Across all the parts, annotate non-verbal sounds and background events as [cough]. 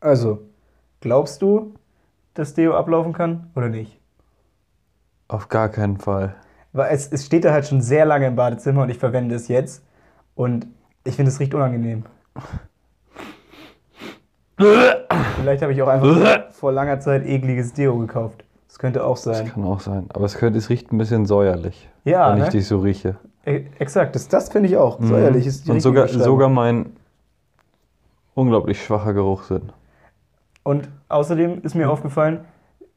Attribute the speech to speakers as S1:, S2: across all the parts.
S1: Also, glaubst du, dass Deo ablaufen kann oder nicht?
S2: Auf gar keinen Fall.
S1: Weil es, es steht da halt schon sehr lange im Badezimmer und ich verwende es jetzt. Und ich finde, es riecht unangenehm. Vielleicht habe ich auch
S2: [laughs]
S1: einfach vor langer Zeit ekliges Deo gekauft. Das könnte auch
S2: Das
S1: sein.
S2: kann auch sein. Aber es, könnte, es riecht ein bisschen säuerlich,
S1: Ja,
S2: wenn
S1: ne?
S2: ich dich so rieche.
S1: E- Exakt, das, das finde ich auch. Säuerlich ist die
S2: Mhm. Und
S1: richtige
S2: sogar,
S1: Beschreibung.
S2: sogar mein unglaublich schwacher Geruchssinn.
S1: Und außerdem ist
S2: Mhm.
S1: mir aufgefallen,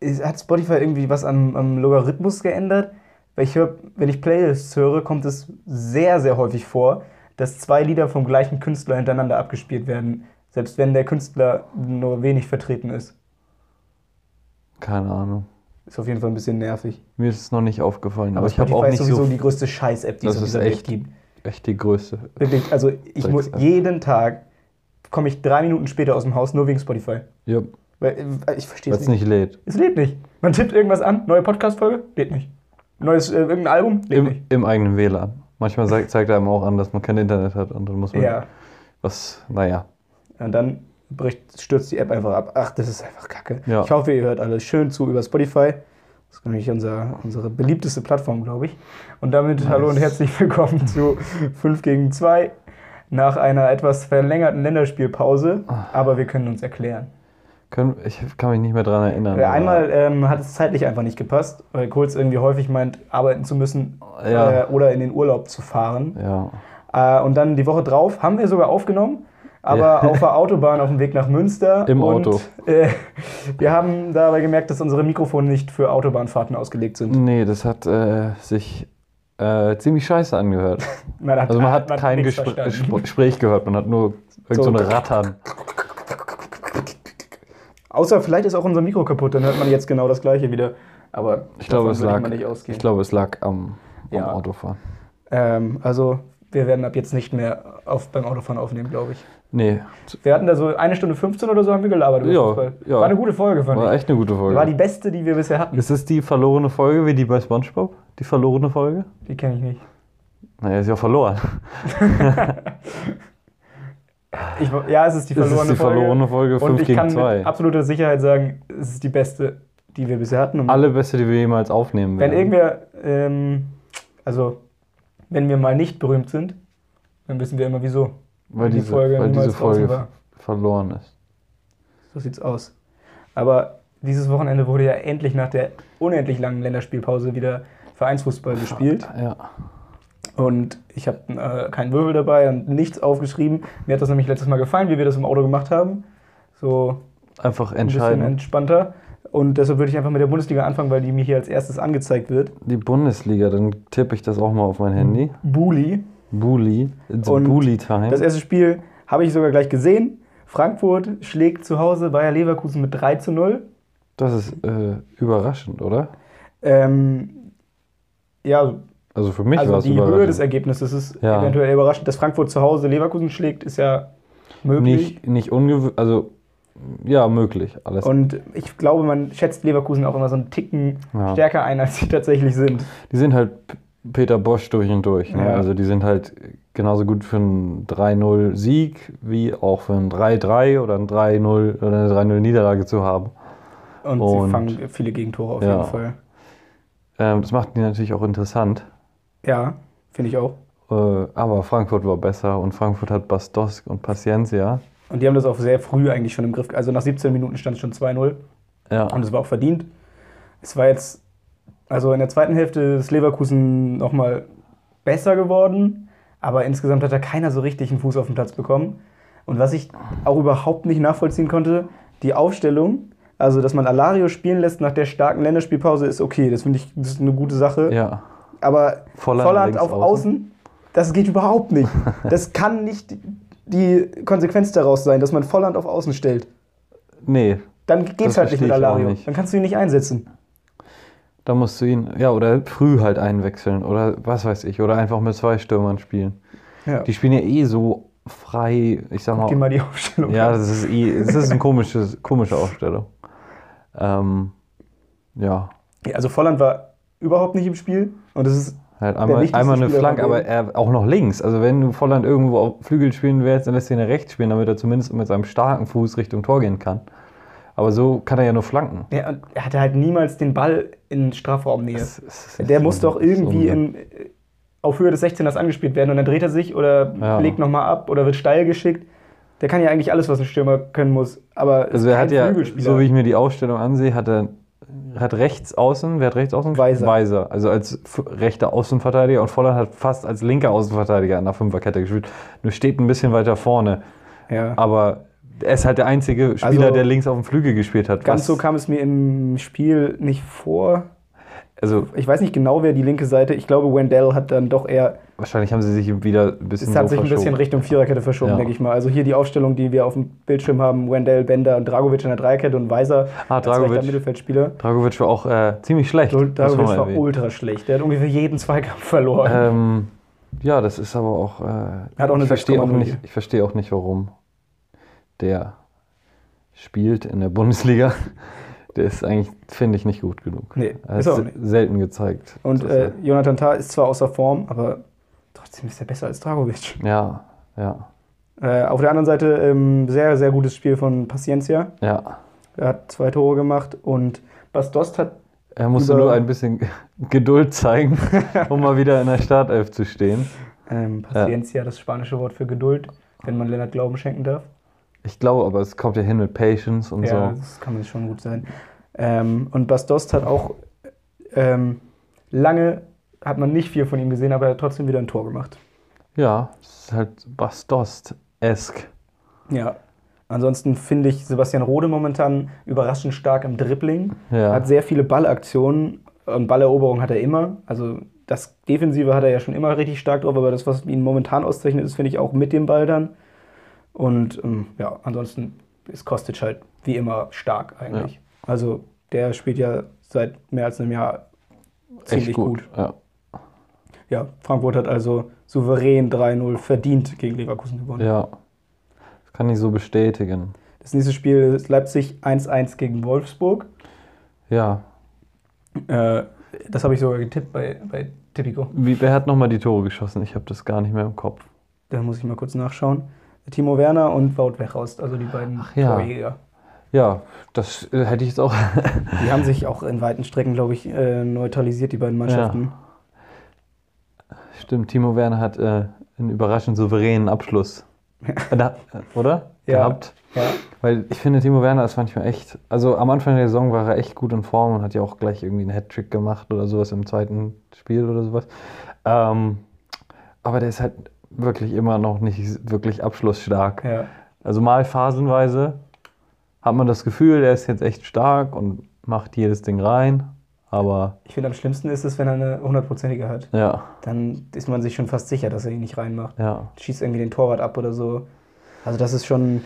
S1: es- hat Spotify irgendwie was am, am Logarithmus geändert? Weil ich höre, wenn ich Playlists höre, kommt es sehr, sehr häufig vor, dass zwei Lieder vom gleichen Künstler hintereinander abgespielt werden, selbst wenn der Künstler nur wenig vertreten ist.
S2: Keine Ahnung.
S1: Ist auf jeden Fall ein bisschen nervig.
S2: Mir ist es noch nicht aufgefallen. Aber, ich habe auch
S1: ist
S2: nicht
S1: sowieso
S2: so
S1: die größte Scheiß-App, die es
S2: Das
S1: auf
S2: ist
S1: dieser
S2: echt-
S1: Welt gibt.
S2: echt die Größe.
S1: Wirklich, also ich
S2: Sechs
S1: muss
S2: App.
S1: jeden Tag, komme ich drei Minuten später aus dem Haus, nur wegen Spotify.
S2: Ja,
S1: Weil äh, ich verstehe
S2: weil
S1: es
S2: es
S1: nicht.
S2: nicht lädt.
S1: Es lädt nicht. Man tippt irgendwas an, neue Podcast-Folge, lädt nicht. Neues, äh, irgendein Album, lädt
S2: Im,
S1: nicht.
S2: Im eigenen WLAN. Manchmal zeigt, zeigt er einem auch an, dass man kein Internet hat und dann muss man
S1: Ja.
S2: was, naja.
S1: Und dann bricht, stürzt die App einfach ab. Ach, das ist einfach kacke.
S2: Ja.
S1: Ich hoffe, ihr hört alles schön zu über Spotify. Das ist nämlich unser, unsere beliebteste Plattform, glaube ich. Und damit hallo und herzlich willkommen zu 5 gegen 2 nach einer etwas verlängerten Länderspielpause.
S2: Ah.
S1: Aber wir können uns erklären.
S2: Können, ich kann mich nicht mehr dran erinnern.
S1: Weil
S2: aber-
S1: Einmal ähm, hat es zeitlich einfach nicht gepasst, weil Kohls irgendwie häufig meint, arbeiten zu müssen
S2: Ja.
S1: äh, oder in den Urlaub zu fahren.
S2: Ja.
S1: Äh, und dann die Woche drauf haben wir sogar aufgenommen, aber
S2: Ja.
S1: auf der Autobahn auf dem Weg nach Münster.
S2: Im
S1: und,
S2: Auto.
S1: Äh, wir haben dabei gemerkt, dass unsere Mikrofone nicht für Autobahnfahrten ausgelegt sind.
S2: Nee, das hat äh, sich äh, ziemlich scheiße angehört.
S1: Man hat,
S2: Also man hat kein
S1: nichts
S2: Gespr
S1: verstanden.
S2: Gespr- Gespräch gehört, man hat nur irgend so
S1: So.
S2: ein Rattern.
S1: Außer vielleicht ist auch unser Mikro kaputt, dann hört man jetzt genau das gleiche wieder. Aber
S2: Ich glaube, es lag,
S1: man nicht ausgehen.
S2: ich glaube, es lag am, am
S1: Ja.
S2: Autofahren.
S1: ähm, also wir werden ab jetzt nicht mehr auf, beim Autofahren aufnehmen, glaube ich.
S2: Nee,
S1: Wir hatten da so eine Stunde 15 oder so haben wir gelabert. über
S2: Ja,
S1: Fußball.
S2: ja.
S1: War eine gute Folge, fand
S2: war
S1: ich.
S2: echt eine gute
S1: War
S2: Folge.
S1: die beste, die wir bisher hatten.
S2: Ist es die verlorene Folge wie die bei Spongebob? Die verlorene Folge?
S1: Die kenne ich nicht.
S2: Naja, ist ja verloren. [laughs]
S1: Ich, ja, es ist die
S2: Das ist
S1: verlorene
S2: die
S1: Folge.
S2: verlorene Folge,
S1: Und
S2: 5
S1: ich
S2: gegen
S1: kann
S2: 2.
S1: mit absoluter Sicherheit sagen, es ist die beste, die wir bisher hatten. Und
S2: Alle beste, die wir jemals aufnehmen
S1: wenn
S2: werden.
S1: irgendwer, ähm, also wenn wir mal nicht berühmt sind, dann wissen wir immer wieso.
S2: weil
S1: die
S2: diese
S1: Folge
S2: weil diese
S1: niemals draußen
S2: Folge
S1: war.
S2: verloren ist.
S1: So sieht's aus. Aber dieses Wochenende wurde ja endlich nach der unendlich langen Länderspielpause wieder Vereinsfußball gespielt.
S2: Ja.
S1: Und ich habe äh, keinen Wirbel dabei und nichts aufgeschrieben. Mir hat das nämlich letztes Mal gefallen, wie wir das im Auto gemacht haben. So
S2: Einfach
S1: ein bisschen
S2: entscheiden.
S1: entspannter. Und deshalb würde ich einfach mit der Bundesliga anfangen, weil die mir hier als erstes angezeigt wird.
S2: Die Bundesliga, dann tippe ich das auch mal auf mein Handy. also
S1: Buli.
S2: Bully. It's
S1: Hm. Und
S2: Bully Time.
S1: Das erste Spiel habe ich sogar gleich gesehen. Frankfurt schlägt zu Hause Bayer Leverkusen mit 3 zu 0.
S2: Das ist äh, überraschend, oder?
S1: Ähm, ja,
S2: Also für mich war
S1: also
S2: es
S1: die Höhe des
S2: überraschend.
S1: Ergebnisses ist
S2: Ja.
S1: eventuell überraschend. Dass Frankfurt zu Hause Leverkusen schlägt, ist ja möglich.
S2: Nicht, nicht ungewöhnlich, also ja, möglich. Alles.
S1: Und ich glaube, man schätzt Leverkusen auch immer so einen Ticken
S2: Ja.
S1: stärker ein, als sie tatsächlich sind.
S2: die sind halt P- Peter Bosch durch und durch. Ne?
S1: Ja.
S2: Also die sind halt genauso gut für einen 3-0-Sieg wie auch für einen 3-3 oder einen 3-0 oder eine 3-0-Niederlage zu haben.
S1: Und,
S2: Und-
S1: sie fangen viele Gegentore auf
S2: Ja.
S1: jeden Fall.
S2: Ähm, das macht die natürlich auch interessant.
S1: Ja, finde ich auch.
S2: Äh, aber Frankfurt war besser und Frankfurt hat Bastosk und Paciencia.
S1: Und die haben das auch sehr früh eigentlich schon im Griff. Also nach 17 Minuten stand es schon 2-0
S2: Ja.
S1: und es war auch verdient. Es war jetzt, also in der zweiten Hälfte ist Leverkusen nochmal besser geworden, aber insgesamt hat da keiner so richtig einen Fuß auf den Platz bekommen. Und was ich auch überhaupt nicht nachvollziehen konnte, die Aufstellung, also dass man Alario spielen lässt nach der starken Länderspielpause, ist okay, das finde ich das ist eine gute Sache.
S2: ja.
S1: Aber
S2: Volland
S1: Volland,
S2: links
S1: auf
S2: außen.
S1: außen. das geht überhaupt nicht.
S2: [laughs]
S1: Das kann nicht die Konsequenz daraus sein, dass man Volland auf außen stellt.
S2: Nee,
S1: Dann geht's
S2: Das
S1: halt nicht
S2: verstehe
S1: mit
S2: ich auch
S1: Alario.
S2: nicht.
S1: Dann kannst du ihn nicht einsetzen.
S2: Da musst du ihn, ja, oder früh halt einwechseln oder was weiß ich, oder einfach mit zwei Stürmern spielen.
S1: Ja.
S2: Die spielen ja eh so frei, ich sag
S1: Geh
S2: mal.
S1: mal die [laughs] Aufstellung.
S2: Ja,
S1: an.
S2: das ist eh, es ist eine komische, komische Aufstellung. Ähm, ja,
S1: Ja, Also Volland war überhaupt nicht im Spiel und es ist
S2: Halt einmal,
S1: wichtigste
S2: einmal eine
S1: Spieler
S2: Flanke,
S1: von
S2: aber er auch noch links. Also wenn du Volland irgendwo auf Flügel spielen willst, dann lässt du ihn rechts spielen, damit er zumindest mit seinem starken Fuß Richtung Tor gehen kann. Aber so kann er ja nur flanken.
S1: Ja, und er hatte halt niemals den Ball in Strafraumnähe.
S2: Das ist-
S1: Der muss doch irgendwie
S2: das ist
S1: in, äh, auf Höhe des 16ers angespielt werden und dann dreht er sich oder
S2: Ja.
S1: legt nochmal ab oder wird steil geschickt. Der kann ja eigentlich alles, was ein Stürmer können muss. Aber ist
S2: Also er hat
S1: kein
S2: ja,
S1: Flügelspieler.
S2: so wie ich mir die Aufstellung ansehe, hat er hat rechts außen, wer hat rechts außen?
S1: Weiser.
S2: Weiser, also als f- rechter Außenverteidiger und Volland hat fast als linker Außenverteidiger an der Fünferkette gespielt. Nur steht ein bisschen weiter vorne,
S1: ja.
S2: aber er ist halt der einzige Spieler,
S1: Also,
S2: der links auf dem Flügel gespielt hat.
S1: Ganz
S2: was-
S1: so kam es mir im Spiel nicht vor.
S2: also
S1: Ich weiß nicht genau, wer die linke Seite. Ich glaube, Wendell hat dann doch eher.
S2: wahrscheinlich haben sie sich wieder ein bisschen
S1: Es hat
S2: so
S1: sich ein bisschen
S2: verschoben.
S1: Richtung Viererkette verschoben,
S2: Ja.
S1: denke ich mal. Also hier die Aufstellung, die wir auf dem Bildschirm haben: Wendell, Bender und Dragovic in der Dreierkette und Weiser
S2: Ah,
S1: als
S2: Dragovic.
S1: rechter Mittelfeldspieler.
S2: Dragovic war auch äh, ziemlich schlecht. muss man
S1: Dragovic war
S2: erwähnen.
S1: ultra schlecht. Der hat ungefähr jeden Zweikampf verloren.
S2: Ähm, ja, das ist aber auch. Äh,
S1: Hat auch eine
S2: ich verstehe auch
S1: 6,0
S2: nicht. Ich verstehe auch nicht, warum der spielt in der Bundesliga. [laughs] Der ist eigentlich, finde ich, nicht gut genug.
S1: Nee,
S2: er
S1: ist
S2: ist
S1: er auch
S2: se-
S1: nicht.
S2: selten gezeigt.
S1: Und
S2: dass
S1: äh, Jonathan Tah ist zwar außer Form, aber trotzdem ist er besser als Dragovic.
S2: er, ja, ja,
S1: Äh, auf der anderen Seite ähm, sehr, sehr gutes Spiel von Paciencia.
S2: ja.
S1: Er hat zwei Tore gemacht und Bastost hat
S2: Er musste
S1: Über-
S2: nur ein bisschen [laughs] Geduld zeigen,
S1: [laughs]
S2: um mal wieder in der Startelf zu stehen.
S1: ähm, Paciencia das spanische Wort für Geduld, wenn man Lennart Glauben schenken darf.
S2: Ich glaube, aber es kommt ja hin mit Patience und
S1: Ja,
S2: so.
S1: das kann man schon gut sein. Ähm, und Bastost hat auch ähm, lange, hat man nicht viel von ihm gesehen, aber er hat trotzdem wieder ein Tor gemacht.
S2: Ja, es ist halt Bastost-esk.
S1: Ja. Ansonsten finde ich Sebastian Rode momentan überraschend stark im Dribbling.
S2: Ja.
S1: Hat sehr viele Ballaktionen und Balleroberung hat er immer. Also das Defensive hat er ja schon immer richtig stark drauf, aber das, was ihn momentan auszeichnet, ist, finde ich, auch mit dem Ball dann. Und ähm, ja, ansonsten ist Kostic halt wie immer stark eigentlich. Also der spielt ja seit mehr als einem Jahr ziemlich
S2: Echt
S1: gut.
S2: gut. Ja.
S1: Ja, Frankfurt hat also souverän 3-0 verdient gegen Leverkusen gewonnen.
S2: Ja, das kann ich so bestätigen.
S1: Das nächste Spiel ist Leipzig 1-1 gegen Wolfsburg.
S2: Ja,
S1: Äh, das habe ich sogar getippt bei, bei Tipico.
S2: Wie, wer hat nochmal die Tore geschossen? Ich habe das gar nicht mehr im Kopf.
S1: Da muss ich mal kurz nachschauen. Timo Werner und Wout Weghorst, also die beiden
S2: ja.
S1: Torjäger.
S2: Ja, das äh, hätte ich jetzt auch. [laughs]
S1: Die haben sich auch in weiten Strecken, glaube ich, äh, neutralisiert, die beiden Mannschaften.
S2: Stimmt, Timo Werner hat äh, einen überraschend souveränen Abschluss. Da, äh, oder?
S1: Ja.
S2: Gehabt.
S1: Ja.
S2: Weil ich finde, Timo Werner ist manchmal echt. Also am Anfang der Saison war er echt gut in Form und hat ja auch gleich irgendwie einen Hattrick gemacht oder sowas im zweiten Spiel oder sowas. Ähm, aber der ist halt wirklich immer noch nicht wirklich abschlussstark.
S1: ja.
S2: Also mal phasenweise hat man das Gefühl, der ist jetzt echt stark und macht jedes Ding rein. Aber
S1: Ich finde, am schlimmsten ist es, wenn er eine hundertprozentige hat.
S2: ja,
S1: Dann ist man sich schon fast sicher, dass er ihn nicht reinmacht.
S2: ja.
S1: Schießt irgendwie den Torwart ab oder so. Also, das ist schon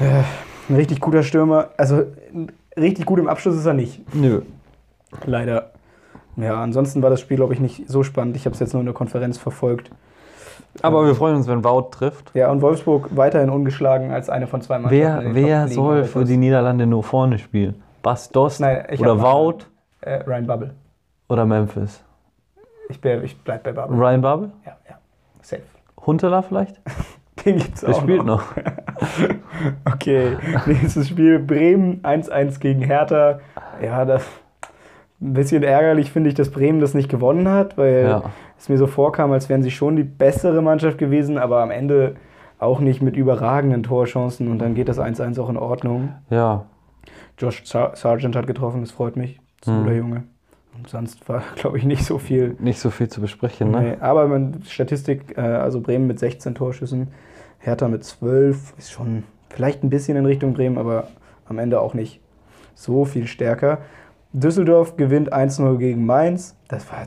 S1: äh, ein richtig guter Stürmer. Also, n- richtig gut im Abschluss ist er nicht.
S2: Nö.
S1: Leider. Ja, ansonsten war das Spiel, glaube ich, nicht so spannend. Ich habe es jetzt nur in der Konferenz verfolgt.
S2: Aber wir freuen uns, wenn Wout trifft.
S1: Ja, und Wolfsburg weiterhin ungeschlagen als eine von zwei Mannschaften. in den
S2: Wer, wer
S1: Top-Ligen
S2: soll
S1: weiter
S2: für
S1: ist.
S2: die Niederlande nur vorne spielen? Bas Dost
S1: Nein, ich
S2: oder
S1: hab-
S2: Wout
S1: Äh, Ryan Bubble.
S2: oder Memphis?
S1: Ich, bin, ich bleib bei Bubble.
S2: Ryan Babel?
S1: Ja, ja. Safe. [laughs]
S2: Huntela vielleicht?
S1: Den gibt's
S2: Der
S1: auch
S2: spielt
S1: noch.
S2: noch.
S1: Okay, nächstes Spiel Bremen 1-1 gegen Hertha. Ja, das ein bisschen ärgerlich finde ich, dass Bremen das nicht gewonnen hat, weil
S2: Ja.
S1: es mir so vorkam, als wären sie schon die bessere Mannschaft gewesen, aber am Ende auch nicht mit überragenden Torchancen und dann geht das 1-1 auch in Ordnung.
S2: Ja.
S1: Josh Sar- Sargent hat getroffen, das freut mich. Das ist ein
S2: Mhm.
S1: guter Junge. Und sonst war, [laughs] glaube ich, nicht so viel.
S2: Nicht so viel zu besprechen, ne?
S1: Nee, aber man, Statistik, äh, also Bremen mit 16 Torschüssen, Hertha mit 12, ist schon vielleicht ein bisschen in Richtung Bremen, aber am Ende auch nicht so viel stärker. Düsseldorf gewinnt 1-0 gegen Mainz. Das war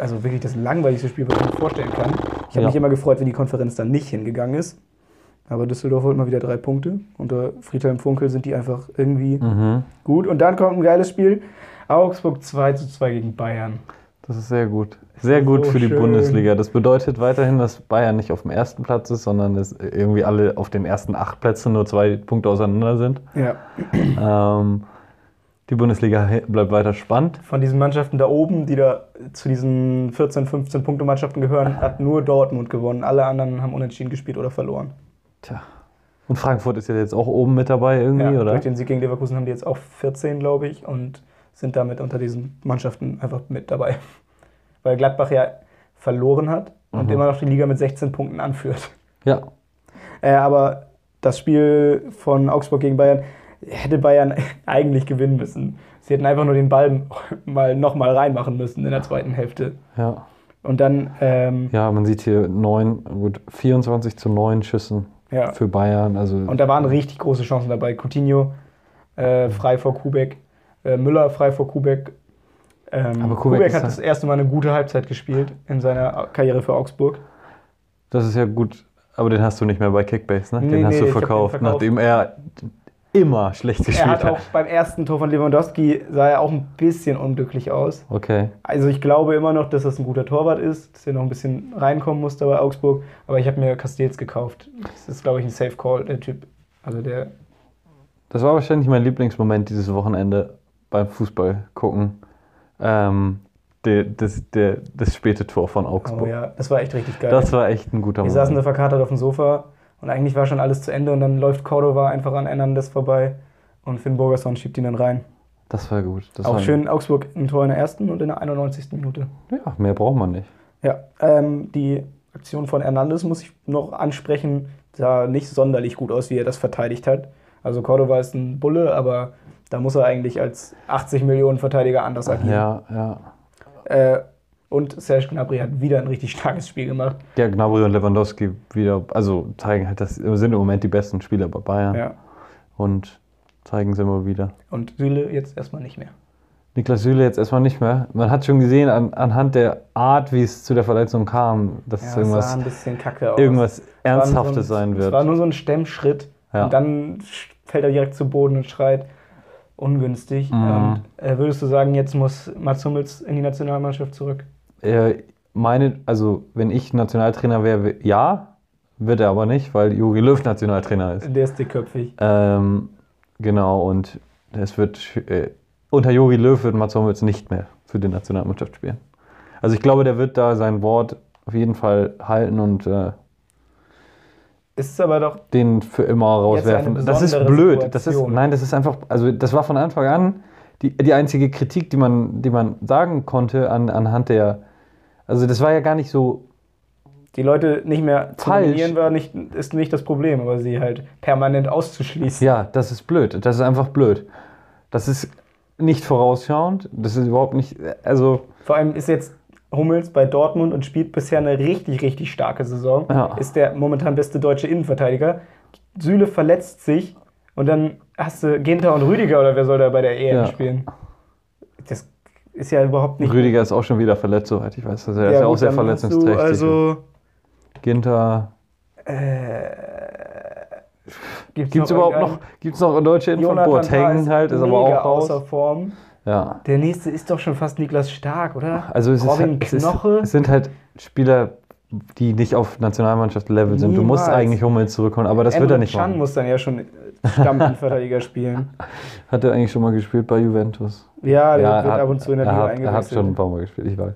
S1: also wirklich das langweiligste Spiel, was ich mir vorstellen kann. Ich habe
S2: Ja.
S1: mich immer gefreut, wenn die Konferenz dann nicht hingegangen ist. Aber Düsseldorf holt mal wieder drei Punkte. Unter Friedhelm Funkel sind die einfach irgendwie
S2: Mhm.
S1: Gut, und dann kommt ein geiles Spiel. Augsburg 2 zu 2 gegen Bayern.
S2: Das ist sehr gut. Sehr gut
S1: so
S2: für die
S1: schön.
S2: Bundesliga. Das bedeutet weiterhin, dass Bayern nicht auf dem ersten Platz ist, sondern dass irgendwie alle auf den ersten acht Plätzen nur zwei Punkte auseinander sind.
S1: Ja.
S2: Ähm, Die Bundesliga bleibt weiter spannend.
S1: Von diesen Mannschaften da oben, die da zu diesen 14, 15 Punkte Mannschaften gehören, hat nur Dortmund gewonnen. Alle anderen haben unentschieden gespielt oder verloren.
S2: Tja. Und Frankfurt ist ja jetzt auch oben mit dabei irgendwie, oder?
S1: Durch den Sieg gegen Leverkusen haben die jetzt auch 14, glaube ich, und sind damit unter diesen Mannschaften einfach mit dabei. [laughs] Weil Gladbach ja verloren hat und immer noch die Liga mit 16 Punkten anführt.
S2: Ja.
S1: Äh, aber das Spiel von Augsburg gegen Bayern hätte Bayern [laughs] eigentlich gewinnen müssen. Sie hätten einfach nur den Ball [laughs] mal nochmal reinmachen müssen in der zweiten Hälfte.
S2: Ja.
S1: Und dann, ähm,
S2: Ja, man sieht hier neun, gut, 24 zu 9 Schüssen
S1: ja.
S2: für Bayern. Also
S1: Und da waren richtig große Chancen dabei. Coutinho äh, frei vor Kubek, äh, Müller frei vor Kubek. Ähm,
S2: Aber
S1: Aber
S2: Kubek
S1: Kubek,
S2: ist
S1: hat
S2: ja-
S1: das erste Mal eine gute Halbzeit gespielt in seiner Karriere für Augsburg.
S2: das ist ja gut. Aber den hast du nicht mehr bei Kickbase, ne? Den
S1: Nee,
S2: hast
S1: nee,
S2: du
S1: ich hab den
S2: verkauft,
S1: verkauft.
S2: nachdem er immer schlecht
S1: Er
S2: gespielt
S1: hat auch
S2: hat.
S1: beim ersten Tor von Lewandowski sah er auch ein bisschen unglücklich aus.
S2: Okay.
S1: Also ich glaube immer noch, dass das ein guter Torwart ist, dass er noch ein bisschen reinkommen muss da bei Augsburg. Aber ich habe mir Castells gekauft. Das ist, glaube ich, ein Safe Call, der Typ. Also der
S2: Das war wahrscheinlich mein Lieblingsmoment dieses Wochenende beim Fußball gucken. Ähm, der, das, der, das späte Tor von
S1: oh
S2: Augsburg.
S1: ja, das war echt richtig geil.
S2: Das war echt ein guter
S1: Wir saßen da verkatert auf dem Sofa und eigentlich war schon alles zu Ende und dann läuft Cordova einfach an Hernandez vorbei und Finn Burgerson schiebt ihn dann rein.
S2: Das war gut. Das
S1: Auch
S2: war
S1: schön Augsburg ein Tor in der ersten und in der 91. Minute.
S2: Ja, mehr braucht man nicht.
S1: Ja, ähm, die Aktion von Hernandez muss ich noch ansprechen, sah nicht sonderlich gut aus, wie er das verteidigt hat. Also Cordova ist ein Bulle, aber da muss er eigentlich als 80 Millionen Verteidiger anders agieren.
S2: Ja, ja.
S1: Äh, und Serge Gnabry hat wieder ein richtig starkes Spiel gemacht.
S2: Ja, Gnabry und Lewandowski wieder, also zeigen halt, das sind im Moment die besten Spieler bei Bayern
S1: Ja.
S2: und zeigen sie immer wieder.
S1: Und Süle jetzt erstmal nicht mehr.
S2: Niklas Süle jetzt erstmal nicht mehr. Man hat schon gesehen an, anhand der Art, wie es zu der Verletzung kam, dass
S1: Ja,
S2: es
S1: das sah
S2: irgendwas,
S1: ein bisschen kacke aus.
S2: irgendwas Ernsthaftes
S1: war nur so ein-
S2: sein
S1: Es war
S2: wird.
S1: nur so ein Stemmschritt
S2: Ja.
S1: und dann sch- fällt er direkt zu Boden und schreit ungünstig.
S2: Mhm.
S1: Und, äh, würdest du sagen, jetzt muss Mats Hummels in die Nationalmannschaft zurück?
S2: Äh, meine, also wenn ich Nationaltrainer wäre, wär- ja, wird er aber nicht, weil Juri Löw Nationaltrainer ist.
S1: Der ist dickköpfig.
S2: Ähm, genau, und es wird sch- äh, unter Juri Löw wird Mats Hummels nicht mehr für die Nationalmannschaft spielen. Also ich glaube, der wird da sein Wort auf jeden Fall halten und äh,
S1: Ist aber doch,
S2: den für immer
S1: Jetzt eine
S2: rauswerfen. Das ist
S1: besondere
S2: blöd. Das ist,
S1: Situation.
S2: nein, das ist einfach, also das war von Anfang an die, die einzige Kritik, die man, die man sagen konnte an, anhand der, also das war ja gar nicht so,
S1: die Leute nicht mehr zu
S2: Falsch.
S1: nominieren war nicht, ist nicht das Problem, aber sie halt permanent auszuschließen.
S2: ja, das ist blöd. Das ist einfach blöd. Das ist nicht vorausschauend. Das ist überhaupt nicht, also
S1: Vor allem ist jetzt Hummels bei Dortmund und spielt bisher eine richtig, richtig starke Saison.
S2: Ja.
S1: Ist der momentan beste deutsche Innenverteidiger. Süle verletzt sich und dann hast du Ginter und Rüdiger oder wer soll da bei der EM
S2: Ja.
S1: spielen? Das ist ja überhaupt nicht.
S2: Rüdiger ist auch schon wieder verletzt, soweit ich weiß. Also er ist ja
S1: gut,
S2: auch sehr
S1: dann hast du
S2: verletzungsträchtig.
S1: Also
S2: Ginter.
S1: gibt's,
S2: Gibt es überhaupt noch, gibt's noch deutsche Info?
S1: Jonathan Tah
S2: Boateng
S1: ist
S2: halt, ist
S1: mega
S2: aber auch
S1: außer
S2: raus.
S1: Form.
S2: Ja.
S1: Der nächste ist doch schon fast Niklas Stark, oder?
S2: Also es, ist
S1: Robin
S2: halt, es, ist,
S1: Knoche.
S2: es sind halt Spieler, die nicht auf Nationalmannschaftslevel sind. Du
S1: Niemals.
S2: musst eigentlich Hummels zurückholen, aber das wird er
S1: Emre
S2: nicht
S1: Can
S2: machen.
S1: muss dann ja schon äh, Stamminnenverteidiger spielen.
S2: Hat er eigentlich schon mal gespielt bei Juventus?
S1: Ja, der
S2: er
S1: wird
S2: hat-
S1: ab und zu in der
S2: er
S1: Liga
S2: hat, er hat
S1: eingewechselt.
S2: schon ein paar Mal gespielt, ich weiß.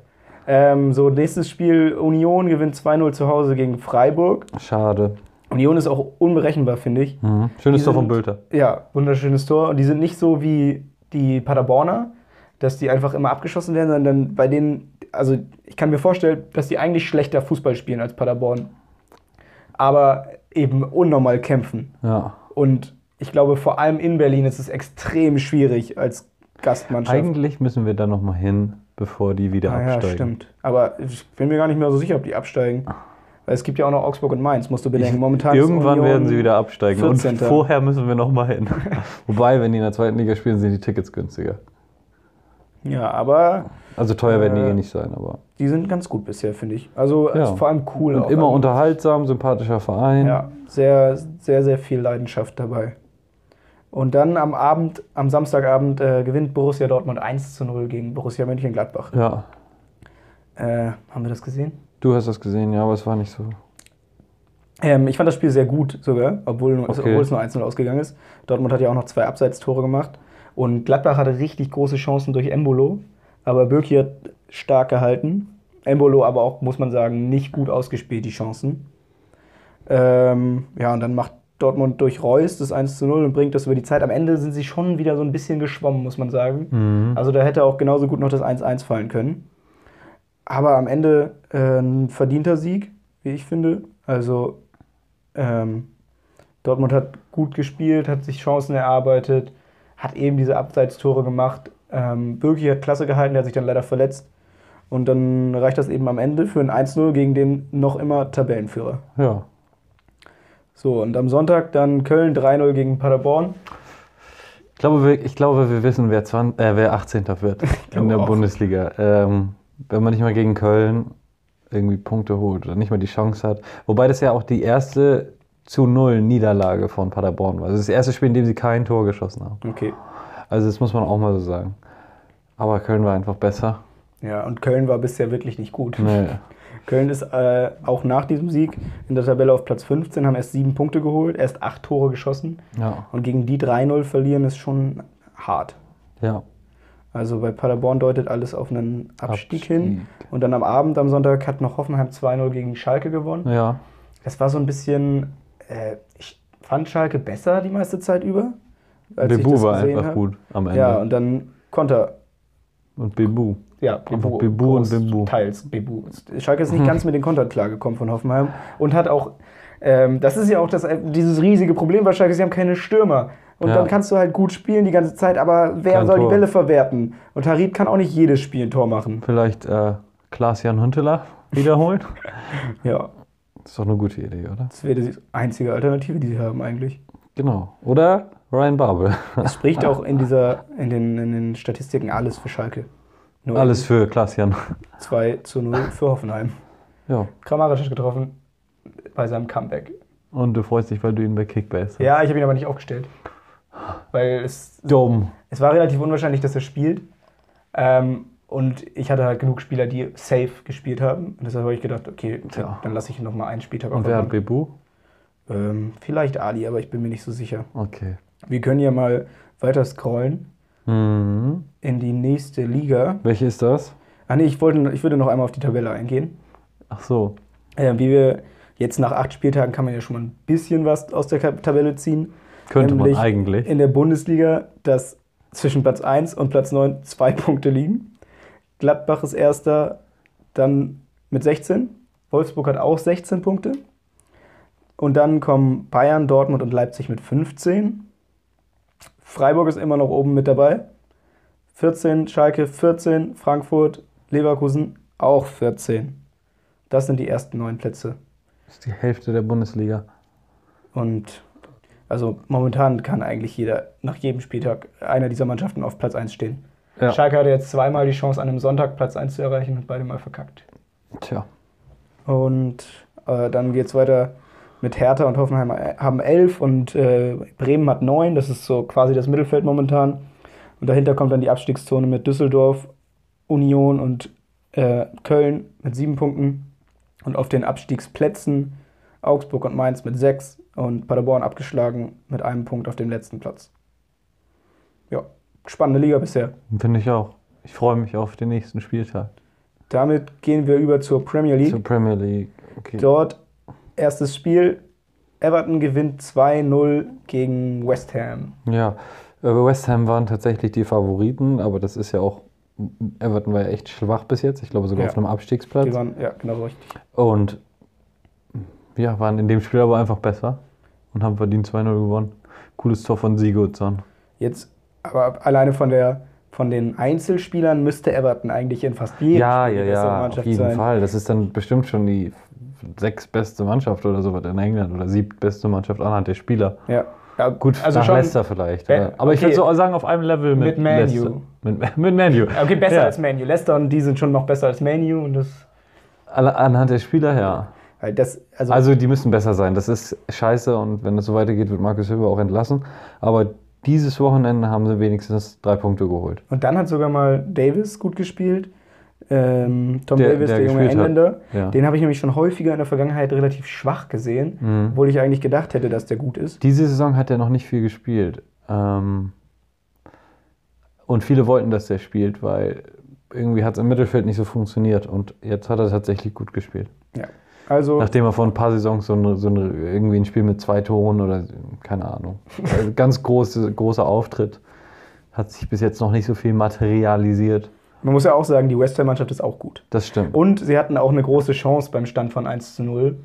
S1: Ähm, so, nächstes Spiel: Union gewinnt 2-0 zu Hause gegen Freiburg.
S2: Schade.
S1: Union ist auch unberechenbar, finde ich.
S2: Mhm. Schönes
S1: Die
S2: Tor von
S1: sind-
S2: Bülter.
S1: Ja, wunderschönes Tor. Und die sind nicht so wie die Paderborner, dass die einfach immer abgeschossen werden, sondern bei denen, also ich kann mir vorstellen, dass die eigentlich schlechter Fußball spielen als Paderborn. Aber eben unnormal kämpfen.
S2: Ja.
S1: Und ich glaube, vor allem in Berlin ist es extrem schwierig als Gastmannschaft.
S2: Eigentlich müssen wir da nochmal hin, bevor die wieder
S1: Ah,
S2: absteigen. Ah.
S1: Ja, stimmt. Aber ich bin mir gar nicht mehr so sicher, ob die absteigen. Weil es gibt ja auch noch Augsburg und Mainz, musst du bedenken. Momentan ist
S2: Irgendwann
S1: Union-
S2: werden sie wieder absteigen.
S1: 14..
S2: Und vorher müssen wir nochmal
S1: [laughs]
S2: hin. Wobei, wenn die in der zweiten Liga spielen, sind die Tickets günstiger.
S1: Ja, aber
S2: Also teuer werden die
S1: Äh,
S2: eh nicht sein, aber.
S1: die sind ganz gut bisher, finde ich. Also
S2: Ja.
S1: ist vor allem cool.
S2: Und
S1: auch.
S2: immer unterhaltsam, sympathischer Verein.
S1: Ja, sehr, sehr, sehr viel Leidenschaft dabei. Und dann am Abend, am Samstagabend äh, gewinnt Borussia Dortmund 1 zu 0 gegen Borussia Mönchengladbach.
S2: Ja.
S1: Äh, haben wir das gesehen?
S2: Du hast das gesehen, ja, aber es war nicht so.
S1: Ähm, ich fand das Spiel sehr gut sogar, obwohl nur-
S2: Okay.
S1: obwohl es nur 1-0 ausgegangen ist. Dortmund hat ja auch noch zwei Abseitstore gemacht. Und Gladbach hatte richtig große Chancen durch Embolo, aber Böki hat stark gehalten. Embolo aber auch, muss man sagen, nicht gut ausgespielt, die Chancen. Ähm, ja, und dann macht Dortmund durch Reus das 1 zu 0 und bringt das über die Zeit. Am Ende sind sie schon wieder so ein bisschen geschwommen, muss man sagen. Also da hätte auch genauso gut noch das 1-1 fallen können. Aber am Ende äh, ein verdienter Sieg, wie ich finde. Also ähm, Dortmund hat gut gespielt, hat sich Chancen erarbeitet, hat eben diese Abseitstore gemacht. Ähm, Bürki hat klasse gehalten, der hat sich dann leider verletzt. Und dann reicht das eben am Ende für ein 1-0 gegen den noch immer Tabellenführer.
S2: Ja.
S1: So, und am Sonntag dann Köln 3-0 gegen Paderborn.
S2: Ich glaube, wir, ich glaube, wir wissen, wer, 20, äh, wer 18.
S1: [laughs]
S2: wird in
S1: glaube
S2: der
S1: auch.
S2: Bundesliga. Ähm, wenn man nicht mal gegen Köln irgendwie Punkte holt oder nicht mal die Chance hat. Wobei das ja auch die erste zu null Niederlage von Paderborn war. Also Das ist das erste Spiel, in dem sie kein Tor geschossen haben.
S1: Okay.
S2: Also das muss man auch mal so sagen. Aber Köln war einfach besser.
S1: Ja, und Köln war bisher wirklich nicht gut.
S2: Nee.
S1: Köln ist äh, auch nach diesem Sieg in der Tabelle auf Platz 15, haben erst sieben Punkte geholt, erst acht Tore geschossen.
S2: Ja.
S1: Und gegen die 3-0 verlieren ist schon hart.
S2: Ja.
S1: Also bei Paderborn deutet alles auf einen Abstieg, hin.
S2: Abstieg.
S1: Und dann am Abend, am Sonntag, hat noch Hoffenheim 2-0 gegen Schalke gewonnen.
S2: Ja.
S1: Das war so ein bisschen, äh, ich fand Schalke besser die meiste Zeit über. als ich
S2: Bebu
S1: das
S2: war
S1: gesehen
S2: einfach
S1: hab.
S2: gut am Ende.
S1: Ja, und dann Konter
S2: und Bebu.
S1: Ja,
S2: Einfach Bebu und Bimbu.
S1: Teils Bebu. Schalke
S2: [laughs]
S1: ist nicht ganz mit den Kontern klargekommen von Hoffenheim und hat auch, ähm, das ist ja auch das, äh, dieses riesige Problem bei Schalke, sie haben keine Stürmer. Und
S2: Ja.
S1: dann kannst du halt gut spielen die ganze Zeit, aber wer
S2: Kein
S1: soll
S2: Tor.
S1: die Bälle verwerten? Und Harit kann auch nicht jedes Spiel ein Tor machen.
S2: Vielleicht äh, Klaas-Jan Huntelaar
S1: [laughs]
S2: wiederholen.
S1: Ja,
S2: Das ist doch eine gute Idee, oder?
S1: das wäre die einzige Alternative, die sie haben eigentlich.
S2: Genau. Oder Ryan Babel.
S1: Es spricht auch in, dieser, in, den, in den Statistiken alles für Schalke. Nur
S2: Alles für Klaas-Jan. [laughs]
S1: 2 zu 0 für Hoffenheim.
S2: Ja.
S1: Kramaric hat getroffen bei seinem Comeback.
S2: Und du freust dich, weil du ihn bei Kickbase hast.
S1: Ja, ich habe ihn aber nicht aufgestellt. Weil es,
S2: Dumm.
S1: es war relativ unwahrscheinlich, dass er spielt. Ähm, und ich hatte halt genug Spieler, die safe gespielt haben. Und deshalb habe ich gedacht, okay,
S2: Tja.
S1: dann lasse ich ihn nochmal einen Spieltag auf
S2: Und
S1: der
S2: wer hat
S1: Bank.
S2: Bebu?
S1: ähm, Vielleicht Ali, aber ich bin mir nicht so sicher.
S2: Okay.
S1: Wir können ja mal weiter scrollen
S2: Mhm.
S1: in die nächste Liga.
S2: Welche ist das?
S1: Ah nee, ich, wollte, ich würde noch einmal auf die Tabelle eingehen.
S2: Ach so.
S1: Äh, wie wir jetzt nach acht Spieltagen kann man ja schon mal ein bisschen was aus der Ka- Tabelle ziehen.
S2: Könnte
S1: Nämlich
S2: man eigentlich.
S1: in der Bundesliga, dass zwischen Platz 1 und Platz 9 zwei [laughs] Punkte liegen. Gladbach ist erster, dann mit 16. Wolfsburg hat auch 16 Punkte. Und dann kommen Bayern, Dortmund und Leipzig mit 15. Freiburg ist immer noch oben mit dabei. 14, Schalke 14, Frankfurt, Leverkusen auch 14. Das sind die ersten neun Plätze.
S2: Das ist die Hälfte der Bundesliga.
S1: Und also momentan kann eigentlich jeder nach jedem Spieltag einer dieser Mannschaften auf Platz 1 stehen.
S2: Ja.
S1: Schalke hatte jetzt zweimal die Chance, an einem Sonntag Platz 1 zu erreichen und beide mal verkackt.
S2: Tja.
S1: Und äh, dann geht es weiter mit Hertha und Hoffenheim äh, haben 11 und äh, Bremen hat 9. Das ist so quasi das Mittelfeld momentan. Und dahinter kommt dann die Abstiegszone mit Düsseldorf, Union und äh, Köln mit 7 Punkten. Und auf den Abstiegsplätzen Augsburg und Mainz mit 6 und Paderborn abgeschlagen mit einem Punkt auf dem letzten Platz. Ja, spannende Liga bisher.
S2: Finde ich auch. Ich freue mich auf den nächsten Spieltag.
S1: Damit gehen wir über zur Premier League.
S2: Zur Premier League. Okay.
S1: Dort erstes Spiel. Everton gewinnt 2-0 gegen West Ham.
S2: Ja, äh, West Ham waren tatsächlich die Favoriten, aber das ist ja auch. Everton war ja echt schwach bis jetzt. Ich glaube sogar
S1: Ja.
S2: auf einem Abstiegsplatz.
S1: Die waren, ja, genau richtig.
S2: Und ja, waren in dem Spiel aber einfach besser und haben verdient 2-0 gewonnen. Cooles Tor von Sigurdsson.
S1: Jetzt, aber alleine von, der, von den Einzelspielern müsste Everton eigentlich in fast jedem
S2: Ja,
S1: Spiel
S2: ja,
S1: die bessere
S2: ja, auf
S1: Mannschaft
S2: jeden
S1: sein.
S2: Fall. Das ist dann bestimmt schon die sechstbeste Mannschaft oder sowas in England oder siebtbeste Mannschaft anhand der Spieler.
S1: Ja. ja,
S2: Gut,
S1: also
S2: nach
S1: schon.
S2: Leicester vielleicht.
S1: Äh,
S2: oder? aber ich
S1: okay.
S2: würde so sagen, auf einem Level mit,
S1: Mit
S2: Ähm.
S1: Man
S2: Leicester.
S1: U.
S2: Mit, mit Manu.
S1: Okay, besser
S2: ja.
S1: als Manu. Leicester und die sind schon noch besser als Manu und das.
S2: Alle- Anhand der Spieler, ja.
S1: weil das also,
S2: Also die müssen besser sein. Das ist scheiße und wenn das so weitergeht, wird Markus Silber auch entlassen. Aber dieses Wochenende haben sie wenigstens drei Punkte geholt.
S1: und dann hat sogar mal Davis gut gespielt. Ähm, Tom
S2: Der-
S1: Davis,
S2: der
S1: der, junge
S2: gespielt hat.
S1: Engländer.
S2: Ja.
S1: Den habe ich nämlich schon häufiger in der Vergangenheit relativ schwach gesehen, obwohl ich eigentlich gedacht hätte, dass der gut ist.
S2: Diese Saison hat er noch nicht viel gespielt. Ähm, Und viele wollten, dass der spielt, weil irgendwie hat es im Mittelfeld nicht so funktioniert. Und jetzt hat er tatsächlich gut gespielt.
S1: Ja. Also,
S2: Nachdem er vor ein paar Saisons so, ein, so ein, irgendwie ein Spiel mit zwei Toren oder keine Ahnung, also ganz große, großer Auftritt, hat sich bis jetzt noch nicht so viel materialisiert.
S1: man muss ja auch sagen, die West Ham-Mannschaft ist auch gut.
S2: Das stimmt.
S1: Und sie hatten auch eine große Chance beim Stand von 1 zu 0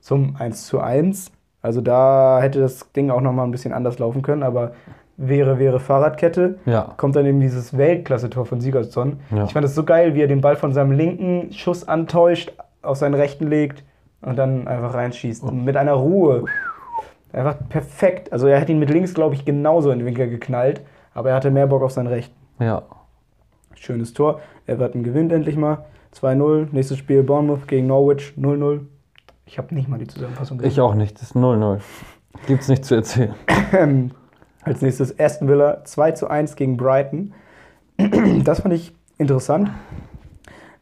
S1: zum 1 zu 1. Also da hätte das Ding auch nochmal ein bisschen anders laufen können, aber wäre, wäre Fahrradkette.
S2: Ja.
S1: Kommt dann eben dieses Weltklasse-Tor von Sigurdsson.
S2: Ja.
S1: Ich fand das so geil, wie er den Ball von seinem linken Schuss antäuscht, auf seinen rechten legt und dann einfach reinschießt. Mit einer Ruhe. Einfach perfekt. Also er hat ihn mit links, glaube ich, genauso in den Winkel geknallt, aber er hatte mehr Bock auf seinen rechten.
S2: Ja.
S1: Schönes Tor. Everton gewinnt endlich mal. 2-0. Nächstes Spiel Bournemouth gegen Norwich 0-0. Ich habe nicht mal die Zusammenfassung
S2: Ich auch nicht. Das ist 0-0. Gibt's nichts zu erzählen.
S1: Als nächstes Aston Villa 2-1 gegen Brighton. [clears throat] Das fand ich interessant.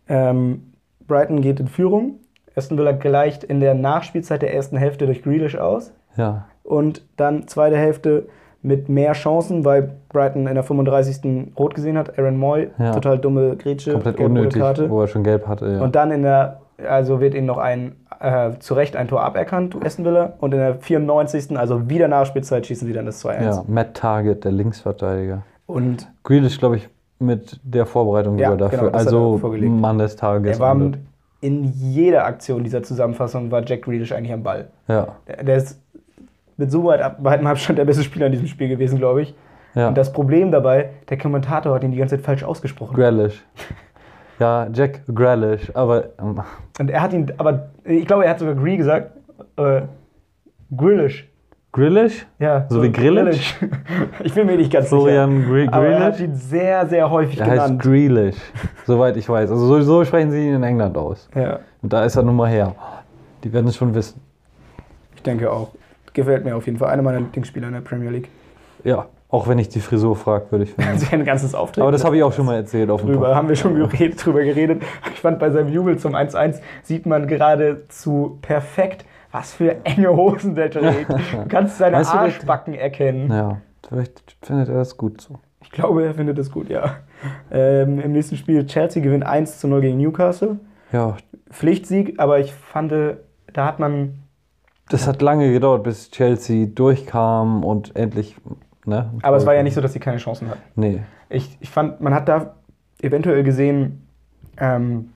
S1: Ähm, Brighton geht in Führung. Aston Villa gleicht in der Nachspielzeit der ersten Hälfte durch Grealish aus.
S2: Ja.
S1: Und dann zweite Hälfte mit mehr Chancen, weil Brighton in der 35. rot gesehen hat. Aaron Moy,
S2: Ja.
S1: total dumme Grätsche,
S2: Komplett
S1: gelb-rote
S2: unnötig, wo er schon gelb hatte. Ja.
S1: Und dann in der, also wird ihnen noch ein, äh, zu Recht ein Tor aberkannt, Aston Villa. Und in der 94. also wieder Nachspielzeit schießen sie dann das 2-1.
S2: ja. Matt Target, der Linksverteidiger.
S1: Und
S2: Grealish, glaube ich, mit der Vorbereitung
S1: Ja,
S2: sogar dafür.
S1: genau, das hat er
S2: also
S1: vorgelegt.
S2: Mann des Tages.
S1: er war
S2: und-
S1: in jeder Aktion dieser Zusammenfassung war Jack Grealish eigentlich am Ball.
S2: ja.
S1: Der, der ist mit so weit ab- weitem Abstand der beste Spieler in diesem Spiel gewesen, glaube ich.
S2: ja.
S1: Und das Problem dabei, der Kommentator hat ihn die ganze Zeit falsch ausgesprochen.
S2: Grealish.
S1: [laughs]
S2: ja, Jack Grealish. Aber ähm,
S1: Und er hat ihn, aber ich glaube, er hat sogar Gree gesagt, äh, Grealish.
S2: Grealish?
S1: Ja,
S2: So wie Grillage?
S1: Grillage. [laughs] Ich bin mir nicht ganz
S2: Florian
S1: sicher.
S2: Gri-
S1: Aber er hat
S2: Grillage?
S1: ihn sehr, sehr häufig
S2: Er heißt
S1: genannt.
S2: Grealish, soweit ich weiß. Also so, so sprechen sie ihn in England aus.
S1: Ja,
S2: Und da ist er nun mal her. Die werden es schon wissen.
S1: ich denke auch. Gefällt mir auf jeden Fall. Einer meiner Lieblingsspieler in der Premier League. [laughs]
S2: Ja, auch wenn ich die Frisur fragwürdig finde.
S1: Sein ganzes Auftreten.
S2: Aber das habe ich auch schon mal erzählt auf dem
S1: Drüber
S2: Pod-
S1: haben wir schon geredet, drüber geredet. Ich fand, bei seinem Jubel zum 1-1 sieht man geradezu perfekt, was für enge Hosen der trägt. Du kannst seine
S2: Weißt du, das-
S1: Arschbacken erkennen.
S2: Ja, vielleicht findet er das gut so.
S1: Ich glaube, er findet es gut, ja. Ähm, Im nächsten Spiel Chelsea gewinnt 1 0 gegen Newcastle.
S2: Ja,
S1: Pflichtsieg, aber ich fand, äh, da hat man
S2: das hat lange gedauert, bis Chelsea durchkam und endlich. Ne?
S1: Aber es war ja nicht so, dass sie keine Chancen hatten.
S2: Nee.
S1: Ich, ich fand, man hat da eventuell gesehen, ähm,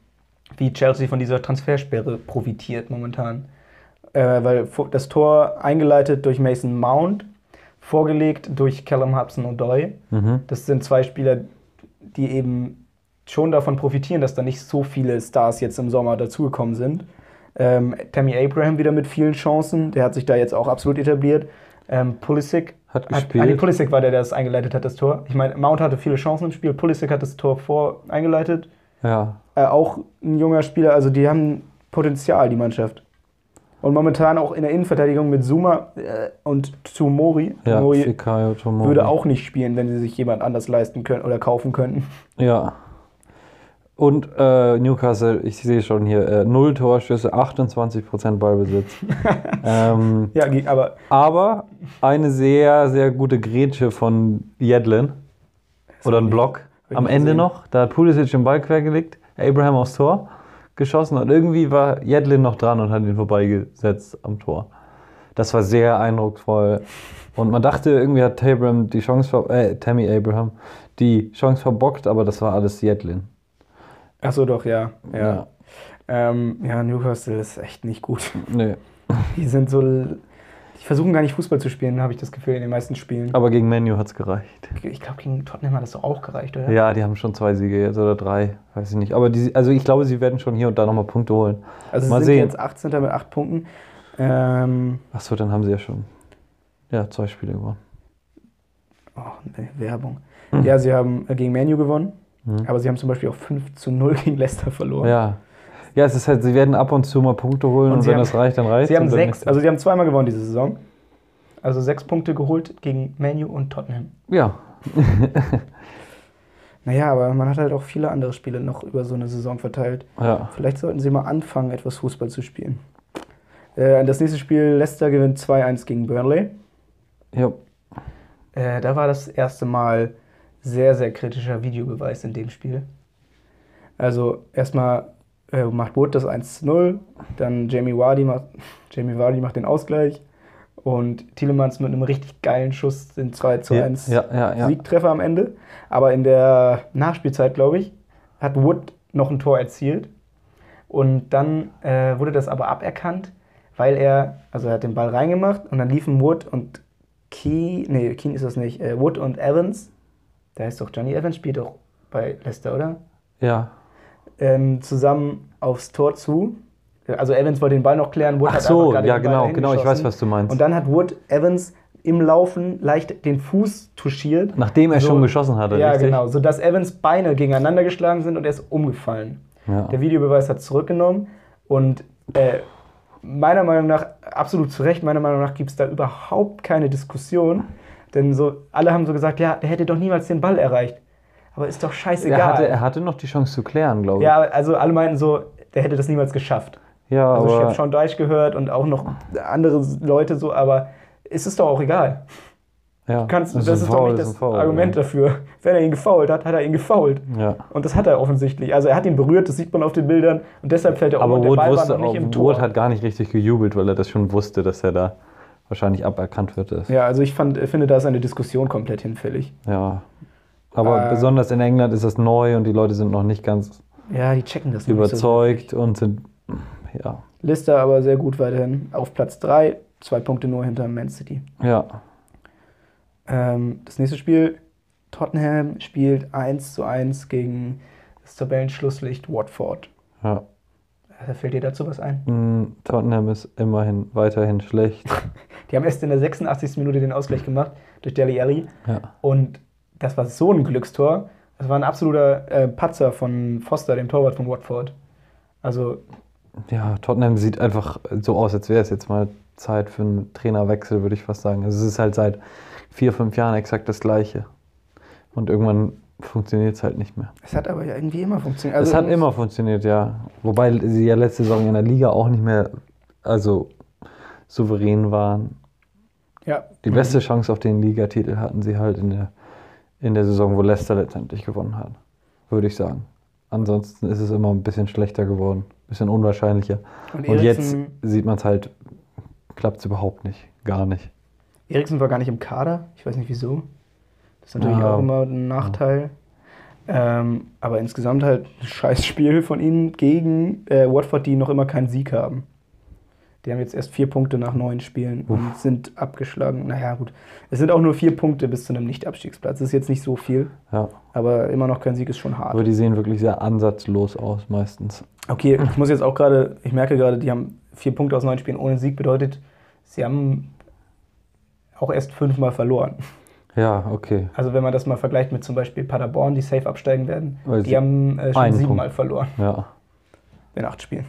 S1: wie Chelsea von dieser Transfersperre profitiert momentan. Äh, weil vor- das Tor eingeleitet durch Mason Mount, vorgelegt durch Callum Hudson O'Doy.
S2: Mhm.
S1: Das sind zwei Spieler, die eben schon davon profitieren, dass da nicht so viele Stars jetzt im Sommer dazugekommen sind. Ähm, Tammy Abraham wieder mit vielen Chancen, der hat sich da jetzt auch absolut etabliert. Ähm, Pulisic
S2: Hat
S1: Ah, nee,
S2: gespielt.
S1: Pulisic war der, der das eingeleitet hat, das Tor. Ich meine, Mount hatte viele Chancen im Spiel, Pulisic hat das Tor vor eingeleitet.
S2: Ja.
S1: Äh, auch ein junger Spieler, also die haben Potenzial, die Mannschaft. Und momentan auch in der Innenverteidigung mit Zuma äh, und Tomori.
S2: Ja,
S1: Tomori
S2: Fikayo Tomori.
S1: würde auch nicht spielen, wenn sie sich jemand anders leisten können oder kaufen könnten. [laughs]
S2: Ja. Und äh, Newcastle, ich sehe schon hier, äh, null Torschüsse,
S1: [laughs]
S2: 28% Ballbesitz. ähm,
S1: Ja, ge- aber
S2: aber eine sehr, sehr gute Grätsche von Jedlin. Oder ein Block.
S1: ich
S2: Am
S1: nicht
S2: Ende
S1: gesehen.
S2: noch. Da hat Pulisic den Ball quergelegt, Abraham aufs Tor geschossen und irgendwie war Jedlin noch dran und hat ihn vorbeigesetzt am Tor. Das war sehr eindrucksvoll. Und man dachte, irgendwie hat Abraham die Chance ver äh, Tammy Abraham die Chance verbockt, aber das war alles Jedlin.
S1: achso, doch, ja. Ja. Ja. Ähm, ja, Newcastle ist echt nicht gut. [laughs]
S2: Nee.
S1: Die sind so. l- Die versuchen gar nicht Fußball zu spielen, habe ich das Gefühl, in den meisten Spielen.
S2: Aber gegen Menu hat es gereicht.
S1: Ich glaube, gegen Tottenham hat das doch auch gereicht, oder?
S2: Ja, die haben schon zwei Siege jetzt oder drei. Weiß ich nicht. Aber die, also ich glaube, sie werden schon hier und da nochmal Punkte holen.
S1: Also sie
S2: Mal
S1: sind
S2: sehen.
S1: jetzt 18. mit 8 Punkten. Ähm,
S2: Achso, dann haben sie ja schon ja, zwei Spiele gewonnen.
S1: oh, Werbung.
S2: Hm.
S1: Ja, sie haben äh, gegen Manu gewonnen, aber sie haben zum Beispiel auch 5 zu 0 gegen Leicester verloren.
S2: Ja. Ja, es ist halt, sie werden ab und zu mal Punkte holen
S1: Und
S2: und,
S1: sie
S2: wenn
S1: haben-
S2: das reicht, dann reicht
S1: Sie haben
S2: und wenn
S1: sechs,
S2: nicht-
S1: also sie haben zweimal gewonnen diese Saison. Also sechs Punkte geholt gegen Manu und Tottenham.
S2: Ja.
S1: Naja, aber man hat halt auch viele andere Spiele noch über so eine Saison verteilt.
S2: ja.
S1: Vielleicht sollten sie mal anfangen, etwas Fußball zu spielen. Äh, das nächste Spiel, Leicester gewinnt 2-1 gegen Burnley.
S2: Ja.
S1: Äh, da war das erste Mal sehr, sehr kritischer Videobeweis in dem Spiel. Also erstmal äh, macht Wood das 1 0, dann Jamie Vardy macht, [laughs] Jamie Vardy macht den Ausgleich und Tielemans mit einem richtig geilen Schuss den 2 zu
S2: Ja,
S1: 1
S2: ja, ja, ja.
S1: Siegtreffer am Ende. Aber in der Nachspielzeit, glaube ich, hat Wood noch ein Tor erzielt. Und dann äh, wurde das aber aberkannt, weil er, also er hat den Ball reingemacht und dann liefen Wood und Key, nee, Keen ist das nicht, äh, Wood und Evans, der heißt doch Johnny Evans, spielt doch bei Leicester, oder?
S2: Ja.
S1: ähm, zusammen aufs Tor zu. Also Evans wollte den Ball noch klären, Wood
S2: Ach
S1: hat
S2: so,
S1: einfach gerade
S2: ja,
S1: den Ball
S2: genau, genau, ich
S1: hingeschossen.
S2: weiß, was du meinst.
S1: Und dann hat Wood Evans im Laufen leicht den Fuß touchiert.
S2: Nachdem er schon geschossen hatte,
S1: Ja,
S2: richtig?
S1: genau, sodass Evans Beine gegeneinander geschlagen sind und er ist umgefallen.
S2: Ja.
S1: Der Videobeweis hat zurückgenommen und äh, meiner Meinung nach, absolut zu Recht, meiner Meinung nach gibt es da überhaupt keine Diskussion. Denn so, alle haben so gesagt, ja, der hätte doch niemals den Ball erreicht. Aber ist doch scheißegal.
S2: Er hatte, er hatte noch die Chance zu klären, glaube ich.
S1: Ja, also alle meinten so, der hätte das niemals geschafft.
S2: Ja,
S1: Also ich
S2: aber
S1: habe Sean Deich gehört und auch noch andere Leute so, aber es ist doch auch egal.
S2: ja.
S1: Du Kannst, das,
S2: ein
S1: ist
S2: Foul,
S1: doch nicht
S2: ein
S1: das
S2: Foul,
S1: Argument dafür. Wenn er ihn gefoult hat, hat er ihn gefoult.
S2: Ja.
S1: Und das hat er offensichtlich. Also er hat ihn berührt, das sieht man auf den Bildern und deshalb fällt er um.
S2: Aber
S1: und der
S2: Wood,
S1: Ball
S2: wusste,
S1: war noch
S2: auch,
S1: nicht im Tor.
S2: Wood hat gar nicht richtig gejubelt, weil er das schon wusste, dass er da wahrscheinlich aberkannt wird. Ist. Ja.
S1: ja, also ich fand, finde, da ist eine Diskussion komplett hinfällig.
S2: Aber
S1: Äh.
S2: besonders in England ist das neu und die Leute sind noch nicht ganz
S1: Ja, die checken das noch nicht so
S2: überzeugt und sind. Ja.
S1: sehr. Leicester aber sehr gut weiterhin auf Platz 3, zwei Punkte nur hinter Man City.
S2: Ja.
S1: Ähm, das nächste Spiel, Tottenham spielt 1 zu 1 gegen das Tabellenschlusslicht Watford. Äh,
S2: ja.
S1: Da fällt dir dazu was ein?
S2: Hm, Tottenham ist immerhin weiterhin schlecht.
S1: Die haben erst in der 86. Minute den Ausgleich gemacht durch Deli Alli.
S2: Ja.
S1: Und das war so ein Glückstor. Das war ein absoluter äh, Patzer von Foster, dem Torwart von Watford. Also,
S2: ja, Tottenham sieht einfach so aus, als wäre es jetzt mal Zeit für einen Trainerwechsel, würde ich fast sagen. Also es ist halt seit vier, fünf Jahren exakt das Gleiche. Und irgendwann funktioniert es halt nicht mehr.
S1: es hat aber ja irgendwie immer funktioniert.
S2: Es
S1: Also,
S2: hat immer funktioniert, ja. Wobei sie ja letzte Saison in der Liga auch nicht mehr also souverän waren.
S1: Ja,
S2: Die beste Chance auf den Ligatitel hatten sie halt in der, in der Saison, wo Leicester letztendlich gewonnen hat, würde ich sagen. Ansonsten ist es immer ein bisschen schlechter geworden, ein bisschen unwahrscheinlicher.
S1: Und
S2: Und, jetzt
S1: Eriksen-
S2: sieht man es halt, klappt es überhaupt nicht, gar nicht.
S1: Eriksen war gar nicht im Kader. Ich weiß nicht wieso. Das ist natürlich
S2: Ja.
S1: auch immer ein Nachteil. Ähm, aber insgesamt halt ein scheiß Spiel von ihnen gegen äh, Watford, die noch immer keinen Sieg haben. Die haben jetzt erst vier Punkte nach neun Spielen und sind abgeschlagen. Naja, gut. Es sind auch nur vier Punkte bis zu einem Nicht-Abstiegsplatz. Das ist jetzt nicht so viel,
S2: Ja.
S1: aber immer noch kein Sieg ist schon hart.
S2: Aber die sehen wirklich sehr ansatzlos aus meistens.
S1: Okay, ich muss jetzt auch gerade, ich merke gerade, die haben vier Punkte aus neun Spielen ohne Sieg, bedeutet, sie haben auch erst fünfmal verloren.
S2: Ja, okay.
S1: Also wenn man das mal vergleicht mit zum Beispiel Paderborn, die safe absteigen werden,
S2: Weil
S1: die
S2: sie
S1: haben äh, schon
S2: einen
S1: siebenmal verloren
S2: Ja.
S1: in acht Spielen.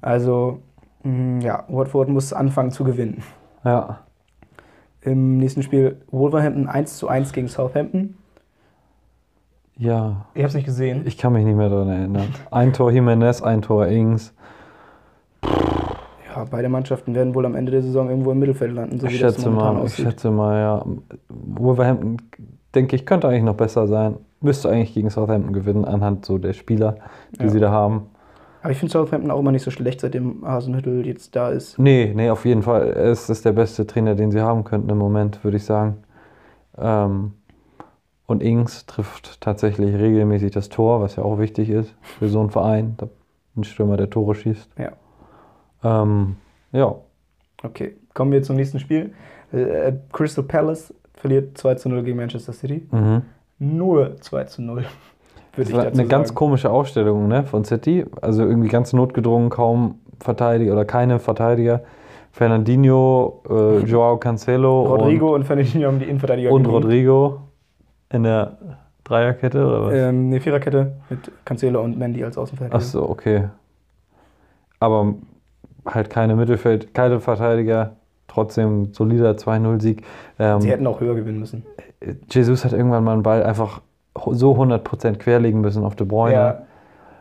S1: Also mh, ja, Watford muss anfangen zu gewinnen.
S2: Ja.
S1: Im nächsten Spiel Wolverhampton 1 zu 1 gegen Southampton.
S2: Ja.
S1: Ich habe es nicht gesehen.
S2: Ich kann mich nicht mehr daran erinnern. Ein Tor Jimenez, ein Tor Ings.
S1: ja, beide Mannschaften werden wohl am Ende der Saison irgendwo im Mittelfeld landen, so
S2: ich
S1: wie das
S2: schätze
S1: momentan
S2: mal, ich
S1: aussieht.
S2: schätze mal, ja. Wolverhampton, denke ich, könnte eigentlich noch besser sein. Müsste eigentlich gegen Southampton gewinnen, anhand so der Spieler, die
S1: Ja.
S2: sie da haben.
S1: Aber ich finde Southampton auch immer nicht so schlecht, seitdem Hasenhüttel jetzt da ist.
S2: Nee, nee, auf jeden Fall. Es ist der beste Trainer, den sie haben könnten im Moment, würde ich sagen. Ähm, und Ings trifft tatsächlich regelmäßig das Tor, was ja auch wichtig ist für so einen Verein. Da ein Stürmer, der Tore schießt.
S1: Ja.
S2: Ähm, ja,
S1: Okay, kommen wir zum nächsten Spiel. Äh, Crystal Palace verliert 2 zu 0 gegen Manchester City.
S2: mhm.
S1: Nur 2 zu 0. [laughs] Würde
S2: Das war eine ganz komische Aufstellung ne, von City. Also irgendwie ganz notgedrungen, kaum Verteidiger oder keine Verteidiger. Fernandinho, äh, Joao Cancelo
S1: Mhm. Rodrigo und Fernandinho haben die Innenverteidiger
S2: und, und
S1: gegeben.
S2: Rodrigo in der Dreierkette oder was?
S1: Ähm, eine Viererkette mit Cancelo und Mendy als Außenverteidiger.
S2: Achso, okay. Aber halt keine Mittelfeld, keine Verteidiger, trotzdem solider 2-0-Sieg.
S1: Sie
S2: Ähm,
S1: hätten auch höher gewinnen müssen.
S2: Jesus hat irgendwann mal einen Ball einfach so 100% querlegen müssen auf De Bruyne.
S1: Ja,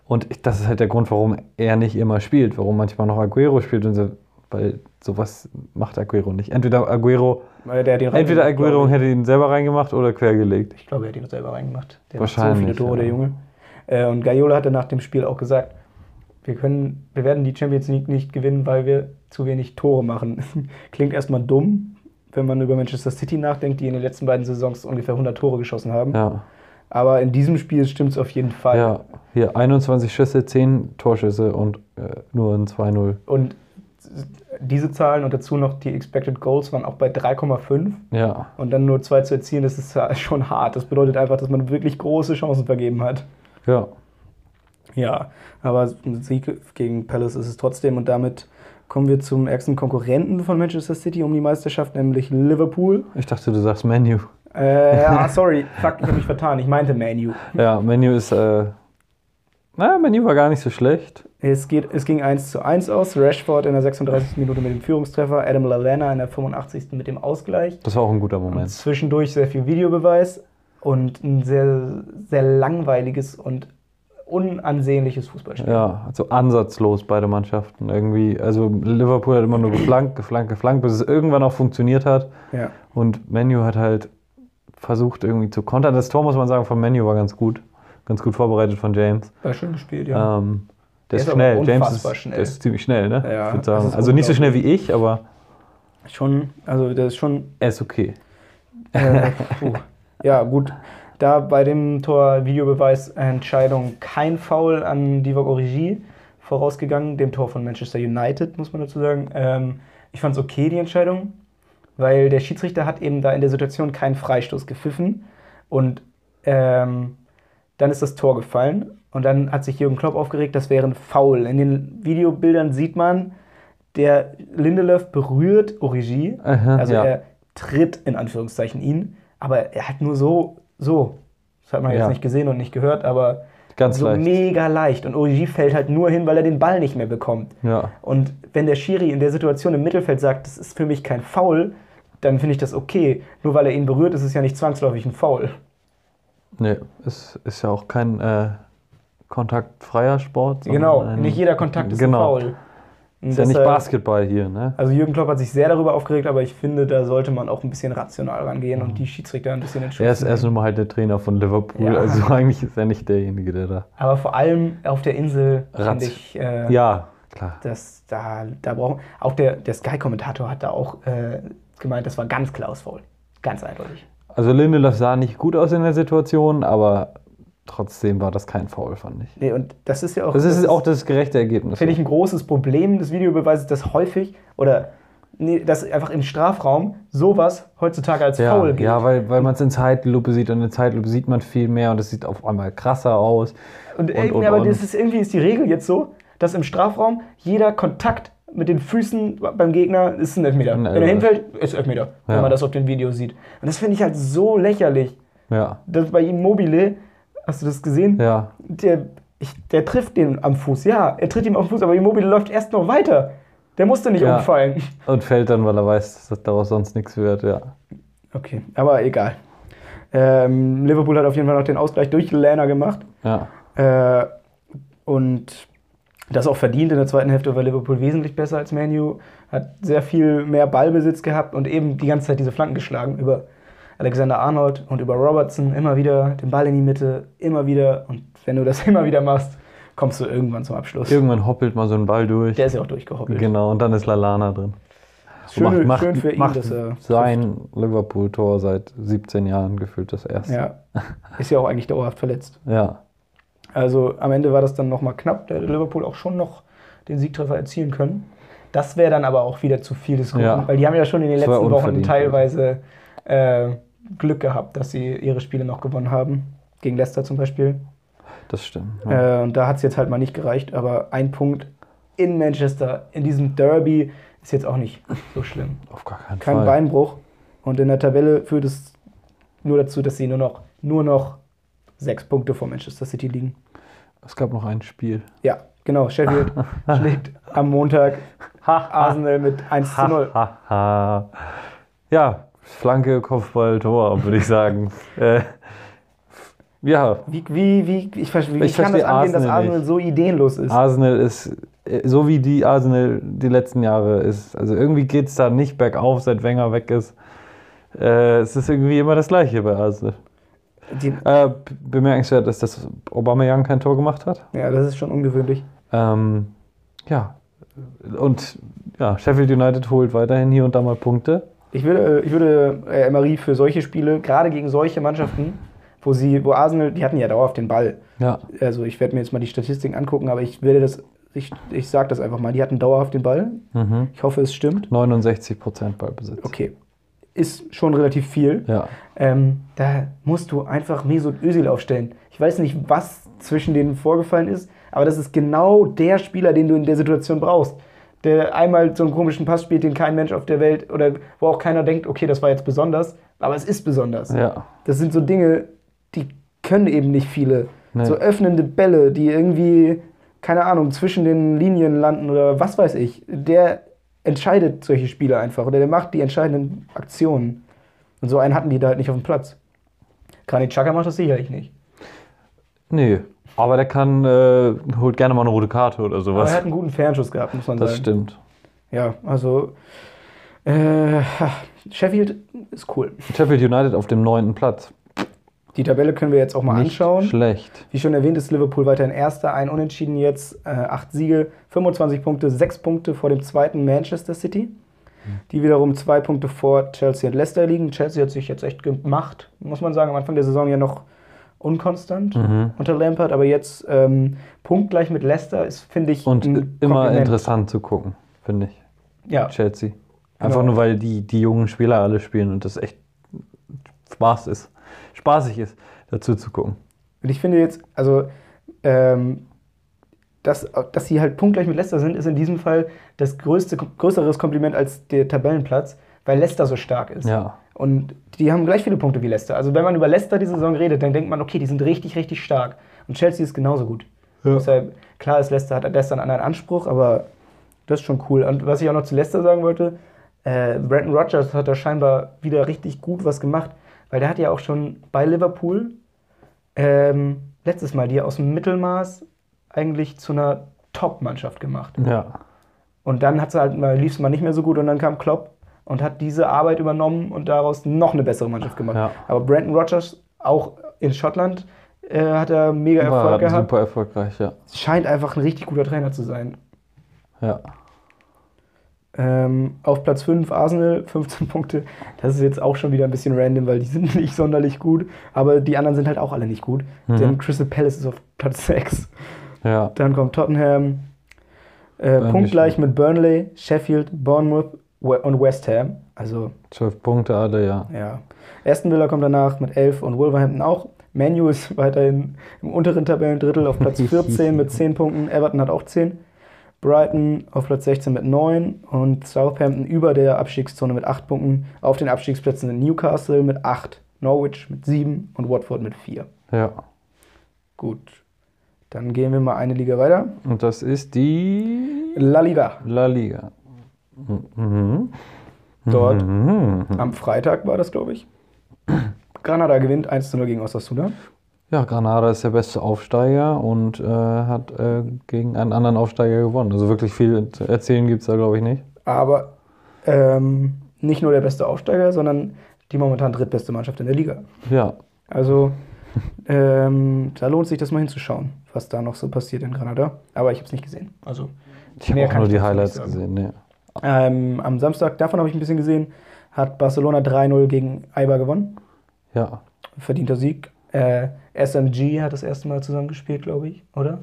S2: Und ich, das ist halt der Grund, warum er nicht immer spielt, warum manchmal noch Aguero spielt und so, Weil sowas macht Aguero nicht. Entweder Aguero,
S1: Weil der hat ihn
S2: entweder
S1: reingemacht, glaub
S2: Aguero hätte ihn selber reingemacht oder quergelegt.
S1: Ich glaube, er hat ihn selber reingemacht. Der
S2: Wahrscheinlich,
S1: Hat so viele Tore,
S2: ja.
S1: der Junge. Äh, und Gaiola hatte nach dem Spiel auch gesagt, wir, können, wir werden die Champions League nicht gewinnen, weil wir zu wenig Tore machen. [laughs] Klingt erstmal dumm, wenn man über Manchester City nachdenkt, die in den letzten beiden Saisons ungefähr 100 Tore geschossen haben.
S2: Ja.
S1: Aber in diesem Spiel stimmt es auf jeden Fall.
S2: Ja, hier 21 Schüsse, 10 Torschüsse und äh, nur ein 2-0.
S1: Und diese Zahlen und dazu noch die Expected Goals waren auch bei 3,5
S2: Ja.
S1: und dann nur zwei zu erzielen, das ist ja [laughs] schon hart. Das bedeutet einfach, dass man wirklich große Chancen vergeben hat.
S2: Ja.
S1: Ja, aber ein Sieg gegen Palace ist es trotzdem und damit kommen wir zum ärgsten Konkurrenten von Manchester City um die Meisterschaft, nämlich Liverpool.
S2: Ich dachte, du sagst Menu.
S1: Äh, ah, sorry, fuck, ich habe mich vertan. Ich meinte Manu.
S2: Ja, Menu ist. Äh, naja, Menu war gar nicht so schlecht.
S1: Es, geht, es ging 1 zu 1 aus. Rashford in der 36. Minute mit dem Führungstreffer, Adam Lallana in der 85. mit dem Ausgleich.
S2: Das war auch ein guter
S1: Und
S2: Moment.
S1: zwischendurch sehr viel Videobeweis und ein sehr, sehr langweiliges und unansehnliches Fußballspiel.
S2: Ja, also ansatzlos beide Mannschaften irgendwie. Also Liverpool hat immer nur geflankt, geflankt, geflankt, bis es irgendwann auch funktioniert hat.
S1: ja.
S2: Und Menu hat halt versucht irgendwie zu kontern. Das Tor, muss man sagen, von Menu war ganz gut. Ganz gut vorbereitet von James.
S1: War schön gespielt, ja.
S2: Ähm, der,
S1: Der
S2: ist
S1: ist aber
S2: schnell. James
S1: unfassbar
S2: ist,
S1: schnell.
S2: Der ist ziemlich schnell, ne?
S1: Ja,
S2: ich würd
S1: das
S2: sagen.
S1: ist
S2: Also nicht so schnell wie ich, aber
S1: Schon, also das ist schon
S2: er ist okay.
S1: Äh, puh. ja, gut. Da bei dem Tor Videobeweisentscheidung kein Foul an Divock Origi vorausgegangen, dem Tor von Manchester United, muss man dazu sagen. Ähm, ich fand es okay, die Entscheidung, weil der Schiedsrichter hat eben da in der Situation keinen Freistoß gepfiffen und ähm, dann ist das Tor gefallen und dann hat sich Jürgen Klopp aufgeregt, das wäre ein Foul. In den Videobildern sieht man, der Lindelöf berührt Origi,
S2: Aha,
S1: also
S2: ja.
S1: er tritt in Anführungszeichen ihn, aber er hat nur so, so. Das hat man jetzt
S2: Ja.
S1: nicht gesehen und nicht gehört, aber
S2: Ganz
S1: so
S2: leicht.
S1: mega leicht. Und Origi fällt halt nur hin, weil er den Ball nicht mehr bekommt.
S2: Ja.
S1: Und wenn der Schiri in der Situation im Mittelfeld sagt, das ist für mich kein Foul, dann finde ich das okay. Nur weil er ihn berührt, ist es ja nicht zwangsläufig ein Foul.
S2: Nee, es ist ja auch kein äh, kontaktfreier Sport. sondern
S1: Genau,
S2: ein-
S1: nicht jeder Kontakt ist
S2: Oh genau.
S1: ein Foul. äh, Und
S2: Ist ja nicht
S1: deshalb-
S2: Basketball hier, ne?
S1: Also Jürgen Klopp hat sich sehr darüber aufgeregt, aber ich finde, da sollte man auch ein bisschen rational rangehen und die Schiedsrichter ein bisschen
S2: Mhm. Er ist,
S1: entschuldigen.
S2: er ist nun mal halt der Trainer von Liverpool,
S1: Ja.
S2: also [laughs] eigentlich ist er nicht derjenige, der da.
S1: Aber vor allem auf der Insel
S2: Ratz.
S1: finde ich, äh,
S2: Ja, klar.
S1: dass da, da brauchen. Auch der, der Sky-Kommentator hat da auch äh, gemeint, das war ganz klar aus Foul. Ganz eindeutig.
S2: Also Lindelof sah nicht gut aus in der Situation, aber trotzdem war das kein Foul, fand ich.
S1: Nee, und das ist ja auch.
S2: Das ist auch das gerechte Ergebnis.
S1: finde ich ein großes Problem des Videobeweises, dass häufig oder nee, dass einfach im Strafraum sowas heutzutage als
S2: ja,
S1: Foul gilt.
S2: ja, weil, weil man es in Zeitlupe sieht und in Zeitlupe sieht man viel mehr und es sieht auf einmal krasser aus.
S1: und, irgendwie-
S2: und,
S1: aber
S2: und.
S1: Das ist, irgendwie ist die Regel jetzt so, dass im Strafraum jeder Kontakt mit den Füßen beim Gegner ist ein Elfmeter. Wenn
S2: Ein
S1: er
S2: Elfer.
S1: hinfällt, ist Elfmeter,
S2: Ja.
S1: wenn man das auf dem Video sieht. Und das finde ich halt so lächerlich.
S2: Ja,
S1: Das bei Immobile, hast du das gesehen?
S2: ja.
S1: Der, ich, der trifft den am Fuß. Ja, er tritt ihm am Fuß, aber Immobile läuft erst noch weiter. Der musste nicht
S2: Ja.
S1: umfallen.
S2: Und fällt dann, weil er weiß, dass daraus sonst nichts wird, ja.
S1: Okay, aber egal. Ähm, Liverpool hat auf jeden Fall noch den Ausgleich durch Lana gemacht.
S2: Ja,
S1: Äh, und das auch verdient. In der zweiten Hälfte war Liverpool wesentlich besser als Manu. Hat sehr viel mehr Ballbesitz gehabt und eben die ganze Zeit diese Flanken geschlagen über Alexander Arnold und über Robertson. Immer wieder den Ball in die Mitte, immer wieder. Und wenn du das [laughs] immer wieder machst, kommst du irgendwann zum Abschluss.
S2: irgendwann hoppelt mal so ein Ball durch.
S1: Der ist ja auch durchgehoppelt.
S2: Genau, und dann ist Lalana drin.
S1: Schön, schön für ihn, dass er.
S2: sein Liverpool-Tor seit 17 Jahren gefühlt das erste.
S1: Ja, ist ja auch eigentlich dauerhaft verletzt.
S2: ja.
S1: Also am Ende war das dann nochmal knapp. Da hätte Liverpool auch schon noch den Siegtreffer erzielen können. Das wäre dann aber auch wieder zu viel des Guten,
S2: Ja.
S1: weil die haben ja schon in den
S2: Das war
S1: letzten Wochen
S2: unverdient.
S1: teilweise äh, Glück gehabt, dass sie ihre Spiele noch gewonnen haben. Gegen Leicester zum Beispiel.
S2: Das stimmt. Ja.
S1: Äh, und da hat es jetzt halt mal nicht gereicht, aber ein Punkt in Manchester, in diesem Derby, ist jetzt auch nicht so schlimm.
S2: Auf gar keinen
S1: Kein
S2: Fall.
S1: Beinbruch. Und in der Tabelle führt es nur dazu, dass sie nur noch, nur noch sechs Punkte vor Manchester City liegen.
S2: Es gab noch ein Spiel.
S1: Ja, genau.
S2: [laughs]
S1: Sheffield schlägt am Montag Arsenal mit 1 zu 0.
S2: ha, ha. Ja, Flanke, Kopfball, Tor, würde ich
S1: [laughs]
S2: sagen. äh, ja,
S1: Wie, wie, wie, ich, ver- wie
S2: Ich
S1: kann das
S2: verstehe
S1: angehen, dass
S2: Arsenal Ah.
S1: Arsenal so ideenlos ist?
S2: Arsenal ist äh, so wie die Arsenal die letzten Jahre ist. Also irgendwie geht es da nicht bergauf, seit Wenger weg ist. Äh, es ist irgendwie immer das Gleiche bei Arsenal.
S1: Die,
S2: Äh, b- bemerkenswert ist, dass Aubameyang kein Tor gemacht hat.
S1: ja, das ist schon ungewöhnlich.
S2: Ähm, ja. Und ja, Sheffield United holt weiterhin hier und da mal Punkte.
S1: Ich würde, äh, ich würde äh, Emery für solche Spiele, gerade gegen solche Mannschaften, wo sie, wo Arsenal, die hatten ja dauerhaft den Ball.
S2: Ja.
S1: Also ich werde mir jetzt mal die Statistiken angucken, aber ich werde das, ich, ich sage das einfach mal. Die hatten dauerhaft den Ball.
S2: Mhm.
S1: Ich hoffe, es stimmt.
S2: 69% Ballbesitz.
S1: Okay. Ist schon relativ viel.
S2: Ja.
S1: Ähm, da musst du einfach Mesut Özil aufstellen. Ich weiß nicht, was zwischen denen vorgefallen ist, aber das ist genau der Spieler, den du in der Situation brauchst. Der einmal so einen komischen Pass spielt, den kein Mensch auf der Welt oder wo auch keiner denkt, okay, das war jetzt besonders, aber es ist besonders.
S2: Ja.
S1: Das sind so Dinge, die können eben nicht viele.
S2: Nee.
S1: So öffnende Bälle, die irgendwie, keine Ahnung, zwischen den Linien landen oder was weiß ich. Der entscheidet solche Spiele einfach oder der macht die entscheidenden Aktionen. Und so einen hatten die da halt nicht auf dem Platz. Granit Xhaka macht das sicherlich nicht.
S2: Nee. Aber der kann, äh, holt gerne mal eine rote Karte
S1: Aber
S2: oder
S1: er
S2: sowas.
S1: hat einen guten Fernschuss gehabt, muss man
S2: Das
S1: sagen.
S2: stimmt.
S1: Ja, also äh, ha, Sheffield ist cool.
S2: Sheffield United auf dem neunten Platz.
S1: Die Tabelle können wir jetzt auch mal
S2: Nicht
S1: anschauen.
S2: Schlecht.
S1: Wie schon erwähnt, ist Liverpool weiterhin Erster, ein Unentschieden jetzt, äh, acht Siege, 25 Punkte, sechs Punkte vor dem zweiten Manchester City, die wiederum zwei Punkte vor Chelsea und Leicester liegen. Chelsea hat sich jetzt echt gemacht, muss man sagen, am Anfang der Saison ja noch unkonstant
S2: Mhm.
S1: unter Lampard, aber jetzt ähm, punktgleich mit Leicester ist, finde ich,
S2: Und
S1: ein
S2: immer
S1: Kompliment.
S2: interessant zu gucken, finde ich.
S1: Ja,
S2: Chelsea. Einfach
S1: Genau.
S2: nur, weil die, die jungen Spieler alle spielen und das echt Spaß ist. Spaßig ist, dazu zu gucken.
S1: und ich finde jetzt, also, ähm, dass, dass sie halt punktgleich mit Leicester sind, ist in diesem Fall das größte, größeres Kompliment als der Tabellenplatz, weil Leicester so stark ist.
S2: Ja.
S1: Und die haben gleich viele Punkte wie Leicester. Also wenn man über Leicester die Saison redet, dann denkt man, okay, die sind richtig, richtig stark. Und Chelsea ist genauso gut. Deshalb, klar ist, Leicester hat Leicester einen anderen Anspruch, aber das ist schon cool. Und was ich auch noch zu Leicester sagen wollte, äh, Brandon Rogers hat da scheinbar wieder richtig gut was gemacht, weil der hat ja auch schon bei Liverpool ähm, letztes Mal die aus dem Mittelmaß eigentlich zu einer Top-Mannschaft gemacht.
S2: Ja.
S1: Und dann hat's halt mal, lief es mal nicht mehr so gut und dann kam Klopp und hat diese Arbeit übernommen und daraus noch eine bessere Mannschaft gemacht.
S2: Ja.
S1: Aber Brandon Rogers, auch in Schottland, äh, hat er mega Erfolg
S2: War
S1: gehabt.
S2: super erfolgreich, ja.
S1: Scheint einfach ein richtig guter Trainer zu sein.
S2: Ja.
S1: Ähm, auf Platz 5 Arsenal, [laughs] 15 Punkte. Das ist jetzt auch schon wieder ein bisschen random, weil die sind [laughs] nicht sonderlich gut. Aber die anderen sind halt auch alle nicht gut.
S2: Mhm.
S1: Denn Crystal Palace ist auf Platz [laughs] 6.
S2: Ja.
S1: Dann kommt Tottenham, äh, punktgleich mit Burnley, Sheffield, Bournemouth We- und West Ham. Also
S2: Zwölf Punkte alle, ja.
S1: Ja. Aston Villa kommt danach mit 11 und Wolverhampton auch. Manu ist [laughs] weiterhin im unteren Tabellendrittel auf Platz 14 mit 10 Punkten. Everton hat auch 10. Brighton auf Platz 16 mit 9 und Southampton über der Abstiegszone mit 8 Punkten. Auf den Abstiegsplätzen sind Newcastle mit 8, Norwich mit 7 und Watford mit 4.
S2: Ja.
S1: Gut. Dann gehen wir mal eine Liga weiter.
S2: Und das ist die
S1: La Liga.
S2: La Liga. Mhm.
S1: Dort
S2: Mhm.
S1: am Freitag war das, glaube ich. Granada gewinnt 1 zu 0 gegen Osasuna.
S2: Ja, Granada ist der beste Aufsteiger und äh, hat äh, gegen einen anderen Aufsteiger gewonnen. Also wirklich viel zu erzählen gibt es da, glaube ich, nicht.
S1: Aber ähm, nicht nur der beste Aufsteiger, sondern die momentan drittbeste Mannschaft in der Liga.
S2: Ja. [laughs]
S1: Also ähm, da lohnt sich das mal hinzuschauen, was da noch so passiert in Granada. Aber ich habe es nicht gesehen. Also
S2: Ich habe
S1: Mehr
S2: auch
S1: kann
S2: nur
S1: ich
S2: die
S1: dazu nicht
S2: Highlights
S1: sagen.
S2: gesehen. Nee.
S1: ähm, am Samstag, davon habe ich ein bisschen gesehen, hat Barcelona 3-0 gegen Eibar gewonnen.
S2: Ja.
S1: Verdienter Sieg. Äh, SMG hat das erste Mal zusammengespielt, glaube ich, oder?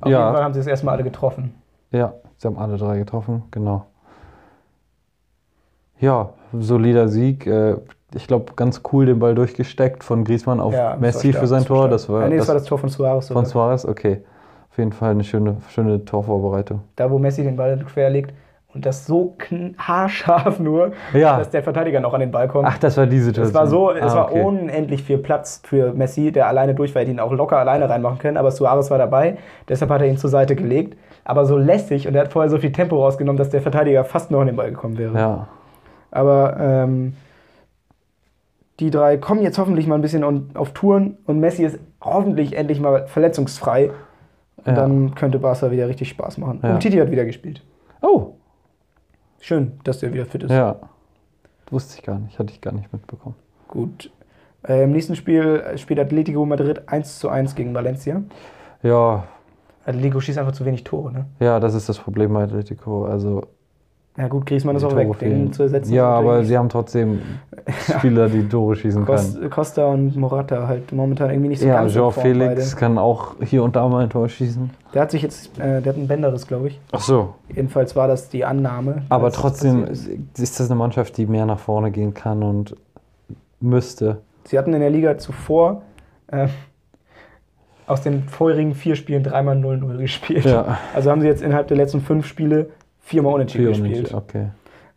S1: Auf
S2: Ja.
S1: jeden Fall haben sie das erste Mal alle getroffen.
S2: Ja, sie haben alle drei getroffen, genau. Ja, solider Sieg. äh, Ich glaube, ganz cool den Ball durchgesteckt von Griezmann auf
S1: Ja, das war
S2: Messi
S1: stark,
S2: für sein
S1: das war
S2: Tor.
S1: stark.
S2: Das war,
S1: Ah, nee, das,
S2: das
S1: war das Tor von Suarez.
S2: von
S1: sogar.
S2: Suarez, okay. Auf jeden Fall eine schöne, schöne Torvorbereitung.
S1: da wo Messi den Ball querlegt und das so kn- haarscharf nur,
S2: Ja.
S1: dass der Verteidiger noch an den Ball kommt.
S2: Ach, das war die Situation.
S1: es war so, es
S2: Ah,
S1: war
S2: okay.
S1: unendlich viel Platz für Messi, der alleine durch war, hätte ihn auch locker alleine reinmachen können, aber Suarez war dabei, deshalb hat er ihn zur Seite gelegt, aber so lässig und er hat vorher so viel Tempo rausgenommen, dass der Verteidiger fast noch an den Ball gekommen wäre.
S2: Ja,
S1: Aber ähm, die drei kommen jetzt hoffentlich mal ein bisschen on, auf Touren und Messi ist hoffentlich endlich mal verletzungsfrei Und dann könnte Barca wieder richtig Spaß machen.
S2: Ja.
S1: Und Titi hat wieder gespielt.
S2: Oh,
S1: Schön, dass der wieder fit ist.
S2: ja. Wusste ich gar nicht, hatte ich gar nicht mitbekommen.
S1: Gut. Äh, Im nächsten Spiel äh, spielt Atletico Madrid 1 zu 1 gegen Valencia.
S2: Ja,
S1: Atletico schießt einfach zu wenig Tore, ne?
S2: ja, das ist das Problem bei Atletico. Also,
S1: Ja gut, Griezmann ist auch weg, den
S2: fehlen.
S1: zu ersetzen.
S2: ja,
S1: ist
S2: aber
S1: natürlich
S2: sie haben
S1: [laughs]
S2: trotzdem Spieler, die Tore schießen können.
S1: Cost- Costa und Morata halt momentan irgendwie nicht so
S2: Ja,
S1: ganz in
S2: Joao
S1: Form
S2: Felix kann auch hier und da mal ein Tor schießen.
S1: beide. Der hat sich jetzt, äh, der hat einen Bänderriss, glaube ich.
S2: Ach so.
S1: Jedenfalls war das die Annahme.
S2: Aber
S1: dass das
S2: trotzdem
S1: passiert ist.
S2: ist das eine Mannschaft, die mehr nach vorne gehen kann und müsste.
S1: Sie hatten in der Liga zuvor äh, aus den vorherigen vier Spielen dreimal 0-0 gespielt.
S2: Ja,
S1: Also haben sie jetzt innerhalb der letzten fünf Spiele viermal unentschieden
S2: Spiel
S1: gespielt.
S2: nicht. Okay.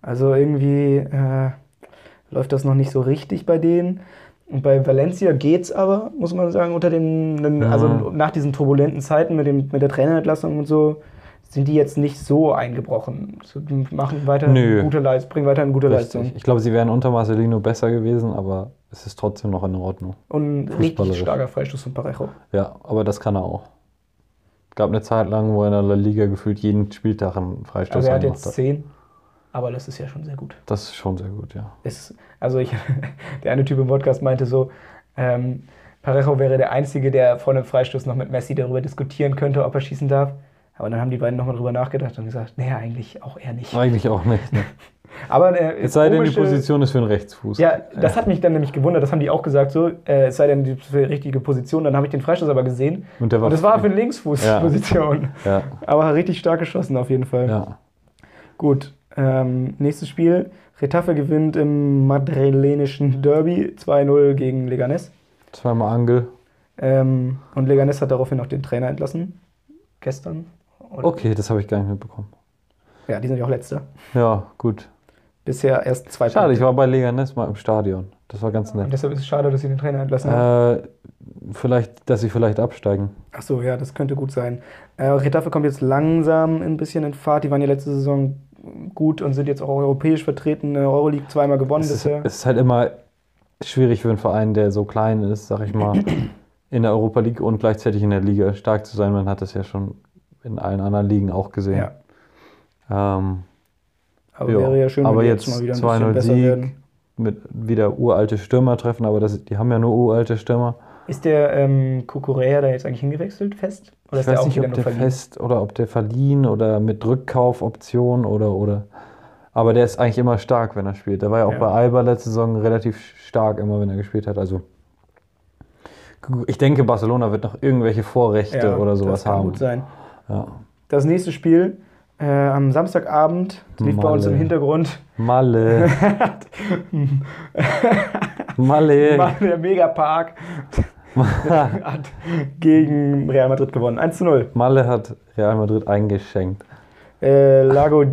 S1: Also irgendwie äh, läuft das noch nicht so richtig bei denen. Und bei Valencia geht's aber, muss man sagen, unter den, den-
S2: Ja.
S1: also nach diesen turbulenten Zeiten mit, dem, mit der Trainerentlassung und so, sind die jetzt nicht so eingebrochen. So, die machen weiter
S2: Nö.
S1: gute Leistung, bringen weiterhin gute
S2: Richtig.
S1: Leistung.
S2: Ich glaube, sie wären unter Marcelino besser gewesen, aber es ist trotzdem noch in Ordnung.
S1: Und ein richtig
S2: Fußballerisch.
S1: starker Freistoß von Parejo.
S2: Ja, aber das kann er auch. Gab eine Zeit lang, wo er in der La Liga gefühlt jeden Spieltag einen Freistoß
S1: Also er hat
S2: reingemacht
S1: jetzt zehn, aber das ist ja schon sehr gut.
S2: Das ist schon sehr gut, ja.
S1: Es, also ich, [laughs] der eine Typ im Podcast meinte so, ähm, Parejo wäre der Einzige, der vor einem Freistoß noch mit Messi darüber diskutieren könnte, ob er schießen darf. Aber dann haben die beiden nochmal drüber nachgedacht und gesagt, naja, eigentlich auch er nicht.
S2: Eigentlich auch nicht. Ne?
S1: Aber äh,
S2: Es sei denn, die
S1: komische-
S2: Position ist für einen Rechtsfuß.
S1: Ja, das hat mich dann nämlich gewundert, das haben die auch gesagt, so, äh, es sei denn, die richtige Position, dann habe ich den Freistoß aber gesehen.
S2: Und der war-
S1: und das war für eine Linksfußposition.
S2: Ja,
S1: Aber richtig stark geschossen auf jeden Fall.
S2: ja.
S1: Gut, ähm, nächstes Spiel. Retafe gewinnt im madrilenischen Derby 2-0 gegen Leganes.
S2: Zweimal Angel.
S1: Ähm, und Leganes hat daraufhin auch den Trainer entlassen. Gestern. Oder?
S2: Okay, das habe ich gar nicht mitbekommen.
S1: Ja, die sind ja auch letzter.
S2: Ja, gut.
S1: Bisher erst zwei
S2: Schade, ich
S1: Punkte.
S2: war bei Leganes mal im Stadion. Das war ganz
S1: Und
S2: nett.
S1: deshalb ist es schade, dass sie den Trainer entlassen haben.
S2: Äh, vielleicht, dass sie vielleicht absteigen.
S1: Achso, ja, das könnte gut sein. Äh, Retafe kommt jetzt langsam ein bisschen in Fahrt. Die waren ja letzte Saison gut und sind jetzt auch europäisch vertreten. Äh, Euroleague zweimal gewonnen
S2: Es ist,
S1: bisher.
S2: es ist halt immer schwierig für einen Verein, der so klein ist, sag ich mal, in der Europa League und gleichzeitig in der Liga stark zu sein. Man hat das ja schon in allen anderen Ligen auch gesehen.
S1: ja,
S2: Ähm,
S1: aber
S2: ja.
S1: wäre ja schön,
S2: aber
S1: die
S2: jetzt
S1: mal wieder ein
S2: 2-0
S1: bisschen besser
S2: Sieg
S1: werden.
S2: mit wieder uralte Stürmer treffen, aber das, die haben ja nur uralte Stürmer.
S1: Ist der ähm, Kukurea da jetzt eigentlich hingewechselt fest? Oder
S2: Ich
S1: ist der
S2: weiß
S1: auch
S2: nicht,
S1: wieder
S2: ob
S1: nur
S2: der
S1: verliehen?
S2: fest oder ob der verliehen oder mit Rückkaufoption oder oder. Aber der ist eigentlich immer stark, wenn er spielt. Der war ja auch
S1: Ja.
S2: bei Alba letzte Saison relativ stark, immer wenn er gespielt hat. Also ich denke, Barcelona wird noch irgendwelche Vorrechte
S1: Ja,
S2: oder
S1: das
S2: sowas
S1: kann
S2: haben.
S1: Gut sein.
S2: Ja.
S1: Das nächste Spiel äh, am Samstagabend das lief bei uns im
S2: Malle.
S1: Hintergrund. [laughs]
S2: Malle. Malle.
S1: War der Megapark hat gegen Real Madrid gewonnen. 1 zu 0.
S2: Malle hat Real Madrid eingeschenkt.
S1: Äh, Lago,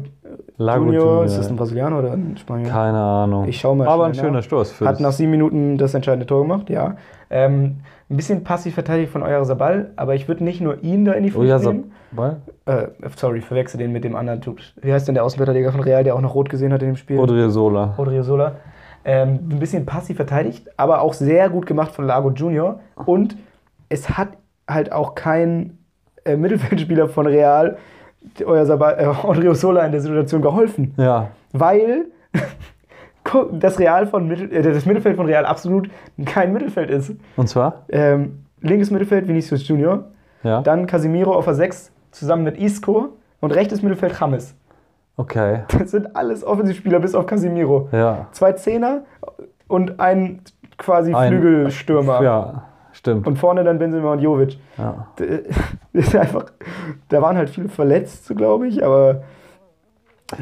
S2: Lago
S1: Junior,
S2: Junior.
S1: ist das ein Brasilianer oder ein Spanier?
S2: Keine Ahnung.
S1: Ich schau mal
S2: Aber ein
S1: schnell
S2: schöner
S1: nach.
S2: Stoß. Für
S1: Hat nach
S2: das.
S1: sieben Minuten das entscheidende Tor gemacht, ja. Ähm, ein bisschen passiv verteidigt von Euer Sabal, aber ich würde nicht nur ihn da in die
S2: Oh ja,
S1: Pflicht nehmen.
S2: Ball?
S1: Äh, sorry, verwechsel den mit dem anderen Typ. Wie heißt denn der Außenverteidiger von Real, der auch noch rot gesehen hat in dem Spiel?
S2: Odriozola.
S1: Odriozola. Ähm, ein bisschen passiv verteidigt, aber auch sehr gut gemacht von Lago Junior. Und es hat halt auch kein äh, Mittelfeldspieler von Real euer Sabal, äh, Odriozola in der Situation geholfen,
S2: Ja,
S1: weil [laughs] das, Real von Mittel, äh, das Mittelfeld von Real absolut kein Mittelfeld ist.
S2: und zwar?
S1: Ähm, linkes Mittelfeld Vinicius Junior,
S2: Ja.
S1: dann Casimiro auf der 6 zusammen mit Isco und rechtes Mittelfeld James. [laughs]
S2: Okay.
S1: Das sind alles Offensivspieler bis auf Casimiro.
S2: Ja.
S1: zwei Zehner und ein quasi
S2: Ein-
S1: Flügelstürmer.
S2: Ja, stimmt.
S1: Und vorne dann Benzema und Jovic.
S2: ja.
S1: D- [laughs] Ist einfach, da waren halt viele verletzt, glaube ich, aber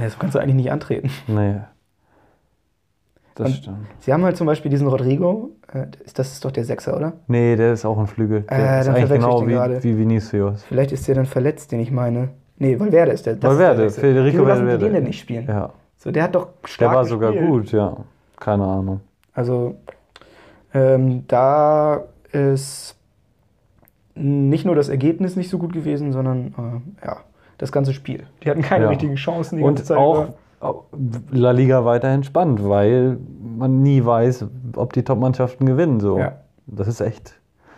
S1: ja, so kannst du eigentlich nicht antreten.
S2: Nee. Das
S1: Und-
S2: stimmt.
S1: Sie haben halt zum Beispiel diesen Rodrigo, äh, ist- das ist doch der Sechser, oder?
S2: Nee, der ist auch ein Flügel. Der
S1: Äh,
S2: ist
S1: dann
S2: eigentlich
S1: verwechsel ich
S2: genau
S1: den
S2: wie,
S1: gerade.
S2: wie Vinicius.
S1: Vielleicht ist der dann verletzt, den ich meine. Nee, Valverde ist der. das ist
S2: Valverde,
S1: der Sechser.
S2: Federico
S1: Wieso lassen
S2: Valverde.
S1: Die den denn nicht spielen.
S2: Ja.
S1: So, der hat doch
S2: Der
S1: stark
S2: war sogar
S1: gespielt.
S2: gut, ja. Keine Ahnung.
S1: Also ähm, da ist nicht nur das Ergebnis nicht so gut gewesen, sondern äh, ja, das ganze Spiel. Die hatten keine
S2: Ja.
S1: richtigen Chancen die ganze
S2: Und
S1: Zeit.
S2: auch
S1: über.
S2: auch La Liga weiterhin spannend, weil man nie weiß, ob die Top-Mannschaften gewinnen. So.
S1: Ja.
S2: Das ist echt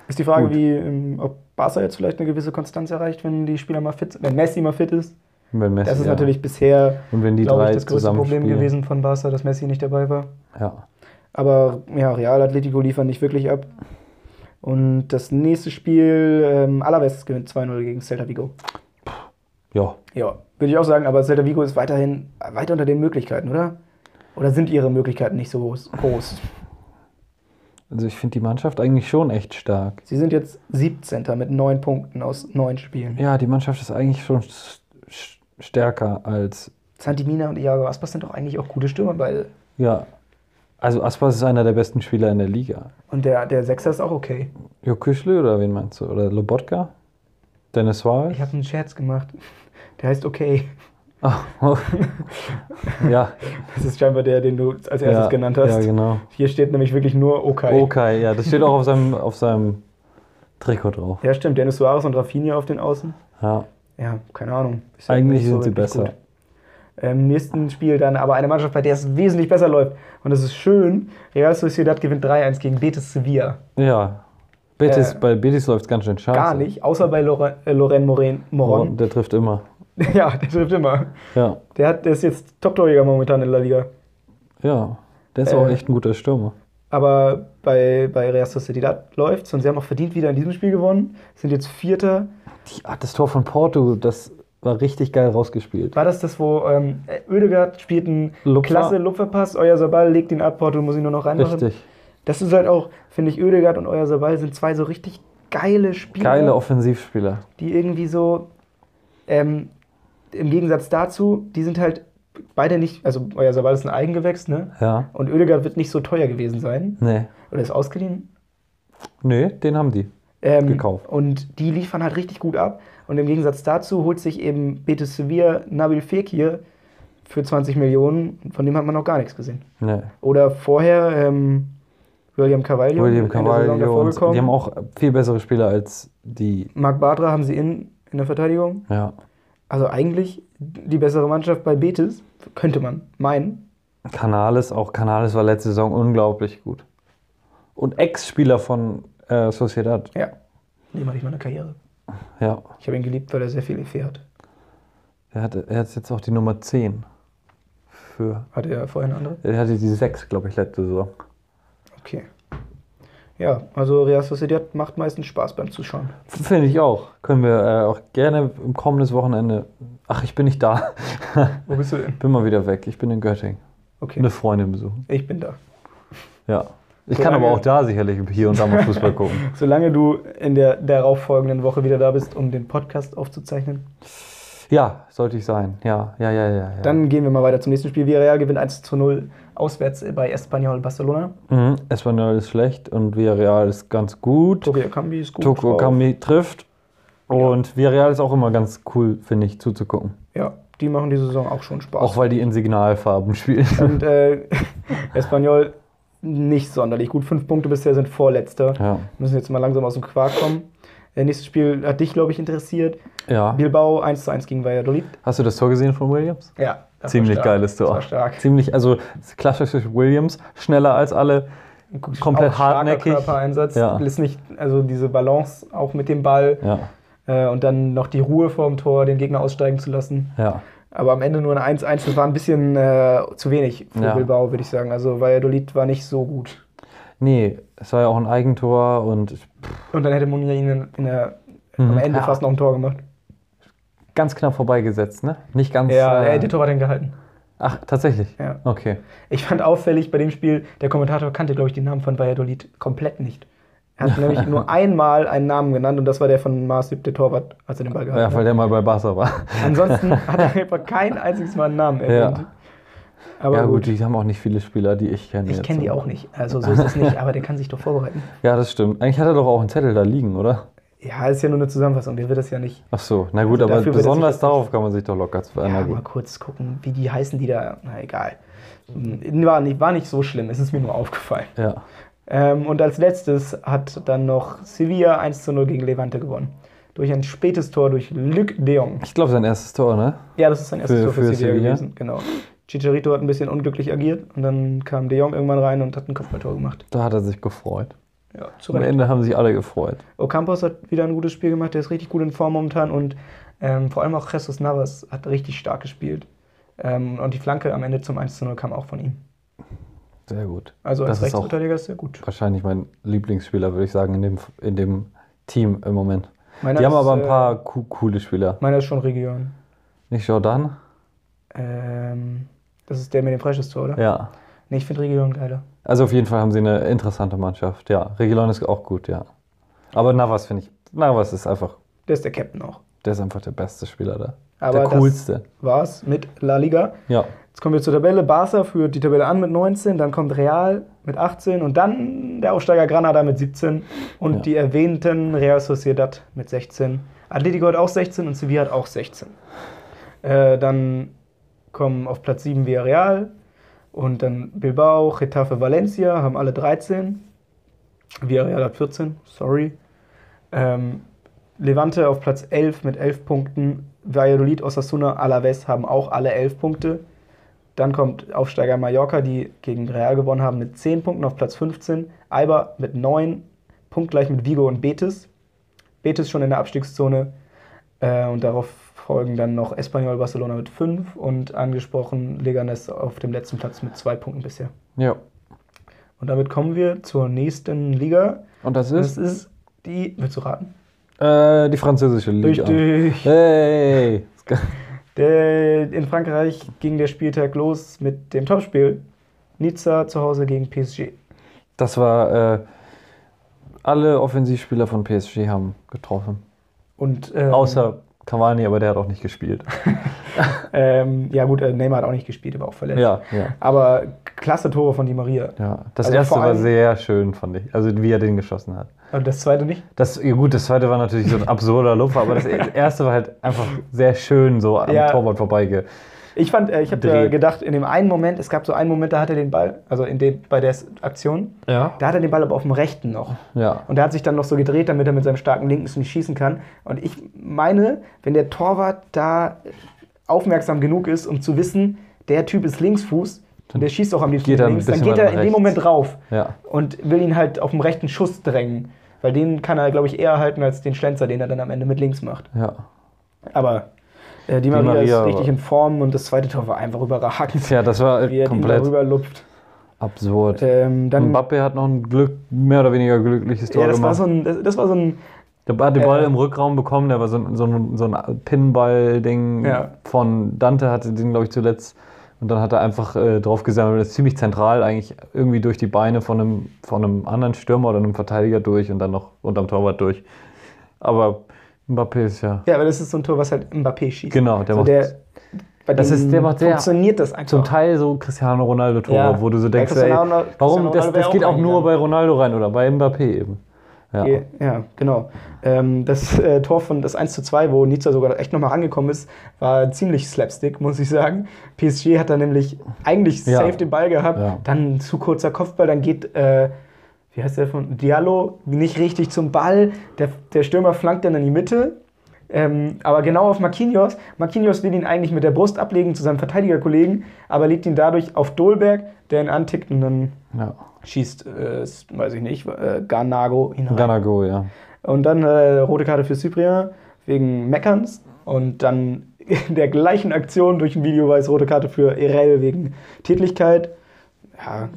S1: Ist die Frage,
S2: Gut.
S1: wie, ähm, ob Barca jetzt vielleicht eine gewisse Konstanz erreicht, wenn die Spieler mal fit wenn Messi mal fit ist.
S2: Wenn Messi,
S1: Das ist
S2: ja.
S1: natürlich bisher,
S2: Und wenn die
S1: glaube
S2: drei
S1: ich, das größte
S2: zusammen
S1: Problem
S2: spielen.
S1: gewesen von Barca, dass Messi nicht dabei war.
S2: Ja.
S1: Aber ja, Real Atletico liefern nicht wirklich ab. Und das nächste Spiel, ähm, Alaves gewinnt 2-0 gegen Celta Vigo.
S2: ja.
S1: Ja, würde ich auch sagen, aber Celta Vigo ist weiterhin äh, weit unter den Möglichkeiten, oder? Oder sind ihre Möglichkeiten nicht so groß- groß?
S2: Also ich finde die Mannschaft eigentlich schon echt stark.
S1: Sie sind jetzt 17. mit 9 Punkten aus 9 Spielen.
S2: Ja, die Mannschaft ist eigentlich schon s- s- stärker als.
S1: Santimina und Iago Aspas sind doch eigentlich auch gute Stürmer beide.
S2: Ja. Also Aspas ist einer der besten Spieler in der Liga.
S1: Und der, der Sechser ist auch okay.
S2: Jo Küchle oder wen meinst du? Oder Lobotka? Dennis Suarez?
S1: Ich habe einen Scherz gemacht. Der heißt okay.
S2: Ah, oh. [laughs] ja.
S1: Das ist scheinbar der, den du als erstes
S2: ja,
S1: genannt hast.
S2: Ja, genau.
S1: Hier steht nämlich wirklich nur okay.
S2: Okay, ja, das steht auch auf seinem, auf seinem Trikot drauf.
S1: Ja, stimmt. Dennis Suarez und Rafinha auf den Außen.
S2: Ja.
S1: Ja, keine Ahnung. Ist ja
S2: Eigentlich
S1: nicht so
S2: sind sie
S1: wirklich
S2: besser.
S1: gut. Im nächsten Spiel dann aber eine Mannschaft, bei der es wesentlich besser läuft. Und das ist schön. Real Sociedad gewinnt 3-1 gegen Betis Sevilla.
S2: Ja. Betis,
S1: Äh,
S2: bei Betis läuft es ganz schön scheiße.
S1: Gar nicht, außer bei Lore- äh, Loren Moren,
S2: Moron,
S1: Moron.
S2: der trifft immer.
S1: [laughs] Ja, der trifft immer.
S2: Ja.
S1: Der, hat, der ist jetzt Top-Torjäger momentan in La Liga.
S2: Ja. Der ist auch
S1: Äh,
S2: echt ein guter Stürmer.
S1: Aber bei, bei Real Sociedad läuft's und sie haben auch verdient wieder in diesem Spiel gewonnen. Sind jetzt Vierter.
S2: Die, ah, das Tor von Porto, das war richtig geil rausgespielt.
S1: War das das, wo ähm, Ödegaard spielt einen
S2: Lupfer.
S1: klasse Lupferpass, Euer Sabal legt ihn ab, Porto muss ihn nur noch reinmachen.
S2: Richtig.
S1: Das ist halt auch, finde ich, Ödegaard und Euer Sabal sind zwei so richtig geile Spieler,
S2: Geile Offensivspieler.
S1: die irgendwie so, ähm, im Gegensatz dazu, die sind halt beide nicht, also Euer Sabal ist ein Eigengewächs, ne?
S2: Ja.
S1: Und Ödegaard wird nicht so teuer gewesen sein.
S2: Nee.
S1: Oder ist ausgeliehen?
S2: Nee, den haben die.
S1: Ähm,
S2: Gekauft.
S1: Und die liefern halt richtig gut ab. Und im Gegensatz dazu holt sich eben Betis Sevilla Nabil Fekir für 20 Millionen. Von dem hat man noch gar nichts gesehen.
S2: Nee.
S1: Oder vorher ähm, William Carvalho.
S2: William
S1: in der Saison
S2: Carvalho.
S1: davor
S2: und- Die haben
S1: gekommen.
S2: auch viel bessere Spieler als die.
S1: Marc Badra haben sie in, in der Verteidigung.
S2: Ja.
S1: Also eigentlich die bessere Mannschaft bei Betis, könnte man meinen.
S2: Canales, auch Canales war letzte Saison unglaublich gut. Und Ex-Spieler von äh, Sociedad.
S1: Ja, dem hatte ich meine Karriere.
S2: Ja.
S1: Ich habe ihn geliebt, weil er sehr viel Effekt hat.
S2: Er hat, er hat jetzt auch die Nummer 10. Für.
S1: Hatte er vorher eine andere?
S2: Er hatte die 6, glaube ich, letzte Saison.
S1: Okay. Ja, also Real Sociedad macht meistens Spaß beim Zuschauen.
S2: Finde ich auch. Können wir äh, auch gerne im kommenden Wochenende. Ach, ich bin nicht da.
S1: Wo bist du denn?
S2: bin mal wieder weg. Ich bin in Göttingen.
S1: Okay.
S2: Eine Freundin besuchen.
S1: Ich bin da.
S2: Ja. Ich
S1: So
S2: kann aber
S1: lange-
S2: auch da sicherlich hier und da mal Fußball gucken.
S1: Solange du in der darauffolgenden Woche wieder da bist, um den Podcast aufzuzeichnen,
S2: Ja, sollte ich sein. Ja, ja, ja, ja. ja.
S1: dann gehen wir mal weiter zum nächsten Spiel. Villarreal gewinnt 1 zu 0 auswärts bei Espanyol Barcelona.
S2: Mhm. Espanyol ist schlecht und Villarreal ist ganz gut.
S1: Tokio Kambi ist gut.
S2: Toko
S1: drauf.
S2: Kami trifft. Und Villarreal ist auch immer ganz cool, finde ich, zuzugucken.
S1: Ja, die machen die Saison auch schon Spaß.
S2: Auch weil die in Signalfarben [laughs] spielen.
S1: Und äh, [laughs] Espanyol nicht sonderlich gut. Fünf Punkte bisher sind Vorletzter.
S2: Ja.
S1: Müssen jetzt mal langsam aus dem Quark kommen. Äh, nächstes Spiel hat dich, glaube ich, interessiert.
S2: ja.
S1: Bilbao 1 zu 1 gegen Valladolid.
S2: Hast du das Tor gesehen von Williams?
S1: Ja. das war
S2: Ziemlich
S1: stark.
S2: geiles Tor.
S1: Das war stark.
S2: Ziemlich, also klassisches Williams, schneller als alle. Komplett
S1: Auch starker
S2: hartnäckig.
S1: Körpereinsatz.
S2: Ja.
S1: Ist nicht, also diese Balance auch mit dem Ball
S2: Ja,
S1: äh, und dann noch die Ruhe vorm Tor, den Gegner aussteigen zu lassen.
S2: ja.
S1: Aber am Ende nur ein 1-1, das war ein bisschen äh, zu wenig für
S2: Ja.
S1: Bilbao, würde ich sagen. Also Valladolid war nicht so gut.
S2: Nee, es war ja auch ein Eigentor und
S1: Und dann hätte Munir ihnen in der,
S2: Mhm.
S1: am Ende
S2: Ja.
S1: fast noch ein Tor gemacht.
S2: ganz knapp vorbeigesetzt, ne? Nicht ganz.
S1: Ja,
S2: äh,
S1: er hätte Torwart dann gehalten.
S2: Ach, tatsächlich.
S1: Ja.
S2: Okay.
S1: Ich fand auffällig bei dem Spiel, der Kommentator kannte, glaube ich, den Namen von Valladolid komplett nicht.
S2: [laughs]
S1: Er hat nämlich nur einmal einen Namen genannt und das war der von Marcip, der Torwart, als er den Ball gehalten
S2: Ja,
S1: hat.
S2: weil der mal bei Barca war.
S1: Ansonsten
S2: [laughs]
S1: hat er einfach kein einziges Mal einen Namen erwähnt.
S2: Ja.
S1: Aber
S2: ja, gut,
S1: gut,
S2: die haben auch nicht viele Spieler, die ich kenne.
S1: ich
S2: jetzt.
S1: kenne die auch nicht. Also so ist es nicht, aber der kann sich doch vorbereiten.
S2: Ja, das stimmt. Eigentlich hat er doch auch einen Zettel da liegen, oder?
S1: Ja, ist ja nur eine Zusammenfassung, der wird das ja nicht.
S2: Ach so, na gut, aber
S1: Also dafür wird er
S2: besonders
S1: sich jetzt
S2: darauf kann man sich doch locker zu
S1: Ja,
S2: na
S1: mal
S2: gut.
S1: kurz gucken, wie die heißen, die da. Na egal. War nicht, war nicht so schlimm, es ist mir nur aufgefallen.
S2: Ja.
S1: Ähm, und als letztes hat dann noch Sevilla 1 zu 0 gegen Levante gewonnen. Durch ein spätes Tor durch Luc de Jong.
S2: Ich glaube, sein erstes Tor, ne?
S1: Ja, das ist sein erstes
S2: Für-
S1: Tor für,
S2: für
S1: Sevilla,
S2: Sevilla?
S1: gewesen. Genau. Chicharito hat ein bisschen unglücklich agiert und dann kam de Jong irgendwann rein und hat ein Kopfballtor gemacht.
S2: Da hat er sich gefreut.
S1: Ja, zu
S2: Am
S1: Recht.
S2: Ende haben sich alle gefreut.
S1: Ocampos hat wieder ein gutes Spiel gemacht, der ist richtig gut in Form momentan und ähm, vor allem auch Jesus Navas hat richtig stark gespielt. Ähm, und die Flanke am Ende zum 1 0 kam auch von ihm.
S2: Sehr gut.
S1: Also als
S2: Das ist auch-
S1: Rechtsverteidiger ist er gut.
S2: Wahrscheinlich mein Lieblingsspieler, würde ich sagen, in dem, in dem Team im Moment.
S1: Meiner
S2: Die haben
S1: ist,
S2: aber ein
S1: äh,
S2: paar co coole Spieler.
S1: Meiner ist schon Region.
S2: Nicht Jordan?
S1: Ähm, das ist der mit dem Freischuss-Tor, oder?
S2: Ja.
S1: Nee, ich finde Region geiler.
S2: Also auf jeden Fall haben sie eine interessante Mannschaft. Ja, Regilon ist auch gut, ja. Aber Navas finde ich, Navas ist einfach,
S1: Der ist der Captain auch.
S2: der ist einfach der beste Spieler da.
S1: Aber
S2: der coolste.
S1: das war's mit La Liga.
S2: Ja.
S1: Jetzt kommen wir zur Tabelle. Barca führt die Tabelle an mit 19, dann kommt Real mit 18 und dann der Aufsteiger Granada mit 17 und
S2: Ja.
S1: die erwähnten Real Sociedad mit 16. Atletico hat auch 16 und Sevilla hat auch 16. Äh, dann kommen auf Platz 7 Villarreal und dann Bilbao, Getafe, Valencia haben alle 13. Villarreal hat 14, sorry. Ähm, Levante auf Platz 11 mit 11 Punkten. Valladolid, Osasuna, Alaves haben auch alle 11 Punkte. Dann kommt Aufsteiger Mallorca, die gegen Real gewonnen haben, mit 10 Punkten auf Platz 15. Alba mit 9, punktgleich mit Vigo und Betis. Betis schon in der Abstiegszone. Äh, und darauf folgen dann noch Espanyol Barcelona mit 5 und angesprochen Leganes auf dem letzten Platz mit 2 Punkten bisher.
S2: Ja.
S1: Und damit kommen wir zur nächsten Liga.
S2: Und das
S1: Das
S2: ist
S1: ist die, willst du raten?
S2: äh, die französische Liga.
S1: Richtig.
S2: Hey!
S1: Der, in Frankreich ging der Spieltag los mit dem Topspiel. Nizza zu Hause gegen PSG.
S2: Das war, äh, alle Offensivspieler von PSG haben getroffen.
S1: Und, ähm,
S2: Außer Cavani, aber der hat auch nicht gespielt.
S1: Ähm, ja, gut, äh, Neymar hat auch nicht gespielt, aber auch verletzt.
S2: ja, ja.
S1: Aber klasse Tore von Di Maria.
S2: Ja, das
S1: Also
S2: erste
S1: vor
S2: war
S1: allem-
S2: sehr schön, fand ich. Also, wie er den geschossen hat.
S1: Und das zweite nicht.
S2: Das, ja gut, das zweite war natürlich so ein absurder Lupfer, aber das erste war halt einfach sehr schön so am
S1: Ja.
S2: Torwart vorbeige.
S1: Ich fand, äh, ich habe
S2: Dreh.
S1: äh, gedacht, in dem einen Moment, es gab so einen Moment, da hat er den Ball, also in dem, bei der S- Aktion,
S2: Ja.
S1: da hat er den Ball aber auf dem rechten noch.
S2: Ja.
S1: Und der hat sich dann noch so gedreht, damit er mit seinem starken linken nicht schießen kann. Und ich meine, wenn der Torwart da aufmerksam genug ist, um zu wissen, der Typ ist Linksfuß, und der schießt auch am liebsten
S2: geht er ein
S1: links, dann
S2: bisschen
S1: geht er in
S2: weiter
S1: dem
S2: rechts.
S1: Moment drauf.
S2: Ja.
S1: und will ihn halt auf dem rechten Schuss drängen. Weil den kann er, glaube ich, eher halten als den Schlenzer, den er dann am Ende mit links macht.
S2: Ja.
S1: Aber äh, Di Maria,
S2: Maria
S1: ist richtig
S2: war-
S1: in Form und das zweite Tor war einfach überragend,
S2: Tja, das war
S1: wie er ihn
S2: komplett
S1: darüber lupft.
S2: absurd.
S1: Ähm, dann,
S2: Mbappe hat noch ein Glück, mehr oder weniger glückliches Tor
S1: ja, das war
S2: gemacht.
S1: so ein, das, das war so ein,
S2: der hat den Ball
S1: äh,
S2: im Rückraum bekommen, der war so, ein- so ein, so ein Pinball-Ding
S1: Ja.
S2: von Dante, hatte den, glaube ich, zuletzt. Und dann hat er einfach äh, drauf gesammelt, ist ziemlich zentral eigentlich irgendwie durch die Beine von einem, von einem anderen Stürmer oder einem Verteidiger durch und dann noch unterm Torwart durch. Aber Mbappé ist ja
S1: ja, aber das ist so ein Tor, was halt Mbappé schießt.
S2: Genau, der
S1: so
S2: macht-
S1: der, bei
S2: Das
S1: dem
S2: ist- der macht sehr-
S1: funktioniert das einfach.
S2: zum Teil so Cristiano Ronaldo-Tore,
S1: Ja.
S2: wo du so
S1: Ja,
S2: denkst, ey,
S1: Cristiano Ronaldo- Cristiano
S2: warum, das,
S1: Ronaldo
S2: das
S1: wär
S2: geht
S1: auch
S2: auch nur
S1: reingegangen.
S2: bei Ronaldo rein oder bei Mbappé eben. Ja,
S1: Ja, ja genau. Ähm, das äh, Tor von das 1 zu 2, wo Nizza sogar echt nochmal rangekommen ist, war ziemlich Slapstick, muss ich sagen. PSG hat da nämlich eigentlich
S2: Ja.
S1: safe den Ball gehabt,
S2: Ja.
S1: dann ein zu kurzer Kopfball, dann geht, äh, wie heißt der von, Diallo nicht richtig zum Ball, der, der Stürmer flankt dann in die Mitte. Ähm, aber genau auf Marquinhos. Marquinhos will ihn eigentlich mit der Brust ablegen zu seinem Verteidigerkollegen, aber legt ihn dadurch auf Dolberg, der ihn antickt und dann
S2: ja.
S1: schießt, äh, weiß ich nicht, äh, Garnago hinein.
S2: Ganago, ja.
S1: Und dann äh, rote Karte für Cyprien wegen Meckerns. Und dann [laughs] in der gleichen Aktion durch ein Videoweis rote Karte für Erel wegen Tätlichkeit. Ja,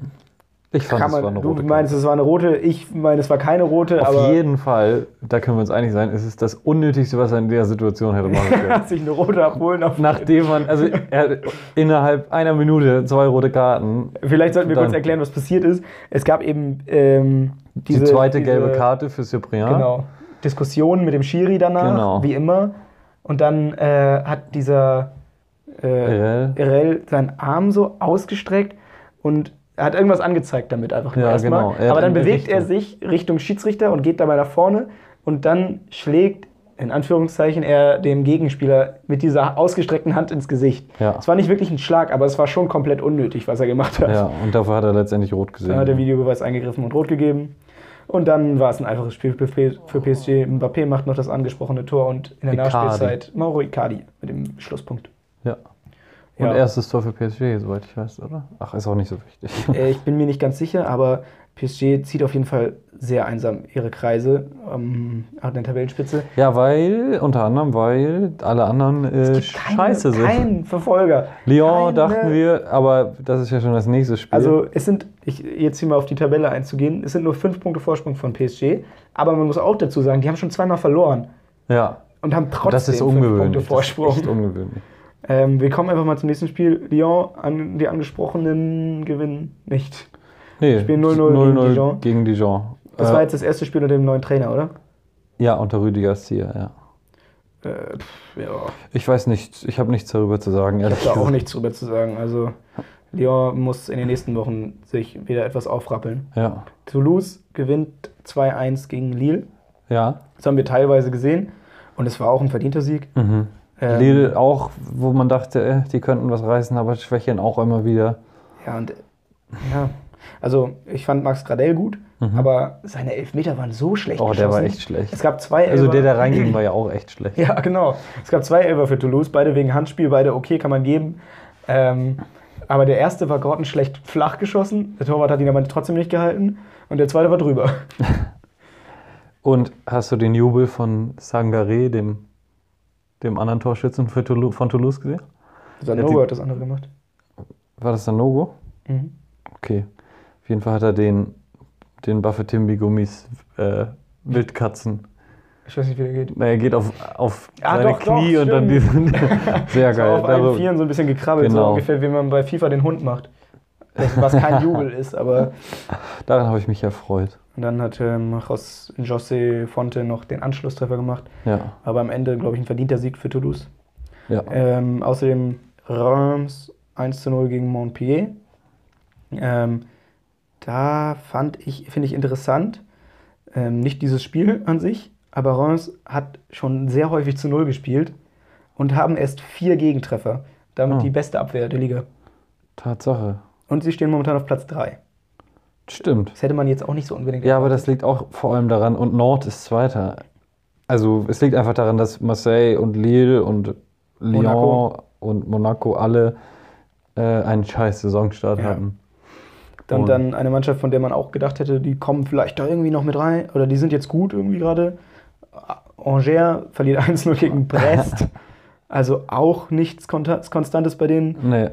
S2: Ich fand,
S1: kann
S2: es war
S1: man,
S2: eine
S1: du
S2: rote
S1: meinst, es war eine rote, ich meine, es war keine rote,
S2: Karte.
S1: aber
S2: Auf
S1: [laughs]
S2: jeden Fall, da können wir uns einig sein, es ist das Unnötigste, was er in der Situation hätte
S1: [laughs]
S2: machen können.
S1: hat sich eine rote abholen. Auf
S2: Nachdem man, also er, innerhalb einer Minute zwei rote Karten,
S1: Vielleicht sollten wir
S2: Dann-
S1: kurz erklären, was passiert ist. Es gab eben ähm, diese,
S2: die zweite
S1: diese-
S2: gelbe Karte für Cyprien.
S1: Genau. Diskussionen mit dem Schiri danach,
S2: Genau.
S1: wie immer. Und dann äh, hat dieser äh,
S2: Irrell.
S1: Irel seinen Arm so ausgestreckt und er hat irgendwas angezeigt damit einfach nur
S2: Ja,
S1: erstmal.
S2: genau. Er hat
S1: Aber dann
S2: in die
S1: bewegt er
S2: Richtung.
S1: sich Richtung Schiedsrichter und geht dabei nach vorne und dann schlägt in Anführungszeichen er dem Gegenspieler mit dieser ausgestreckten Hand ins Gesicht.
S2: Ja.
S1: Es war nicht wirklich ein Schlag, aber es war schon komplett unnötig, was er gemacht hat.
S2: Ja, und dafür hat er letztendlich rot
S1: Dann hat der
S2: gesehen.
S1: Videobeweis eingegriffen und rot gegeben. Und dann war es ein einfaches Spiel für P- für PSG. Mbappé macht noch das angesprochene Tor und in der
S2: Icardi.
S1: Nachspielzeit Mauro Icardi mit dem Schlusspunkt.
S2: Ja. Und
S1: Ja.
S2: erstes Tor für PSG, soweit ich weiß, oder? Ach, ist auch nicht so wichtig.
S1: Äh, Ich bin mir nicht ganz sicher, aber PSG zieht auf jeden Fall sehr einsam ihre Kreise ähm, an der Tabellenspitze.
S2: Ja, weil, unter anderem, weil alle anderen äh, scheiße sind.
S1: Kein Verfolger.
S2: Lyon
S1: Keine-
S2: dachten wir, aber das ist ja schon das nächste Spiel.
S1: Also es sind, ich, jetzt hier mal auf die Tabelle einzugehen, es sind nur fünf Punkte Vorsprung von PSG, aber man muss auch dazu sagen, die haben schon zweimal verloren
S2: ja,
S1: und haben trotzdem
S2: das ist
S1: fünf Punkte
S2: ungewöhnlich. Das
S1: Vorsprung.
S2: ist echt ungewöhnlich.
S1: Ähm, wir kommen einfach mal zum nächsten Spiel. Lyon, an die angesprochenen gewinnen nicht.
S2: Nee,
S1: Spiel 0-0 gegen
S2: 0-0
S1: Dijon.
S2: Gegen Dijon.
S1: Das
S2: äh,
S1: war jetzt das erste Spiel unter dem neuen Trainer, oder?
S2: ja, unter Rüdiger Stier, ja.
S1: Äh, pff, ja,
S2: Ich weiß nicht, ich habe nichts darüber zu sagen.
S1: ich
S2: ehrlich
S1: habe da auch
S2: gesagt.
S1: nichts drüber zu sagen. Also Lyon muss in den nächsten Wochen sich wieder etwas aufrappeln.
S2: Ja,
S1: Toulouse gewinnt 2-1 gegen Lille.
S2: ja.
S1: Das haben wir teilweise gesehen. Und es war auch ein verdienter Sieg.
S2: Mhm.
S1: Ähm,
S2: Lille auch, wo man dachte, äh, die könnten was reißen, aber schwächeln auch immer wieder.
S1: Ja, und äh, ja. Also, ich fand Max Gradell gut, aber seine Elfmeter waren so schlecht.
S2: Mhm. Oh, der war
S1: geschossen.
S2: echt schlecht.
S1: Es gab zwei
S2: Also der, der
S1: Elfer-
S2: reinging, war ja auch echt
S1: [laughs]
S2: schlecht.
S1: Ja, genau. Es gab zwei Elfer für Toulouse, beide wegen Handspiel, beide okay, kann man geben. Ähm, aber der erste war grottenschlecht flach geschossen. Der Torwart hat ihn aber trotzdem nicht gehalten. Und der zweite war [laughs] drüber.
S2: Und hast du den Jubel von Sangaré, dem, dem anderen Torschützen für Toulou- von Toulouse gesehen?
S1: Sanogo hat das andere gemacht.
S2: War das ein No-Go?
S1: Mhm.
S2: Okay. Auf jeden Fall hat er den, den Buffetimbi Gummis äh, Wildkatzen.
S1: Ich weiß nicht, wie der geht.
S2: Na, er geht auf, auf
S1: Ah,
S2: seine
S1: doch, doch,
S2: Knie und dann diesen.
S1: [laughs]
S2: Sehr
S1: So
S2: geil. Also,
S1: auf allen
S2: Darüber-
S1: Vieren so ein bisschen gekrabbelt, so
S2: Genau.
S1: ungefähr, wie man bei FIFA den Hund macht. Was [laughs] kein Jubel ist, aber
S2: Daran habe ich mich erfreut.
S1: Und dann hat ähm, Jos- José Fonte noch den Anschlusstreffer gemacht.
S2: Ja.
S1: Aber am Ende, glaube ich, ein verdienter Sieg für Toulouse.
S2: ja.
S1: Ähm, außerdem Reims 1 zu 0 gegen Montpellier. Ähm, da fand ich, finde ich interessant, ähm, nicht dieses Spiel an sich, aber Reims hat schon sehr häufig zu Null gespielt und haben erst vier Gegentreffer. Damit
S2: Ah.
S1: die beste Abwehr der Liga.
S2: Tatsache.
S1: Und sie stehen momentan auf Platz 3.
S2: Stimmt.
S1: Das hätte man jetzt auch nicht so unbedingt.
S2: Ja, aber das liegt auch vor allem daran, und Nord ist Zweiter. Also es liegt einfach daran, dass Marseille und Lille und Lyon
S1: Monaco.
S2: und Monaco alle äh, einen scheiß Saisonstart
S1: Ja.
S2: hatten.
S1: Dann,
S2: Und-
S1: dann eine Mannschaft, von der man auch gedacht hätte, die kommen vielleicht da irgendwie noch mit rein oder die sind jetzt gut irgendwie gerade. Angers verliert [laughs] 1-0 gegen Brest. Also auch nichts Konta- Konstantes bei denen.
S2: Nee,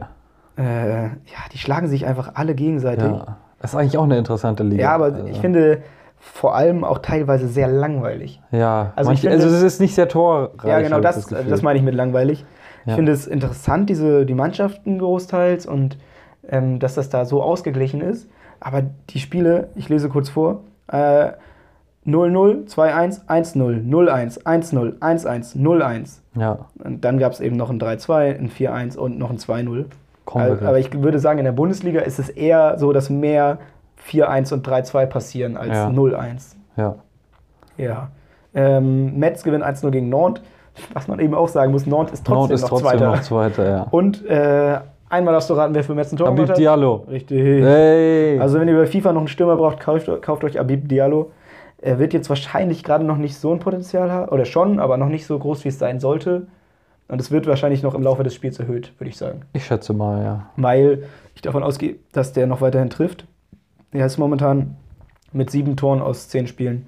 S1: Äh, ja, die schlagen sich einfach alle gegenseitig. Ja,
S2: ja. Das ist eigentlich auch eine interessante Liga.
S1: aber
S2: Also,
S1: ich finde vor allem auch teilweise sehr langweilig.
S2: Ja,
S1: also
S2: also,
S1: ich
S2: manche,
S1: finde-
S2: also es ist nicht sehr torreich.
S1: ja, genau,
S2: hab ich
S1: das, das,
S2: Gefühl.
S1: meine ich mit langweilig. Ich
S2: Ja.
S1: finde es interessant, diese, die Mannschaften großteils und ähm, dass das da so ausgeglichen ist. Aber die Spiele, ich lese kurz vor, äh, 0-0, 2-1, 1-0, 0-1, 1-0, 1-1, 0-1.
S2: Ja,
S1: Und dann gab es eben noch ein 3-2, ein 4-1 und noch ein 2-0.
S2: kommen wir
S1: Also,
S2: gleich.
S1: aber ich würde sagen, in der Bundesliga ist es eher so, dass mehr 4-1 und 3-2 passieren als
S2: Ja.
S1: 0-1.
S2: ja.
S1: Ja. Ähm, Metz gewinnt 1-0 gegen Nantes. Was man eben auch sagen muss, Nantes ist trotzdem
S2: Nord ist
S1: noch
S2: trotzdem
S1: Zweiter.
S2: noch Zweiter, ja.
S1: [laughs] Und äh, einmal darfst du raten, wer für Metz ein Tor
S2: Habib
S1: gemacht hat.
S2: Diallo.
S1: Richtig.
S2: Hey.
S1: Also wenn ihr bei FIFA noch einen Stürmer braucht, kauft, kauft euch Abib Diallo. Er wird jetzt wahrscheinlich gerade noch nicht so ein Potenzial haben, oder schon, aber noch nicht so groß, wie es sein sollte. Und es wird wahrscheinlich noch im Laufe des Spiels erhöht, würde ich sagen.
S2: ich schätze mal, ja.
S1: Weil ich davon ausgehe, dass der noch weiterhin trifft. Er ist momentan mit sieben Toren aus zehn Spielen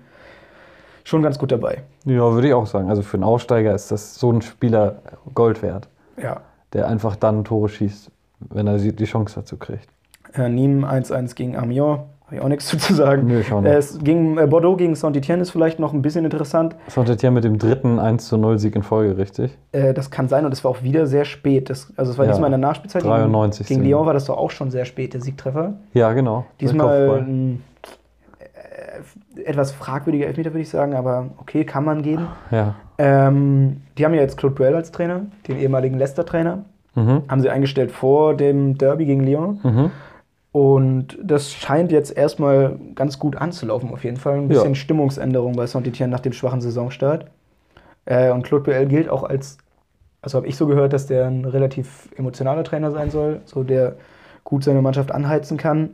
S1: schon ganz gut dabei.
S2: Ja, würde ich auch sagen. Also für einen Aussteiger ist das so ein Spieler Gold wert.
S1: Ja.
S2: der einfach dann Tore schießt, wenn er die Chance dazu kriegt.
S1: Äh, Nîmes 1-1 gegen Amiens. Habe ich auch nichts [laughs] zu sagen.
S2: Nö, ich auch nicht.
S1: Äh, es ging, äh, Bordeaux gegen Saint-Etienne ist vielleicht noch ein bisschen interessant.
S2: Das hat ja mit dem dritten 1 zu 0 Sieg in Folge, richtig?
S1: Äh, das kann sein und es war auch wieder sehr spät. Das, also es war
S2: Ja.
S1: diesmal in der Nachspielzeit. Gegen-
S2: 93.
S1: Gegen Lyon war das doch auch schon sehr spät, der Siegtreffer.
S2: Ja, genau.
S1: Diesmal
S2: Kopfball.
S1: ein, äh, etwas fragwürdiger Elfmeter, würde ich sagen, aber okay, kann man geben.
S2: Ja.
S1: Ähm, die haben ja jetzt Claude Puel als Trainer, den ehemaligen Leicester-Trainer.
S2: Mhm.
S1: Haben sie eingestellt vor dem Derby gegen Lyon.
S2: Mhm.
S1: Und das scheint jetzt erstmal ganz gut anzulaufen, auf jeden Fall. Ein
S2: Ja.
S1: bisschen Stimmungsänderung bei Saint-Étienne nach dem schwachen Saisonstart. Äh, und Claude Puel gilt auch als, also habe ich so gehört, dass der ein relativ emotionaler Trainer sein soll, so der gut seine Mannschaft anheizen kann.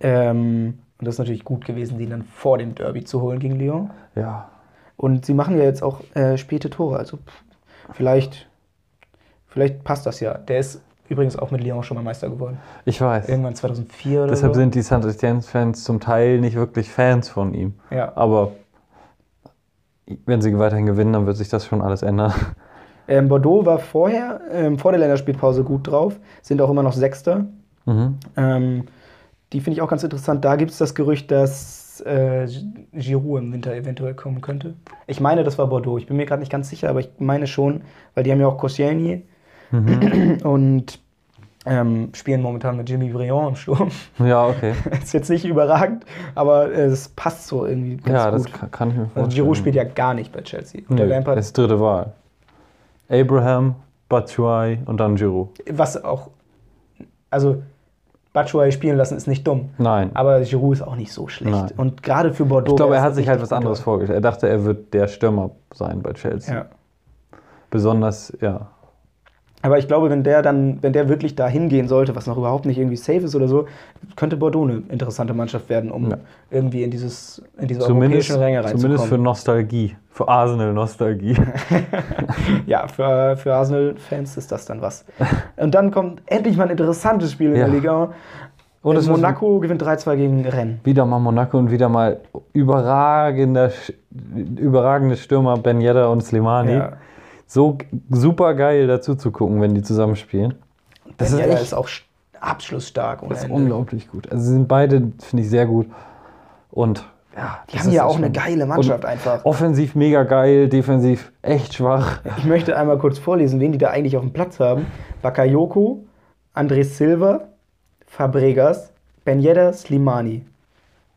S1: Ähm, und das ist natürlich gut gewesen, die dann vor dem Derby zu holen gegen Lyon.
S2: Ja.
S1: Und sie machen ja jetzt auch äh, späte Tore, also pff, vielleicht, vielleicht passt das ja. Der ist übrigens auch mit Lyon schon mal Meister geworden.
S2: Ich weiß.
S1: Irgendwann 2004 oder
S2: Deshalb
S1: so.
S2: sind die St. Etienne-Fans zum Teil nicht wirklich Fans von ihm.
S1: ja.
S2: Aber wenn sie weiterhin gewinnen, dann wird sich das schon alles ändern.
S1: ähm, Bordeaux war vorher, ähm, vor der Länderspielpause gut drauf, sind auch immer noch Sechster.
S2: Mhm.
S1: Ähm, die finde ich auch ganz interessant. Da gibt es das Gerücht, dass äh, Gi- Giroud im Winter eventuell kommen könnte. Ich meine, das war Bordeaux. Ich bin mir gerade nicht ganz sicher, aber ich meine schon, weil die haben ja auch Koscielny
S2: Mhm.
S1: [clears throat] und ähm, spielen momentan mit Jimmy Briand im Sturm. [laughs]
S2: Ja, okay.
S1: ist jetzt nicht überragend, aber äh, es passt so irgendwie ganz
S2: ja,
S1: gut.
S2: das kann, kann ich mir vorstellen.
S1: also Giroud spielt ja gar nicht bei Chelsea. Und der
S2: Nö,
S1: Lampard,
S2: ist dritte Wahl. Abraham, Batshuayi und dann Giroud.
S1: was auch, also Batshuayi spielen lassen ist nicht dumm.
S2: Nein.
S1: Aber Giroud ist auch nicht so schlecht.
S2: Nein.
S1: Und gerade für Bordeaux.
S2: ich glaube, er
S1: wär's
S2: hat sich halt was
S1: richtig
S2: anderes
S1: gut.
S2: vorgestellt. Er dachte, er wird der Stürmer sein bei Chelsea.
S1: Ja.
S2: Besonders, ja.
S1: Aber ich glaube, wenn der dann, wenn der wirklich da hingehen sollte, was noch überhaupt nicht irgendwie safe ist oder so, könnte Bordeaux eine interessante Mannschaft werden, um
S2: Ja.
S1: irgendwie in dieses in diese
S2: Zumindest,
S1: europäischen Ränge reinzukommen.
S2: zumindest für Nostalgie.
S1: [laughs]
S2: Für Arsenal-Nostalgie.
S1: Ja, für, für Arsenal-Fans ist das dann
S2: [laughs]
S1: was. Und dann kommt endlich mal ein interessantes Spiel in
S2: Ja.
S1: der Liga.
S2: Und es ist
S1: Monaco gewinnt 3-2 gegen Rennes.
S2: wieder mal Monaco und wieder mal überragender, Sch- überragende Stürmer Ben Yedder und Slimani.
S1: Ja.
S2: So super geil dazu zu gucken, wenn die zusammen spielen. Das
S1: Ben
S2: ist
S1: Yedder
S2: echt-
S1: auch sch- abschlussstark. ohne
S2: Das ist
S1: Ende.
S2: unglaublich gut. Also sie sind beide, finde ich, sehr gut. Und ja,
S1: Die
S2: das
S1: haben
S2: ist
S1: ja auch
S2: schon-
S1: eine geile Mannschaft
S2: Und
S1: einfach.
S2: Offensiv mega geil, defensiv echt schwach.
S1: Ich möchte einmal kurz vorlesen, wen die da eigentlich auf dem Platz haben. Bakayoko, André Silva, Fabregas, Ben Yedder, Slimani.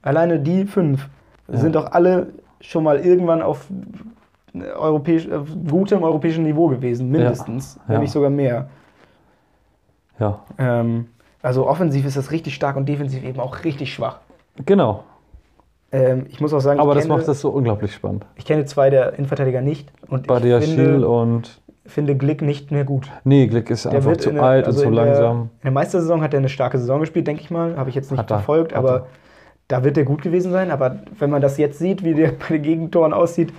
S1: Alleine die fünf sind doch alle schon mal irgendwann auf, äh, europäisch, auf gutem europäischen Niveau gewesen, mindestens, wenn
S2: Ja.
S1: nicht sogar mehr.
S2: Ja,
S1: Ähm, also offensiv ist das richtig stark und defensiv eben auch richtig schwach.
S2: genau.
S1: Ähm, ich muss auch sagen,
S2: Aber
S1: ich,
S2: das
S1: kenne,
S2: macht das so unglaublich spannend.
S1: ich kenne zwei der Innenverteidiger nicht und ich
S2: Badiachil
S1: finde,
S2: und.
S1: finde Glick nicht mehr gut.
S2: Nee, Glick ist
S1: Der
S2: einfach
S1: wird
S2: zu
S1: in der-
S2: alt
S1: also
S2: und
S1: in
S2: zu
S1: der-
S2: langsam.
S1: In der Meistersaison hat er eine starke Saison gespielt, denke ich mal. Habe ich jetzt nicht
S2: Hat er,
S1: verfolgt,
S2: hat
S1: aber
S2: er.
S1: da wird er gut gewesen sein. Aber wenn man das jetzt sieht, wie der [laughs] bei den Gegentoren aussieht,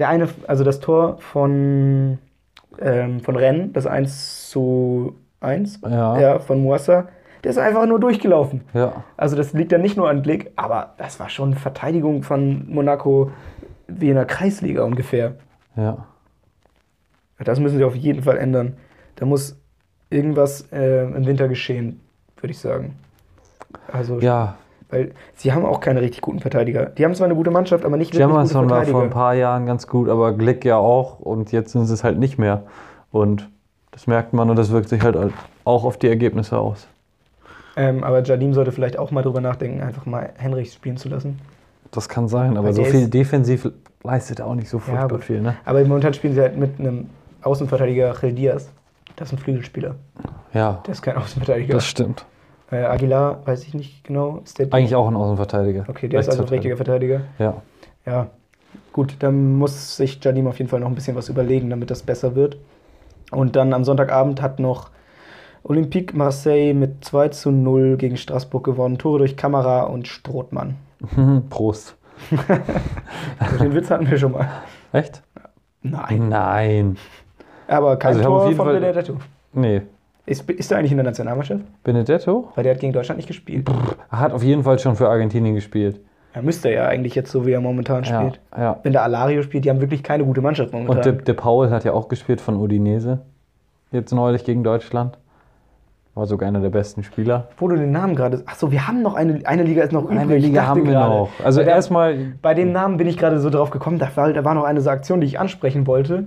S1: der eine, also das Tor von, ähm, von Rennes, das 1 zu 1
S2: Ja.
S1: Ja, von Moassa, der ist einfach nur durchgelaufen.
S2: Ja.
S1: Also das liegt dann nicht nur an Blick, aber das war schon Verteidigung von Monaco wie in der Kreisliga ungefähr.
S2: Ja.
S1: Das müssen sie auf jeden Fall ändern. Da muss irgendwas äh, im Winter geschehen, würde ich sagen. Also,
S2: Ja.
S1: weil sie haben auch keine richtig guten Verteidiger. Die haben zwar eine gute Mannschaft, aber nicht wirklich gute
S2: Jamerson war vor ein
S1: Verteidiger.
S2: paar Jahren ganz gut, aber Glick ja auch und jetzt sind sie es halt nicht mehr. Und das merkt man und das wirkt sich halt auch auf die Ergebnisse aus.
S1: Ähm, aber Jadim sollte vielleicht auch mal drüber nachdenken, einfach mal Henrichs spielen zu lassen.
S2: Das kann sein, aber
S1: Weil
S2: so
S1: der
S2: viel
S1: ist-
S2: defensiv leistet er auch nicht so furchtbar
S1: gut.
S2: viel, ne?
S1: Aber momentan spielen sie halt mit einem Außenverteidiger Gil Diaz. Das ist ein Flügelspieler.
S2: Ja,
S1: Der ist kein [laughs] Außenverteidiger.
S2: das stimmt.
S1: äh, Aguilar, weiß ich nicht genau. Ist der
S2: Eigentlich auch ein Außenverteidiger.
S1: Okay, der ist also ein richtiger
S2: Rechtsverteidiger.
S1: Verteidiger.
S2: Ja.
S1: Ja, gut, dann muss sich Jadim auf jeden Fall noch ein bisschen was überlegen, damit das besser wird. Und dann am Sonntagabend hat noch Olympique Marseille mit 2 zu 0 gegen Straßburg gewonnen. Tore durch Kamera und Strothmann.
S2: [laughs] Prost.
S1: Also den Witz hatten wir schon mal.
S2: Echt?
S1: Nein.
S2: Nein.
S1: Aber kein
S2: Also wir haben auf
S1: Tor
S2: jeden
S1: von
S2: Fall-
S1: Benedetto.
S2: Nee.
S1: Ist, ist er eigentlich in der Nationalmannschaft?
S2: Benedetto
S1: Weil der hat gegen Deutschland nicht gespielt.
S2: hat auf jeden Fall schon für Argentinien gespielt.
S1: Er müsste ja eigentlich jetzt so, wie er momentan
S2: Ja,
S1: spielt.
S2: ja.
S1: Wenn der Alario spielt, die haben wirklich keine gute Mannschaft momentan.
S2: Und De, De Paul hat ja auch gespielt von Udinese. Jetzt neulich gegen Deutschland. War sogar einer der besten Spieler.
S1: Wo du den Namen gerade. Achso, wir haben noch eine, eine Liga ist noch übrig.
S2: Eine
S1: Hm, Ich
S2: Liga
S1: dachte
S2: haben wir
S1: gerade,
S2: noch. Also
S1: bei der-
S2: erstmal,
S1: Bei dem Namen bin ich gerade so drauf gekommen, da war, da war noch eine so Aktion, die ich ansprechen wollte.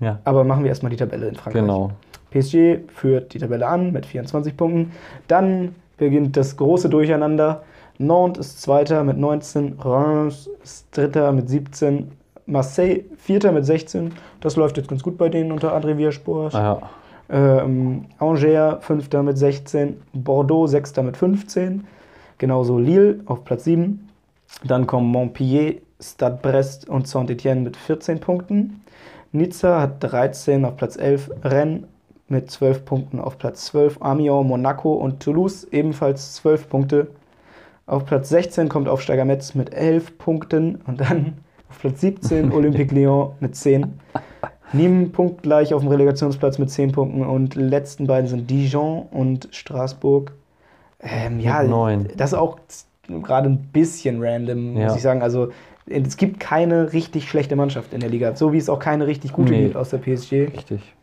S2: ja,
S1: Aber machen wir erstmal die Tabelle in Frankreich.
S2: genau.
S1: PSG führt die Tabelle an mit 24 Punkten. Dann beginnt das große Durcheinander. Nantes ist Zweiter mit 19, Reims ist Dritter mit 17, Marseille Vierter mit 16. Das läuft jetzt ganz gut bei denen unter André Villas-Boas.
S2: Ja,
S1: Ähm, Angers Fünfter mit 16, Bordeaux Sechster mit 15, genauso Lille auf Platz 7. Dann kommen Montpellier, Stade Brest und Saint-Etienne mit 14 Punkten. Nizza hat 13 auf Platz 11, Rennes mit 12 Punkten auf Platz 12, Amiens, Monaco und Toulouse ebenfalls 12 Punkte. Auf Platz 16 kommt Aufsteiger Metz
S2: [laughs]
S1: mit 11 Punkten und dann auf Platz 17 Olympique Lyon mit 10. Nîmes punktgleich auf dem Relegationsplatz mit 10 Punkten und letzten beiden sind Dijon und Straßburg. Ähm, ja,
S2: Mit neun.
S1: das ist auch z- gerade ein bisschen random,
S2: Ja.
S1: muss ich sagen. Also es gibt keine richtig schlechte Mannschaft in der Liga, so wie es auch keine richtig gute
S2: Nee.
S1: gibt aus der PSG.
S2: Richtig.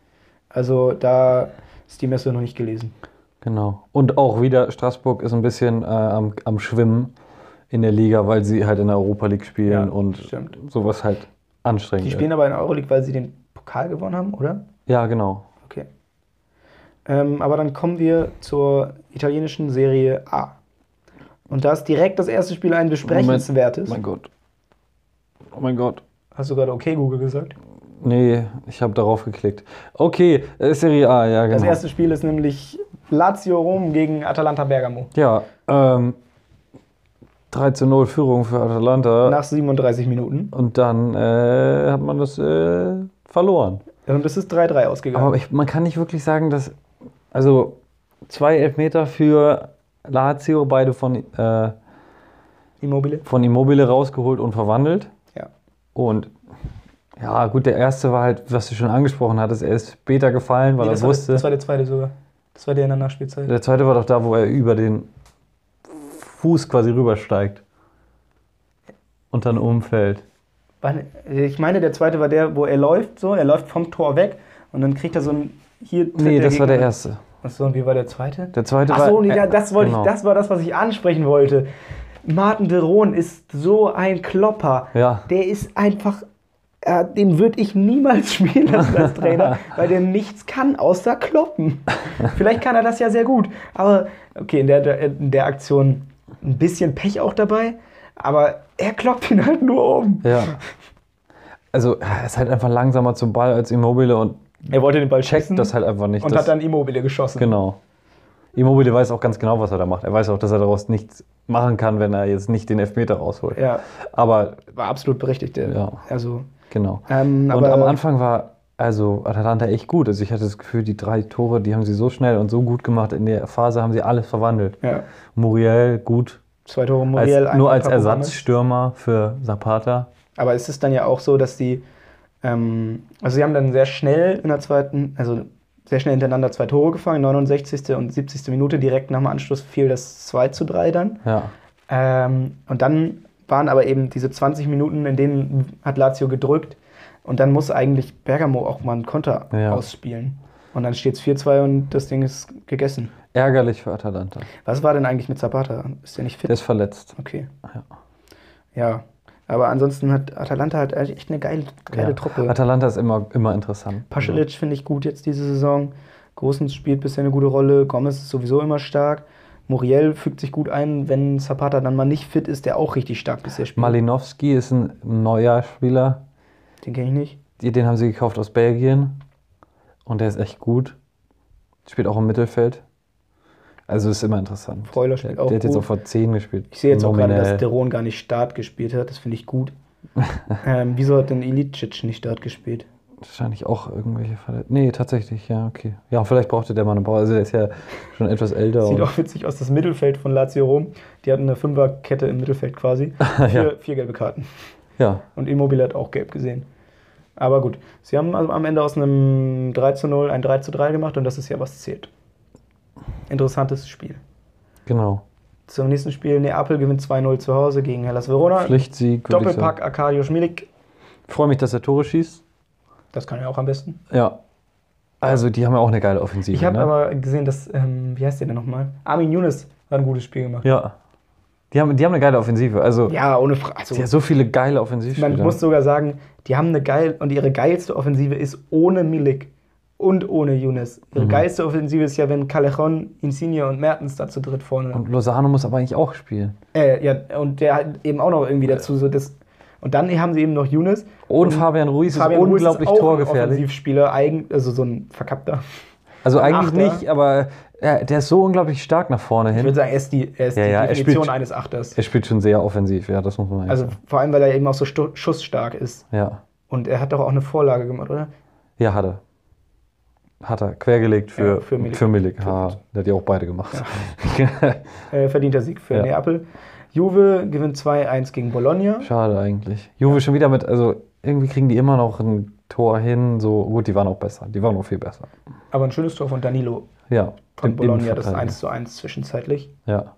S1: Also da ist die Messe noch nicht gelesen.
S2: Genau. Und auch wieder, Straßburg ist ein bisschen äh, am, am Schwimmen in der Liga, weil sie halt in der Europa League spielen
S1: Ja,
S2: und
S1: stimmt.
S2: sowas halt anstrengend
S1: Die spielen
S2: ist.
S1: aber in der Euroleague, weil sie den Pokal gewonnen haben, oder?
S2: Ja, genau.
S1: Okay. Ähm, aber dann kommen wir zur italienischen Serie A. Und da ist direkt das erste Spiel ein besprechenswertes.
S2: Oh mein Gott. Oh mein Gott.
S1: Hast du gerade okay Google gesagt?
S2: Nee, ich habe darauf geklickt. Okay, äh, Serie A, ja, genau.
S1: Das erste Spiel ist nämlich Lazio Rom gegen Atalanta Bergamo.
S2: Ja, ähm, 3 zu 0 Führung für Atalanta.
S1: Nach 37 Minuten.
S2: Und dann äh, hat man das äh, verloren.
S1: Und es ist 3-3 ausgegangen.
S2: Aber ich, man kann nicht wirklich sagen, dass. Also, zwei Elfmeter für Lazio, beide von, äh,
S1: Immobile.
S2: von Immobile rausgeholt und verwandelt.
S1: Ja.
S2: Und ja, gut, der erste war halt, was du schon angesprochen hattest, er ist später gefallen, weil
S1: Nee,
S2: er
S1: das, war,
S2: wusste.
S1: das war der zweite sogar. Das war der in der Nachspielzeit.
S2: der zweite war doch da, wo er über den Fuß quasi rübersteigt. Und dann umfällt.
S1: Wann- Ich meine, der zweite war der, wo er läuft so. Er läuft vom Tor weg und dann kriegt er so ein. Hier tritt
S2: Nee, das war der
S1: Gegner-
S2: erste.
S1: Achso, und wie war der zweite?
S2: Der zweite
S1: Ach so,
S2: war.
S1: nee, da- das, wollte
S2: genau.
S1: ich, das war das, was ich ansprechen wollte. Martin Deron ist so ein Klopper.
S2: Ja.
S1: Der ist einfach, äh, den würde ich niemals [laughs] spielen lassen als Trainer, weil der nichts kann außer kloppen. Vielleicht kann er das ja sehr gut. Aber okay, in der, in der Aktion ein bisschen Pech auch dabei. Aber er kloppt ihn halt nur um.
S2: Ja. Also, er ist halt einfach langsamer zum Ball als Immobile und
S1: Er wollte den Ball
S2: checkt das halt einfach nicht.
S1: Mhm. und
S2: dass-
S1: hat dann Immobile geschossen.
S2: genau. Immobile weiß auch ganz genau, was er da macht. Er weiß auch, dass er daraus nichts machen kann, wenn er jetzt nicht den Elfmeter rausholt.
S1: Ja,
S2: Aber
S1: war absolut berechtigt. Der.
S2: Ja.
S1: Also,
S2: genau.
S1: ähm,
S2: und
S1: aber
S2: am Anfang war also Atalanta echt gut. Also ich hatte das Gefühl, die drei Tore, die haben sie so schnell und so gut gemacht. In der Phase haben sie alles verwandelt.
S1: Ja.
S2: Muriel gut,
S1: Zwei Tore
S2: als,
S1: Muriel, ein
S2: nur als
S1: Papu Gomez.
S2: Ersatzstürmer für Zapata.
S1: Aber es ist dann ja auch so, dass die, ähm, also sie haben dann sehr schnell in der zweiten, also sehr schnell hintereinander zwei Tore gefangen, 69. und 70. Minute, direkt nach dem Anschluss fiel das 2 zu 3 dann.
S2: Ja,
S1: Ähm, und dann waren aber eben diese 20 Minuten, in denen hat Lazio gedrückt und dann muss eigentlich Bergamo auch mal einen Konter
S2: Ja.
S1: ausspielen. Und dann steht es 4-2 und das Ding ist gegessen.
S2: ärgerlich für Atalanta.
S1: Was war denn eigentlich mit Zapata? Ist der nicht fit?
S2: Der ist verletzt.
S1: Okay.
S2: Ja.
S1: Ja. Aber ansonsten hat Atalanta halt echt eine geile, geile
S2: Ja.
S1: Truppe.
S2: Atalanta ist immer, immer interessant.
S1: Paschalic finde ich gut jetzt diese Saison. Großens spielt bisher eine gute Rolle. Gomez ist sowieso immer stark. Muriel fügt sich gut ein, wenn Zapata dann mal nicht fit ist, der auch richtig stark bisher spielt.
S2: Also, Malinowski ist ein neuer Spieler.
S1: Den kenne ich nicht.
S2: Die- Den haben sie gekauft aus Belgien. Und der ist echt gut. Spielt auch im Mittelfeld. Also ist immer interessant.
S1: Freuler
S2: Der,
S1: spielt
S2: der
S1: auch
S2: hat jetzt
S1: gut.
S2: auf vor 10 gespielt.
S1: ich sehe jetzt auch gerade, dass
S2: Nominell.
S1: Deron gar nicht Start gespielt hat. Das finde ich
S2: [laughs]
S1: gut. ähm, wieso hat denn Ilicic nicht Start gespielt?
S2: Wahrscheinlich auch irgendwelche Verletzungen. Nee, tatsächlich, ja, okay. Ja, vielleicht brauchte der mal eine Pause. Also der ist ja schon etwas älter.
S1: Sieht
S2: und-
S1: auch witzig aus, das Mittelfeld von Lazio Rom. Die hatten eine Fünferkette im Mittelfeld
S2: [laughs]
S1: quasi. Vier, vier gelbe Karten.
S2: ja,
S1: Und Immobile hat auch gelb gesehen. Aber gut, sie haben also am Ende aus einem 3 zu 0 ein 3 zu 3 gemacht und das ist ja was zählt. Interessantes Spiel.
S2: genau.
S1: Zum nächsten Spiel, Neapel gewinnt 2-0 zu Hause gegen Hellas Verona.
S2: Pflichtsieg. würd ich sagen.
S1: Doppelpack Arkadio Schmilik,
S2: Ich freue mich, dass er Tore schießt.
S1: das kann er auch am besten.
S2: Ja. Also, die haben ja auch eine geile Offensive.
S1: Ich habe
S2: ne?
S1: aber gesehen, dass, ähm, wie heißt der denn nochmal? Armin Younes hat ein gutes Spiel gemacht.
S2: Ja. Die haben, die haben eine geile Offensive. Also,
S1: Ja, ohne Frage. Also,
S2: die hat so viele geile Offensivspieler.
S1: man muss sogar sagen, die haben eine geil und ihre geilste Offensive ist ohne Milik und ohne Younes. Ihre
S2: Mhm.
S1: geilste Offensive ist ja, wenn Callejon, Insigne und Mertens da zu dritt vorne.
S2: und Lozano muss aber eigentlich auch spielen.
S1: äh, ja, und der hat eben auch noch
S2: Äh.
S1: irgendwie dazu so das. Und dann haben sie eben noch Younes.
S2: Und
S1: Und
S2: Fabian Ruiz
S1: Fabian
S2: ist
S1: Ruiz
S2: unglaublich
S1: auch ein
S2: torgefährlich.
S1: Offensivspieler, eigen- also so ein verkappter.
S2: Also eigentlich
S1: Achter.
S2: nicht, aber er, der ist so unglaublich stark nach vorne
S1: Ich
S2: hin.
S1: würde sagen, er ist die, er ist
S2: Ja,
S1: die
S2: ja, er
S1: Definition
S2: spielt-
S1: eines Achters.
S2: Er spielt schon sehr offensiv, ja, das muss man eigentlich
S1: Also
S2: sagen.
S1: vor allem, weil er eben auch so stu- schussstark ist.
S2: Ja.
S1: Und er hat doch auch eine Vorlage gemacht, oder?
S2: ja, hat er. Hat er quergelegt für,
S1: Ja, für
S2: für Milik.
S1: Milik.
S2: Für Ha, der hat die auch beide gemacht. [laughs]
S1: Äh, verdienter Sieg für
S2: Ja.
S1: Neapel. Juve gewinnt 2-1 gegen Bologna.
S2: Schade eigentlich. Juve schon wieder mit, also irgendwie kriegen die immer noch einen Tor hin, so gut, die waren auch besser, die waren auch viel besser.
S1: Aber ein schönes Tor von Danilo
S2: Ja,
S1: von
S2: dem
S1: Bologna, das
S2: Innenverteidiger.
S1: 1 zu 1 zwischenzeitlich.
S2: Ja,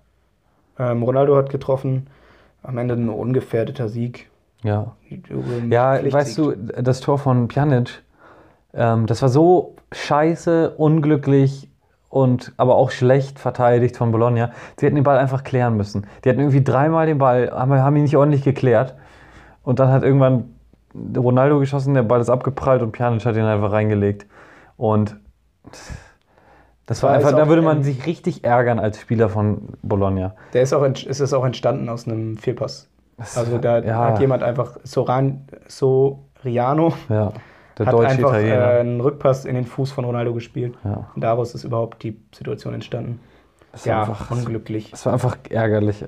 S1: Ähm, Ronaldo hat getroffen, am Ende ein ungefährdeter Sieg.
S2: ja.
S1: Ein
S2: Ja,
S1: Pflichtsieg.
S2: weißt du, das Tor von Pjanic, ähm, das war so scheiße, unglücklich und aber auch schlecht verteidigt von Bologna. Sie hätten den Ball einfach klären müssen. Die hatten irgendwie dreimal den Ball, haben, haben ihn nicht ordentlich geklärt. Und dann hat irgendwann Ronaldo geschossen, der Ball ist abgeprallt und Pjanic hat ihn einfach reingelegt. Und das war
S1: Da ist
S2: einfach, da
S1: auch
S2: würde man
S1: ein-
S2: sich richtig ärgern als Spieler von Bologna.
S1: Der ist auch, ent- ist es auch entstanden aus einem Vierpass.
S2: Das-
S1: Also da
S2: ja,
S1: hat jemand einfach Soran, Soriano
S2: ja, der
S1: hat
S2: deutsche
S1: einfach
S2: Italiener.
S1: äh, einen Rückpass in den Fuß von Ronaldo gespielt.
S2: ja,
S1: Und daraus ist überhaupt die Situation entstanden.
S2: das war
S1: Ja,
S2: einfach-
S1: unglücklich.
S2: Es war einfach ärgerlich.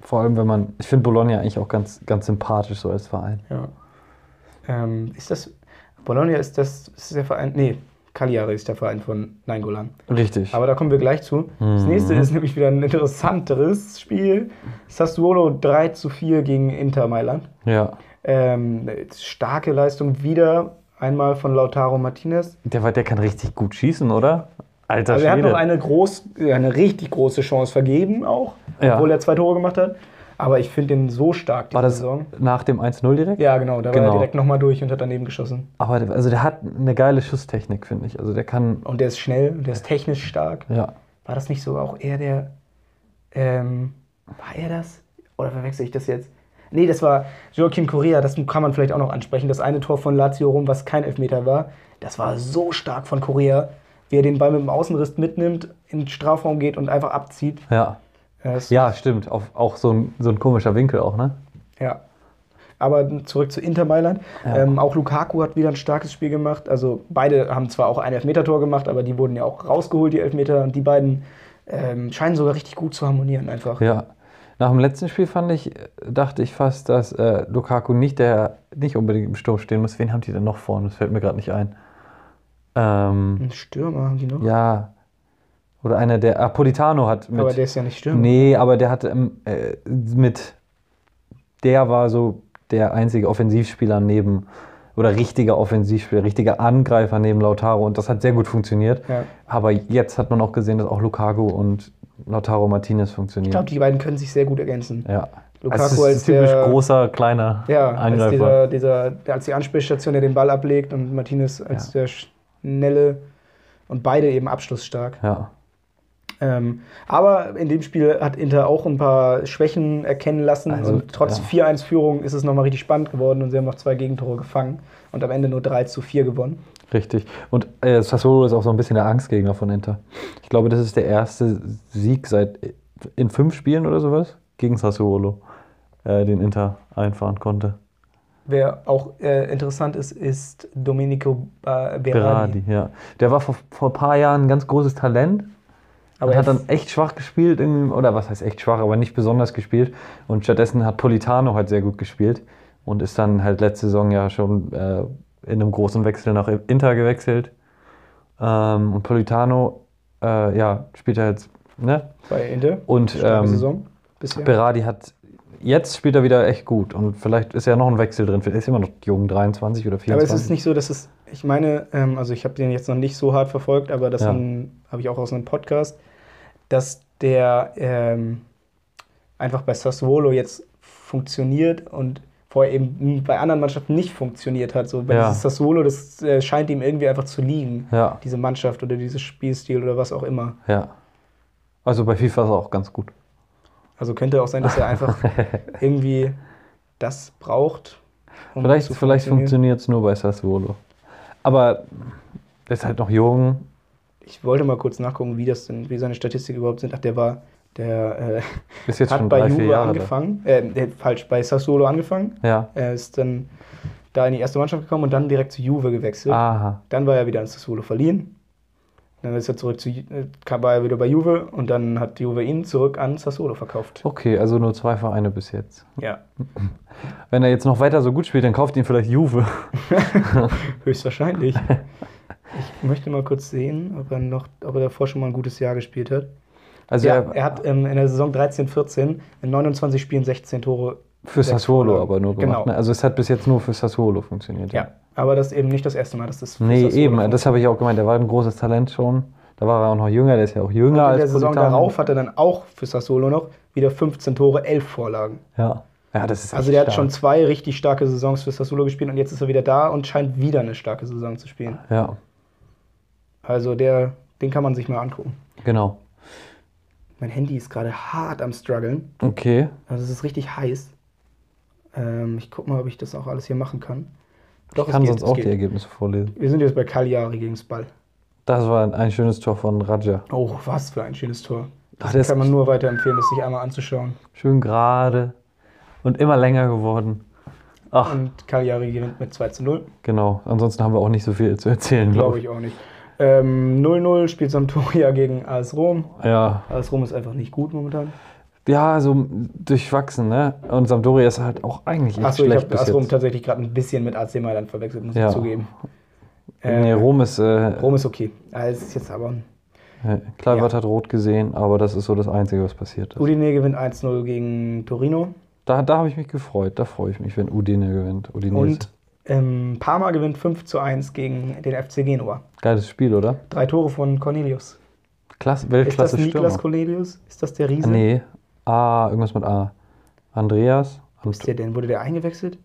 S2: Vor allem, wenn man. Ich finde Bologna eigentlich auch ganz, ganz sympathisch so als Verein.
S1: Ja. Ähm, ist das. Bologna ist das ist der Verein. Nee, Cagliari ist der Verein von Nainggolan.
S2: Richtig.
S1: Aber da kommen wir gleich zu. Das
S2: Mhm.
S1: nächste ist nämlich wieder ein interessanteres Spiel. Sassuolo 3 zu 4 gegen Inter Mailand.
S2: ja.
S1: Ähm, starke Leistung wieder einmal von Lautaro Martinez.
S2: Der, war- der kann richtig gut schießen, oder? Alter
S1: Also er hat
S2: Schwede.
S1: noch eine, groß, eine richtig große Chance vergeben auch,
S2: Ja.
S1: obwohl er zwei Tore gemacht hat. Aber ich finde den so stark, die
S2: war das
S1: Saison.
S2: nach dem 1-0 direkt?
S1: Ja, genau. Da war
S2: Genau.
S1: er direkt nochmal durch und hat daneben geschossen.
S2: Aber der- also der hat eine geile Schusstechnik, finde ich. Also der kann.
S1: Und der ist schnell, und der ist technisch stark.
S2: Ja.
S1: War das nicht sogar auch eher der. Ähm, war er das? Oder verwechsel ich das jetzt? Nee, das war Joaquim Correa, das kann man vielleicht auch noch ansprechen. Das eine Tor von Lazio rum, was kein Elfmeter war, das war so stark von Correa, wie er den Ball mit dem Außenriss mitnimmt, in den Strafraum geht und einfach abzieht.
S2: Ja.
S1: Das,
S2: Ja, stimmt. Auf, auch so ein, so ein komischer Winkel auch, ne?
S1: ja. Aber zurück zu Inter Mailand. Ähm, auch Lukaku hat wieder ein starkes Spiel gemacht. Also beide haben zwar auch ein Elfmetertor gemacht, aber die wurden ja auch rausgeholt, die Elfmeter. Und die beiden ähm, scheinen sogar richtig gut zu harmonieren einfach.
S2: Ja. Nach dem letzten Spiel fand ich, dachte ich fast, dass äh, Lukaku nicht der nicht unbedingt im Sturm stehen muss. Wen haben die denn noch vorne? Das fällt mir gerade nicht ein. Ähm,
S1: Ein Stürmer genau. haben die noch.
S2: Ja. Oder einer der. Ah, Politano hat mit.
S1: aber der ist ja nicht Stürmer.
S2: nee, aber der hat ähm, äh, mit. Der war so der einzige Offensivspieler neben. Oder richtiger Offensivspieler, richtiger Angreifer neben Lautaro. Und das hat sehr gut funktioniert.
S1: Ja.
S2: Aber jetzt hat man auch gesehen, dass auch Lukaku und Lautaro Martinez
S1: Ich
S2: funktionieren.
S1: glaube, die beiden können sich sehr gut ergänzen.
S2: ja. Also
S1: Lukaku
S2: es ist
S1: als
S2: typisch
S1: der-
S2: großer, kleiner
S1: Ja, als,
S2: Angreifer.
S1: dieser, dieser, als die Ansprechstation, der den Ball ablegt und Martinez als der schnelle und beide eben abschlussstark.
S2: Ja.
S1: Ähm, aber in dem Spiel hat Inter auch ein paar Schwächen erkennen lassen.
S2: Also,
S1: und trotz
S2: ja.
S1: 4-1-Führung ist es nochmal richtig spannend geworden und sie haben noch zwei Gegentore gefangen und am Ende nur 3 zu 4 gewonnen.
S2: Richtig. Und äh, Sassuolo ist auch so ein bisschen der Angstgegner von Inter. Ich glaube, das ist der erste Sieg seit äh, in fünf Spielen oder sowas gegen Sassuolo, äh, den Inter einfahren konnte.
S1: Wer auch äh, interessant ist, ist Domenico äh, Berardi.
S2: Berardi, ja. Der war vor, vor ein paar Jahren ein ganz großes Talent.
S1: Aber
S2: hat
S1: er
S2: dann echt schwach gespielt, irgendwie, oder was heißt echt schwach, aber nicht besonders gespielt. Und stattdessen hat Politano halt sehr gut gespielt und ist dann halt letzte Saison ja schon äh, in einem großen Wechsel nach Inter gewechselt. Ähm, und Politano, äh, ja, spielt er jetzt, ne?
S1: bei Inter.
S2: Und
S1: Starke
S2: ähm,
S1: Saison bisher.
S2: Berardi hat, jetzt spielt er wieder echt gut und vielleicht ist ja noch ein Wechsel drin. Er ist immer noch jung, 23 oder 24.
S1: Aber es ist nicht so, dass es, ich meine, ähm, also ich habe den jetzt noch nicht so hart verfolgt, aber das
S2: Ja.
S1: habe ich auch aus einem Podcast, dass der ähm, einfach bei Sassuolo jetzt funktioniert und vorher eben bei anderen Mannschaften nicht funktioniert hat. So bei
S2: Ja.
S1: dieses Sassuolo, das äh, scheint ihm irgendwie einfach zu liegen,
S2: ja,
S1: diese Mannschaft oder dieses Spielstil oder was auch immer.
S2: ja. Also bei FIFA ist er auch ganz gut.
S1: Also könnte auch sein, dass er
S2: [laughs]
S1: einfach irgendwie das braucht. um
S2: Vielleicht,
S1: zu
S2: vielleicht
S1: funktionieren.
S2: funktioniert es nur bei Sassuolo. Aber er ist halt noch jung.
S1: Ich wollte mal kurz nachgucken, wie das denn, wie seine Statistiken überhaupt sind. Ach, der war, der äh,
S2: Ist jetzt schon
S1: hat
S2: drei,
S1: bei
S2: vier
S1: Juve
S2: Jahre.
S1: angefangen. Äh, nee, falsch, bei Sassuolo angefangen.
S2: da.
S1: Er ist dann da in die erste Mannschaft gekommen und dann direkt zu Juve gewechselt.
S2: Ja. Aha.
S1: Dann war er wieder an Sassuolo verliehen. Dann ist er zurück zu, Ju- äh, kam- war er wieder bei Juve und dann hat Juve ihn zurück an Sassuolo verkauft.
S2: Okay, also nur zwei Vereine bis jetzt.
S1: Ja,
S2: Wenn er jetzt noch weiter so gut spielt, dann kauft ihn vielleicht Juve. [laughs]
S1: höchstwahrscheinlich. ich möchte mal kurz sehen, ob er noch, ob er davor schon mal ein gutes Jahr gespielt hat.
S2: Also
S1: Ja,
S2: er,
S1: er hat ähm, in der Saison 13-14 in 29 Spielen 16 Tore
S2: für
S1: sechs
S2: Sassuolo
S1: Vorlagen.
S2: aber nur gemacht.
S1: Genau.
S2: Ne? Also es hat bis jetzt nur für Sassuolo funktioniert.
S1: Ja. Aber das ist eben nicht das erste Mal, dass das.
S2: Nee,
S1: dass das so
S2: eben,
S1: davon-
S2: das habe ich auch gemeint. Der war ein großes Talent schon. Da war er auch noch jünger, der ist ja auch
S1: Und
S2: jünger
S1: in
S2: als
S1: der Saison
S2: Politano.
S1: darauf hat er dann auch für Sassuolo noch wieder 15 Tore, 11 Vorlagen.
S2: Ja. ja, das ist
S1: Also
S2: echt
S1: der hat
S2: stark.
S1: schon zwei richtig starke Saisons für Sassuolo gespielt und jetzt ist er wieder da und scheint wieder eine starke Saison zu spielen.
S2: Ja,
S1: Also der, den kann man sich mal angucken.
S2: genau.
S1: Mein Handy ist gerade hart am struggeln.
S2: Okay.
S1: Also es ist richtig heiß. Ähm, ich guck mal, ob ich das auch alles hier machen kann.
S2: ich kann sonst auch die Ergebnisse vorlesen.
S1: Wir sind jetzt bei Cagliari gegen das Ball.
S2: Das war ein, ein schönes Tor von Raja.
S1: Oh, was für ein schönes Tor.
S2: Ach,
S1: Das
S2: der ist-
S1: kann man nur weiterempfehlen, das sich einmal anzuschauen.
S2: Schön gerade und immer länger geworden. Ach,
S1: Und Cagliari gewinnt mit 2 zu 0.
S2: genau. Ansonsten haben wir auch nicht so viel zu erzählen,
S1: Glaube
S2: glaube
S1: ich auch nicht. Ähm, 0-0 spielt Sampdoria gegen AS Rom.
S2: ich. Ja.
S1: AS Rom ist einfach nicht gut momentan.
S2: Ja, so durchwachsen, ne? Und Sampdoria ist halt auch eigentlich echt
S1: Achso, ich
S2: schlecht
S1: habe
S2: bis
S1: AS
S2: jetzt.
S1: Rom tatsächlich gerade ein bisschen mit AC Mailand verwechselt, muss
S2: Ja.
S1: ich zugeben. Äh,
S2: nee, Rom ist, äh,
S1: Rom ist okay. Ah, Es ist jetzt aber ein
S2: äh, Kluivert hat rot gesehen, aber das ist so das Einzige, was passiert ist.
S1: Udine gewinnt 1-0 gegen Torino.
S2: Da, da habe ich mich gefreut, da freue ich mich, wenn Udine gewinnt. Udine
S1: Und ähm, Parma gewinnt 5 zu 1 gegen den FC Genua.
S2: geiles Spiel, oder?
S1: Drei Tore von Cornelius.
S2: Klasse,
S1: Ist das
S2: Weltklasse
S1: Niklas
S2: Stürmer. Ah,
S1: Cornelius? Ist das der Riese?
S2: Nee, A, irgendwas mit A. Andreas.
S1: Ist der denn? Wurde der eingewechselt?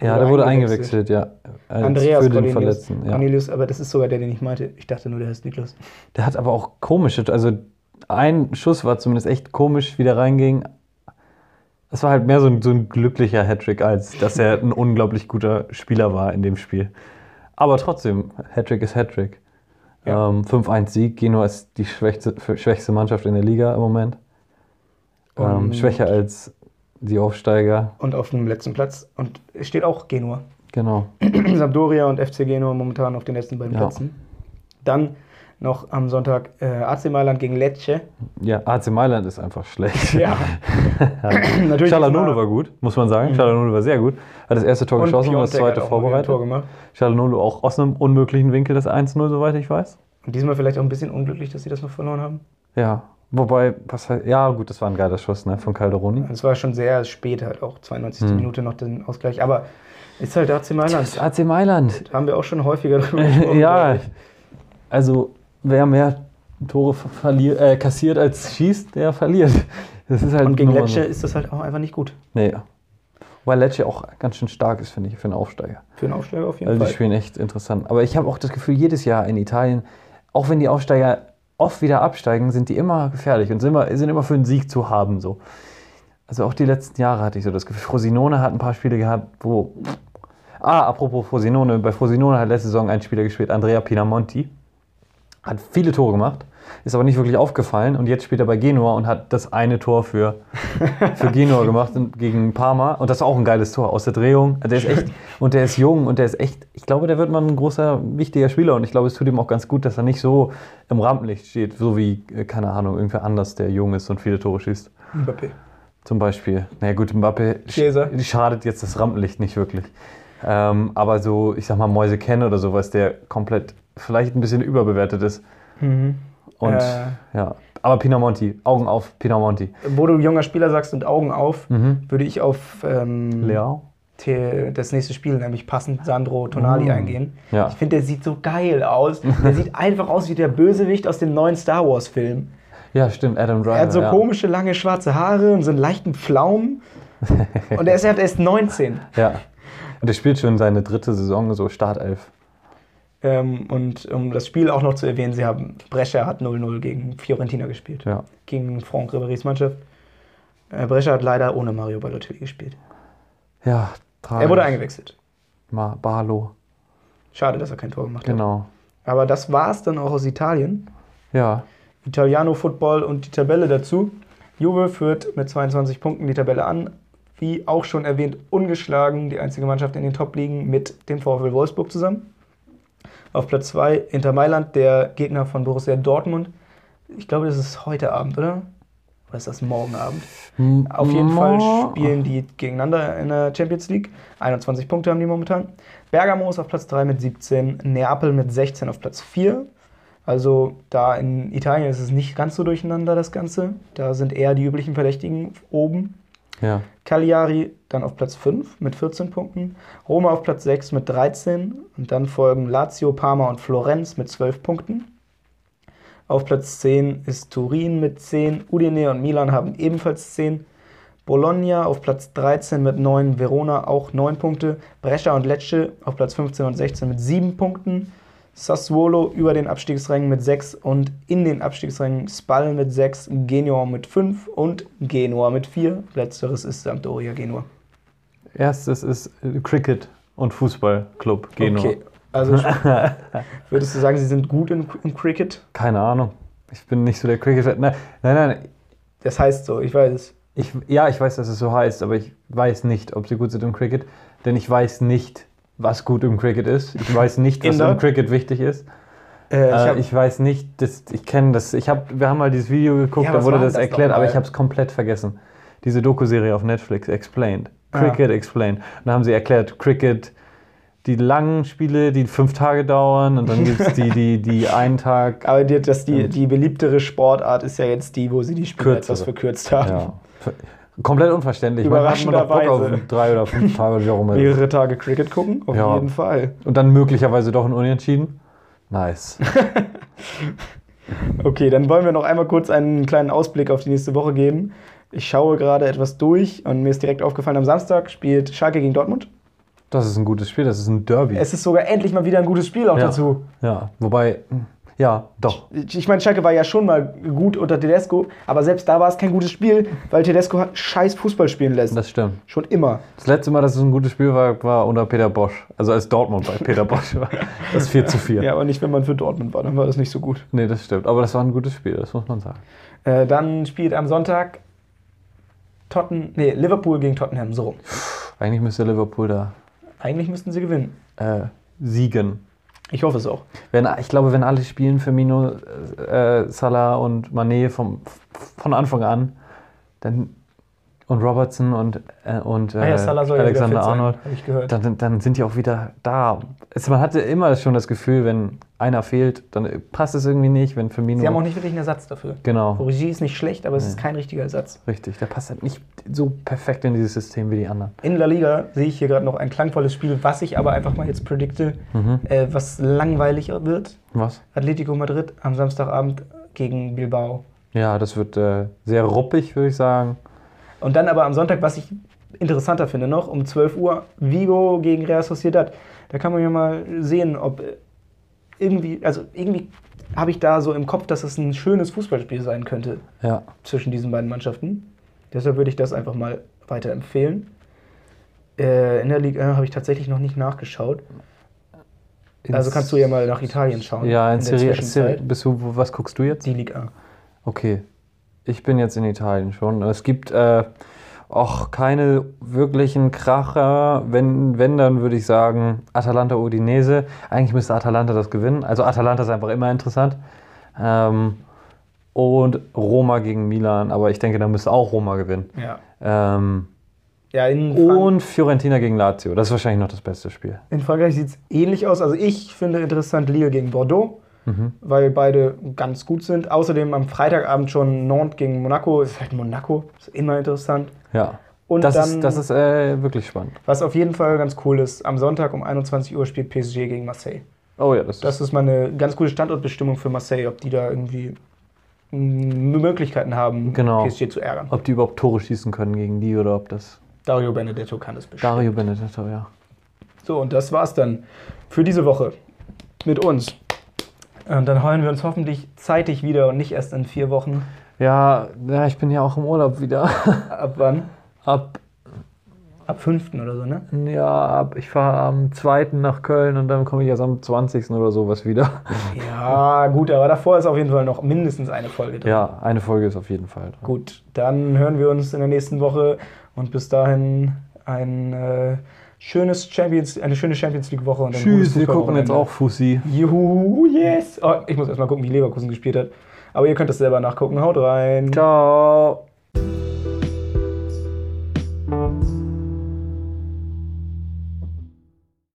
S2: ja, der wurde eingewechselt, ja. Als
S1: Andreas
S2: für den
S1: Cornelius.
S2: Verletzten, ja.
S1: Cornelius, aber das ist sogar der, den ich meinte. Ich dachte nur, der heißt Niklas.
S2: Der hat aber auch komische, also ein Schuss war zumindest echt komisch, wie der reinging. Es war halt mehr so ein, so ein glücklicher Hattrick, als dass er ein unglaublich guter Spieler war in dem Spiel. Aber trotzdem, Hattrick ist Hattrick.
S1: Ja.
S2: Ähm, 5-1-Sieg, Genua ist die schwächste, schwächste Mannschaft in der Liga im Moment. Ähm,
S1: Und-
S2: schwächer als die Aufsteiger,
S1: Und auf dem letzten Platz. Und es steht auch Genua.
S2: genau.
S1: [clears throat] Sampdoria und FC Genua momentan auf den letzten beiden
S2: Ja.
S1: Plätzen. Dann noch am Sonntag äh, AC Mailand gegen Lecce.
S2: Ja, AC Mailand ist
S1: [clears throat]
S2: einfach schlecht.
S1: Ja. Natürlich. Mhm.
S2: Chalanolo war gut, muss man sagen. Chalanolo war sehr gut. Hat das erste Tor
S1: und
S2: geschossen und das
S1: Piontek
S2: zweite
S1: hat auch mal wieder ein Tor
S2: vorbereitet.
S1: gemacht.
S2: Chalanolo auch aus einem unmöglichen Winkel das 1-0, soweit ich weiß.
S1: Und diesmal vielleicht auch ein bisschen unglücklich, dass sie das noch verloren haben.
S2: Ja, wobei, was heißt, ja gut, das war ein geiler Schuss ne, von Calderoni.
S1: Es war schon sehr spät, halt auch 92.
S2: Hm.
S1: Minute noch den Ausgleich. Aber ist halt AC Mailand.
S2: Das AC
S1: [laughs]
S2: Mailand.
S1: Da haben wir auch schon häufiger drüber gesprochen.
S2: [laughs] ja,
S1: glaub ich.
S2: also wer mehr Tore verliert, äh, kassiert als schießt, der verliert. Das ist halt
S1: Und gegen
S2: nur mal so.
S1: Lecce ist das halt auch einfach nicht gut.
S2: Nee, weil Lecce auch ganz schön stark ist, finde ich, für einen Aufsteiger.
S1: Für einen Aufsteiger auf jeden
S2: Also die
S1: Fall.
S2: spielen echt interessant. Aber ich habe auch das Gefühl, jedes Jahr in Italien, auch wenn die Aufsteiger oft wieder absteigen, sind die immer gefährlich und sind immer, sind immer für einen Sieg zu haben. So. Also auch die letzten Jahre hatte ich so das Gefühl. Frosinone hat ein paar Spiele gehabt, wo. Ah, apropos Frosinone, bei Frosinone hat letzte Saison ein Spieler gespielt, Andrea Pinamonti. Hat viele Tore gemacht, ist aber nicht wirklich aufgefallen und jetzt spielt er bei Genua und hat das eine Tor für, für Genua gemacht und gegen Parma und das war auch ein geiles Tor aus der Drehung. Also der ist echt und der ist jung und der ist echt, ich glaube, der wird mal ein großer, wichtiger Spieler und ich glaube, es tut ihm auch ganz gut, dass er nicht so im Rampenlicht steht, so wie, äh, keine Ahnung, irgendwer anders, der jung ist und viele Tore schießt.
S1: Mbappé.
S2: Zum Beispiel. Na ja, gut, Mbappe
S1: Chiesa.
S2: sch schadet jetzt das Rampenlicht nicht wirklich. Ähm, aber so, ich sag mal, Moise Ken oder sowas, der komplett vielleicht ein bisschen überbewertet ist. Und
S1: Äh.
S2: ja. Aber Pinamonti, Augen auf, Pinamonti.
S1: Wo du junger Spieler sagst und Augen auf,
S2: Mhm.
S1: würde ich auf ähm,
S2: Leao?
S1: Te- das nächste Spiel, nämlich passend Sandro Tonali eingehen.
S2: Oh. Ja.
S1: Ich finde, der sieht so geil aus. Der
S2: [laughs]
S1: sieht einfach aus wie der Bösewicht aus dem neuen Star Wars-Film.
S2: Ja, stimmt, Adam Driver.
S1: Er hat so
S2: ja.
S1: komische, lange, schwarze Haare und so einen leichten
S2: [laughs]
S1: Pflaumen. und er ist halt erst 19.
S2: Ja. Und der spielt schon seine dritte Saison, so Startelf.
S1: Ähm, und um das Spiel auch noch zu erwähnen, sie haben, Brescia hat 0-0 gegen Fiorentina gespielt.
S2: Ja.
S1: Gegen Franck Ribery's Mannschaft. Äh, Brescia hat leider ohne Mario Balotelli gespielt.
S2: Ah, Ja, tragisch.
S1: Er wurde eingewechselt.
S2: Ma- Barlo,
S1: Schade, dass er kein Tor gemacht hat.
S2: genau.
S1: Aber das war's dann auch aus Italien.
S2: Ja,
S1: Italiano Football und die Tabelle dazu. Juve führt mit 22 Punkten die Tabelle an. Wie auch schon erwähnt, ungeschlagen, die einzige Mannschaft in den Top-Ligen mit dem VfL Wolfsburg zusammen. Auf Platz 2 Inter Mailand, der Gegner von Borussia Dortmund. Ich glaube, das ist heute Abend, oder? Oder ist das morgen Abend? Auf jeden Fall spielen die gegeneinander in der Champions League. 21 Punkte haben die momentan. Bergamo ist auf Platz 3 mit 17, Neapel mit 16 auf Platz 4. Also da in Italien ist es nicht ganz so durcheinander das Ganze. Da sind eher die üblichen Verdächtigen oben.
S2: Ja.
S1: Cagliari dann auf Platz 5 mit 14 Punkten, Roma auf Platz 6 mit 13 und dann folgen Lazio, Parma und Florenz mit 12 Punkten. Auf Platz 10 ist Turin mit 10, Udine und Milan haben ebenfalls 10. Bologna auf Platz 13 mit 9, Verona auch 9 Punkte, Brescia und Lecce auf Platz 15 und 16 mit 7 Punkten, Sassuolo über den Abstiegsrängen mit 6 und in den Abstiegsrängen Spal mit 6, Genua mit 5 und Genua mit 4. Letzteres ist Sampdoria Genua.
S2: Erstes ist äh, Cricket und Fußballclub Genua.
S1: Okay, also
S2: [laughs]
S1: würdest du sagen, sie sind gut im, im Cricket?
S2: Keine Ahnung. Ich bin nicht so der Cricket-Fan. Nein, nein, nein.
S1: Das heißt so, ich weiß es.
S2: Ich, ja, ich weiß, dass es so heißt, aber ich weiß nicht, ob sie gut sind im Cricket, denn ich weiß nicht, was gut im Cricket ist. Ich weiß nicht, was
S1: Inder?
S2: im Cricket wichtig ist.
S1: Äh, ich
S2: Äh,
S1: hab-
S2: ich, weiß nicht, das, ich kenne das. Ich hab, wir haben mal dieses Video geguckt,
S1: Ja,
S2: da
S1: was
S2: wurde
S1: war
S2: das
S1: das
S2: erklärt,
S1: nochmal?
S2: aber ich habe es komplett vergessen. Diese Doku-Serie auf Netflix, Explained.
S1: Ah.
S2: Cricket Explained. Und da haben sie erklärt, Cricket, die langen Spiele, die fünf Tage dauern und dann gibt es die, die, die
S1: [laughs]
S2: einen Tag.
S1: aber die, das, die, die beliebtere Sportart ist ja jetzt die, wo sie die Spiele
S2: Kürzere.
S1: etwas verkürzt haben.
S2: Ja. Komplett unverständlich. Manchmal hat man doch Bock
S1: Überraschenderweise.
S2: auf drei oder fünf Tage, wie auch immer.
S1: Mehrere Tage Cricket gucken? Auf
S2: Ja.
S1: jeden Fall.
S2: Und dann möglicherweise doch ein Unentschieden. Nice.
S1: Okay, dann wollen wir noch einmal kurz einen kleinen Ausblick auf die nächste Woche geben. Ich schaue gerade etwas durch und mir ist direkt aufgefallen, am Samstag spielt Schalke gegen Dortmund.
S2: Das ist ein gutes Spiel, das ist ein Derby.
S1: Es ist sogar endlich mal wieder ein gutes Spiel auch
S2: ja.
S1: dazu.
S2: Ja, wobei, ja, doch.
S1: Ich meine, Schalke war ja schon mal gut unter Tedesco, aber selbst da war es kein gutes Spiel, weil Tedesco hat scheiß Fußball spielen lässt.
S2: Das stimmt.
S1: schon immer.
S2: Das letzte Mal, dass es ein gutes Spiel war, war unter Peter Bosch. Also als Dortmund bei Peter Bosch war. Das 4 zu
S1: [laughs]
S2: 4.
S1: Ja, aber nicht, wenn man für Dortmund war, dann war das nicht so gut.
S2: Nee, das stimmt. Aber das war ein gutes Spiel, das muss man sagen.
S1: Äh, dann spielt am Sonntag Totten, nee, Liverpool gegen Tottenham, so rum.
S2: Eigentlich müsste Liverpool da
S1: Eigentlich müssten sie gewinnen.
S2: äh, siegen.
S1: Ich hoffe es auch.
S2: Wenn, ich glaube, wenn alle spielen, Firmino, äh, Salah und Mané vom, von Anfang an, dann und Robertson und, äh, und äh,
S1: Ah ja, Salah soll ja wieder
S2: Alexander
S1: fit sein,
S2: Arnold,
S1: hab ich gehört.
S2: Dann, dann sind die auch wieder da. Es, man hatte immer schon das Gefühl, wenn einer fehlt, dann passt es irgendwie nicht. Wenn Firmino.
S1: Sie haben auch nicht wirklich einen Ersatz dafür.
S2: genau.
S1: Origi ist nicht schlecht, aber es ist kein richtiger Ersatz.
S2: Richtig, der passt halt nicht so perfekt in dieses System wie die anderen.
S1: In La Liga sehe ich hier gerade noch ein klangvolles Spiel, was ich aber einfach mal jetzt predikte, äh, was langweilig wird.
S2: Was?
S1: Atletico Madrid am Samstagabend gegen Bilbao.
S2: Ja, das wird äh, sehr ruppig, würde ich sagen.
S1: Und dann aber am Sonntag, was ich interessanter finde noch, um 12 Uhr Vigo gegen Real Sociedad. Da kann man ja mal sehen, ob äh, irgendwie, also irgendwie habe ich da so im Kopf, dass es ein schönes Fußballspiel sein könnte
S2: Ja.
S1: zwischen diesen beiden Mannschaften. Deshalb würde ich das einfach mal weiterempfehlen. Äh, in der Liga habe ich tatsächlich noch nicht nachgeschaut. Also kannst du ja mal nach Italien schauen.
S2: Ja, in,
S1: der
S2: Serie, Serie
S1: Zwischenzeit.
S2: bist du, was guckst du jetzt?
S1: Die Liga.
S2: Okay. Ich bin jetzt in Italien schon. Es gibt äh, auch keine wirklichen Kracher. Wenn, wenn dann würde ich sagen, Atalanta Udinese. Eigentlich müsste Atalanta das gewinnen. Also Atalanta ist einfach immer interessant. Ähm, und Roma gegen Milan, aber ich denke, da müsste auch Roma gewinnen.
S1: Ja.
S2: Ähm,
S1: Ja, in, Fran
S2: Und Fiorentina gegen Lazio. Das ist wahrscheinlich noch das beste Spiel.
S1: in Frankreich sieht es ähnlich aus. Also ich finde interessant Lille gegen Bordeaux,
S2: Mhm.
S1: weil beide ganz gut sind. Außerdem am Freitagabend schon Nantes gegen Monaco. Ist halt Monaco, ist immer interessant.
S2: Ja.
S1: Und
S2: das,
S1: dann,
S2: ist, das ist äh, wirklich spannend.
S1: was auf jeden Fall ganz cool ist, am Sonntag um 21 Uhr spielt PSG gegen Marseille.
S2: Oh ja, das,
S1: Das ist mal eine ganz gute Standortbestimmung für Marseille, ob die da irgendwie mm, Möglichkeiten haben,
S2: Genau.
S1: PSG zu ärgern.
S2: Ob die überhaupt Tore schießen können gegen die oder ob das.
S1: Dario Benedetto kann das bestimmt.
S2: Dario Benedetto, ja.
S1: So, und das war's dann für diese Woche mit uns. Und dann heulen wir uns hoffentlich zeitig wieder und nicht erst in vier Wochen.
S2: Ja, ja ich bin ja auch im Urlaub wieder. [laughs]
S1: Ab wann?
S2: Ab,
S1: Ab 5. oder so, ne?
S2: ja, ab, ich fahre am 2. nach Köln und dann komme ich erst am 20. oder sowas wieder. [laughs]
S1: Ja, gut, aber davor ist auf jeden Fall noch mindestens eine Folge drin.
S2: Ja, eine Folge ist auf jeden Fall dran.
S1: Gut, dann hören wir uns in der nächsten Woche und bis dahin ein äh, schönes Champions, eine schöne Champions League Woche und ein gutes
S2: Tschüss, wir gucken jetzt
S1: Fußballwochenende.
S2: auch Fussi.
S1: Juhu, yes! Oh, ich muss erstmal gucken, wie Leverkusen gespielt hat. Aber ihr könnt das selber nachgucken. Haut rein.
S2: Ciao.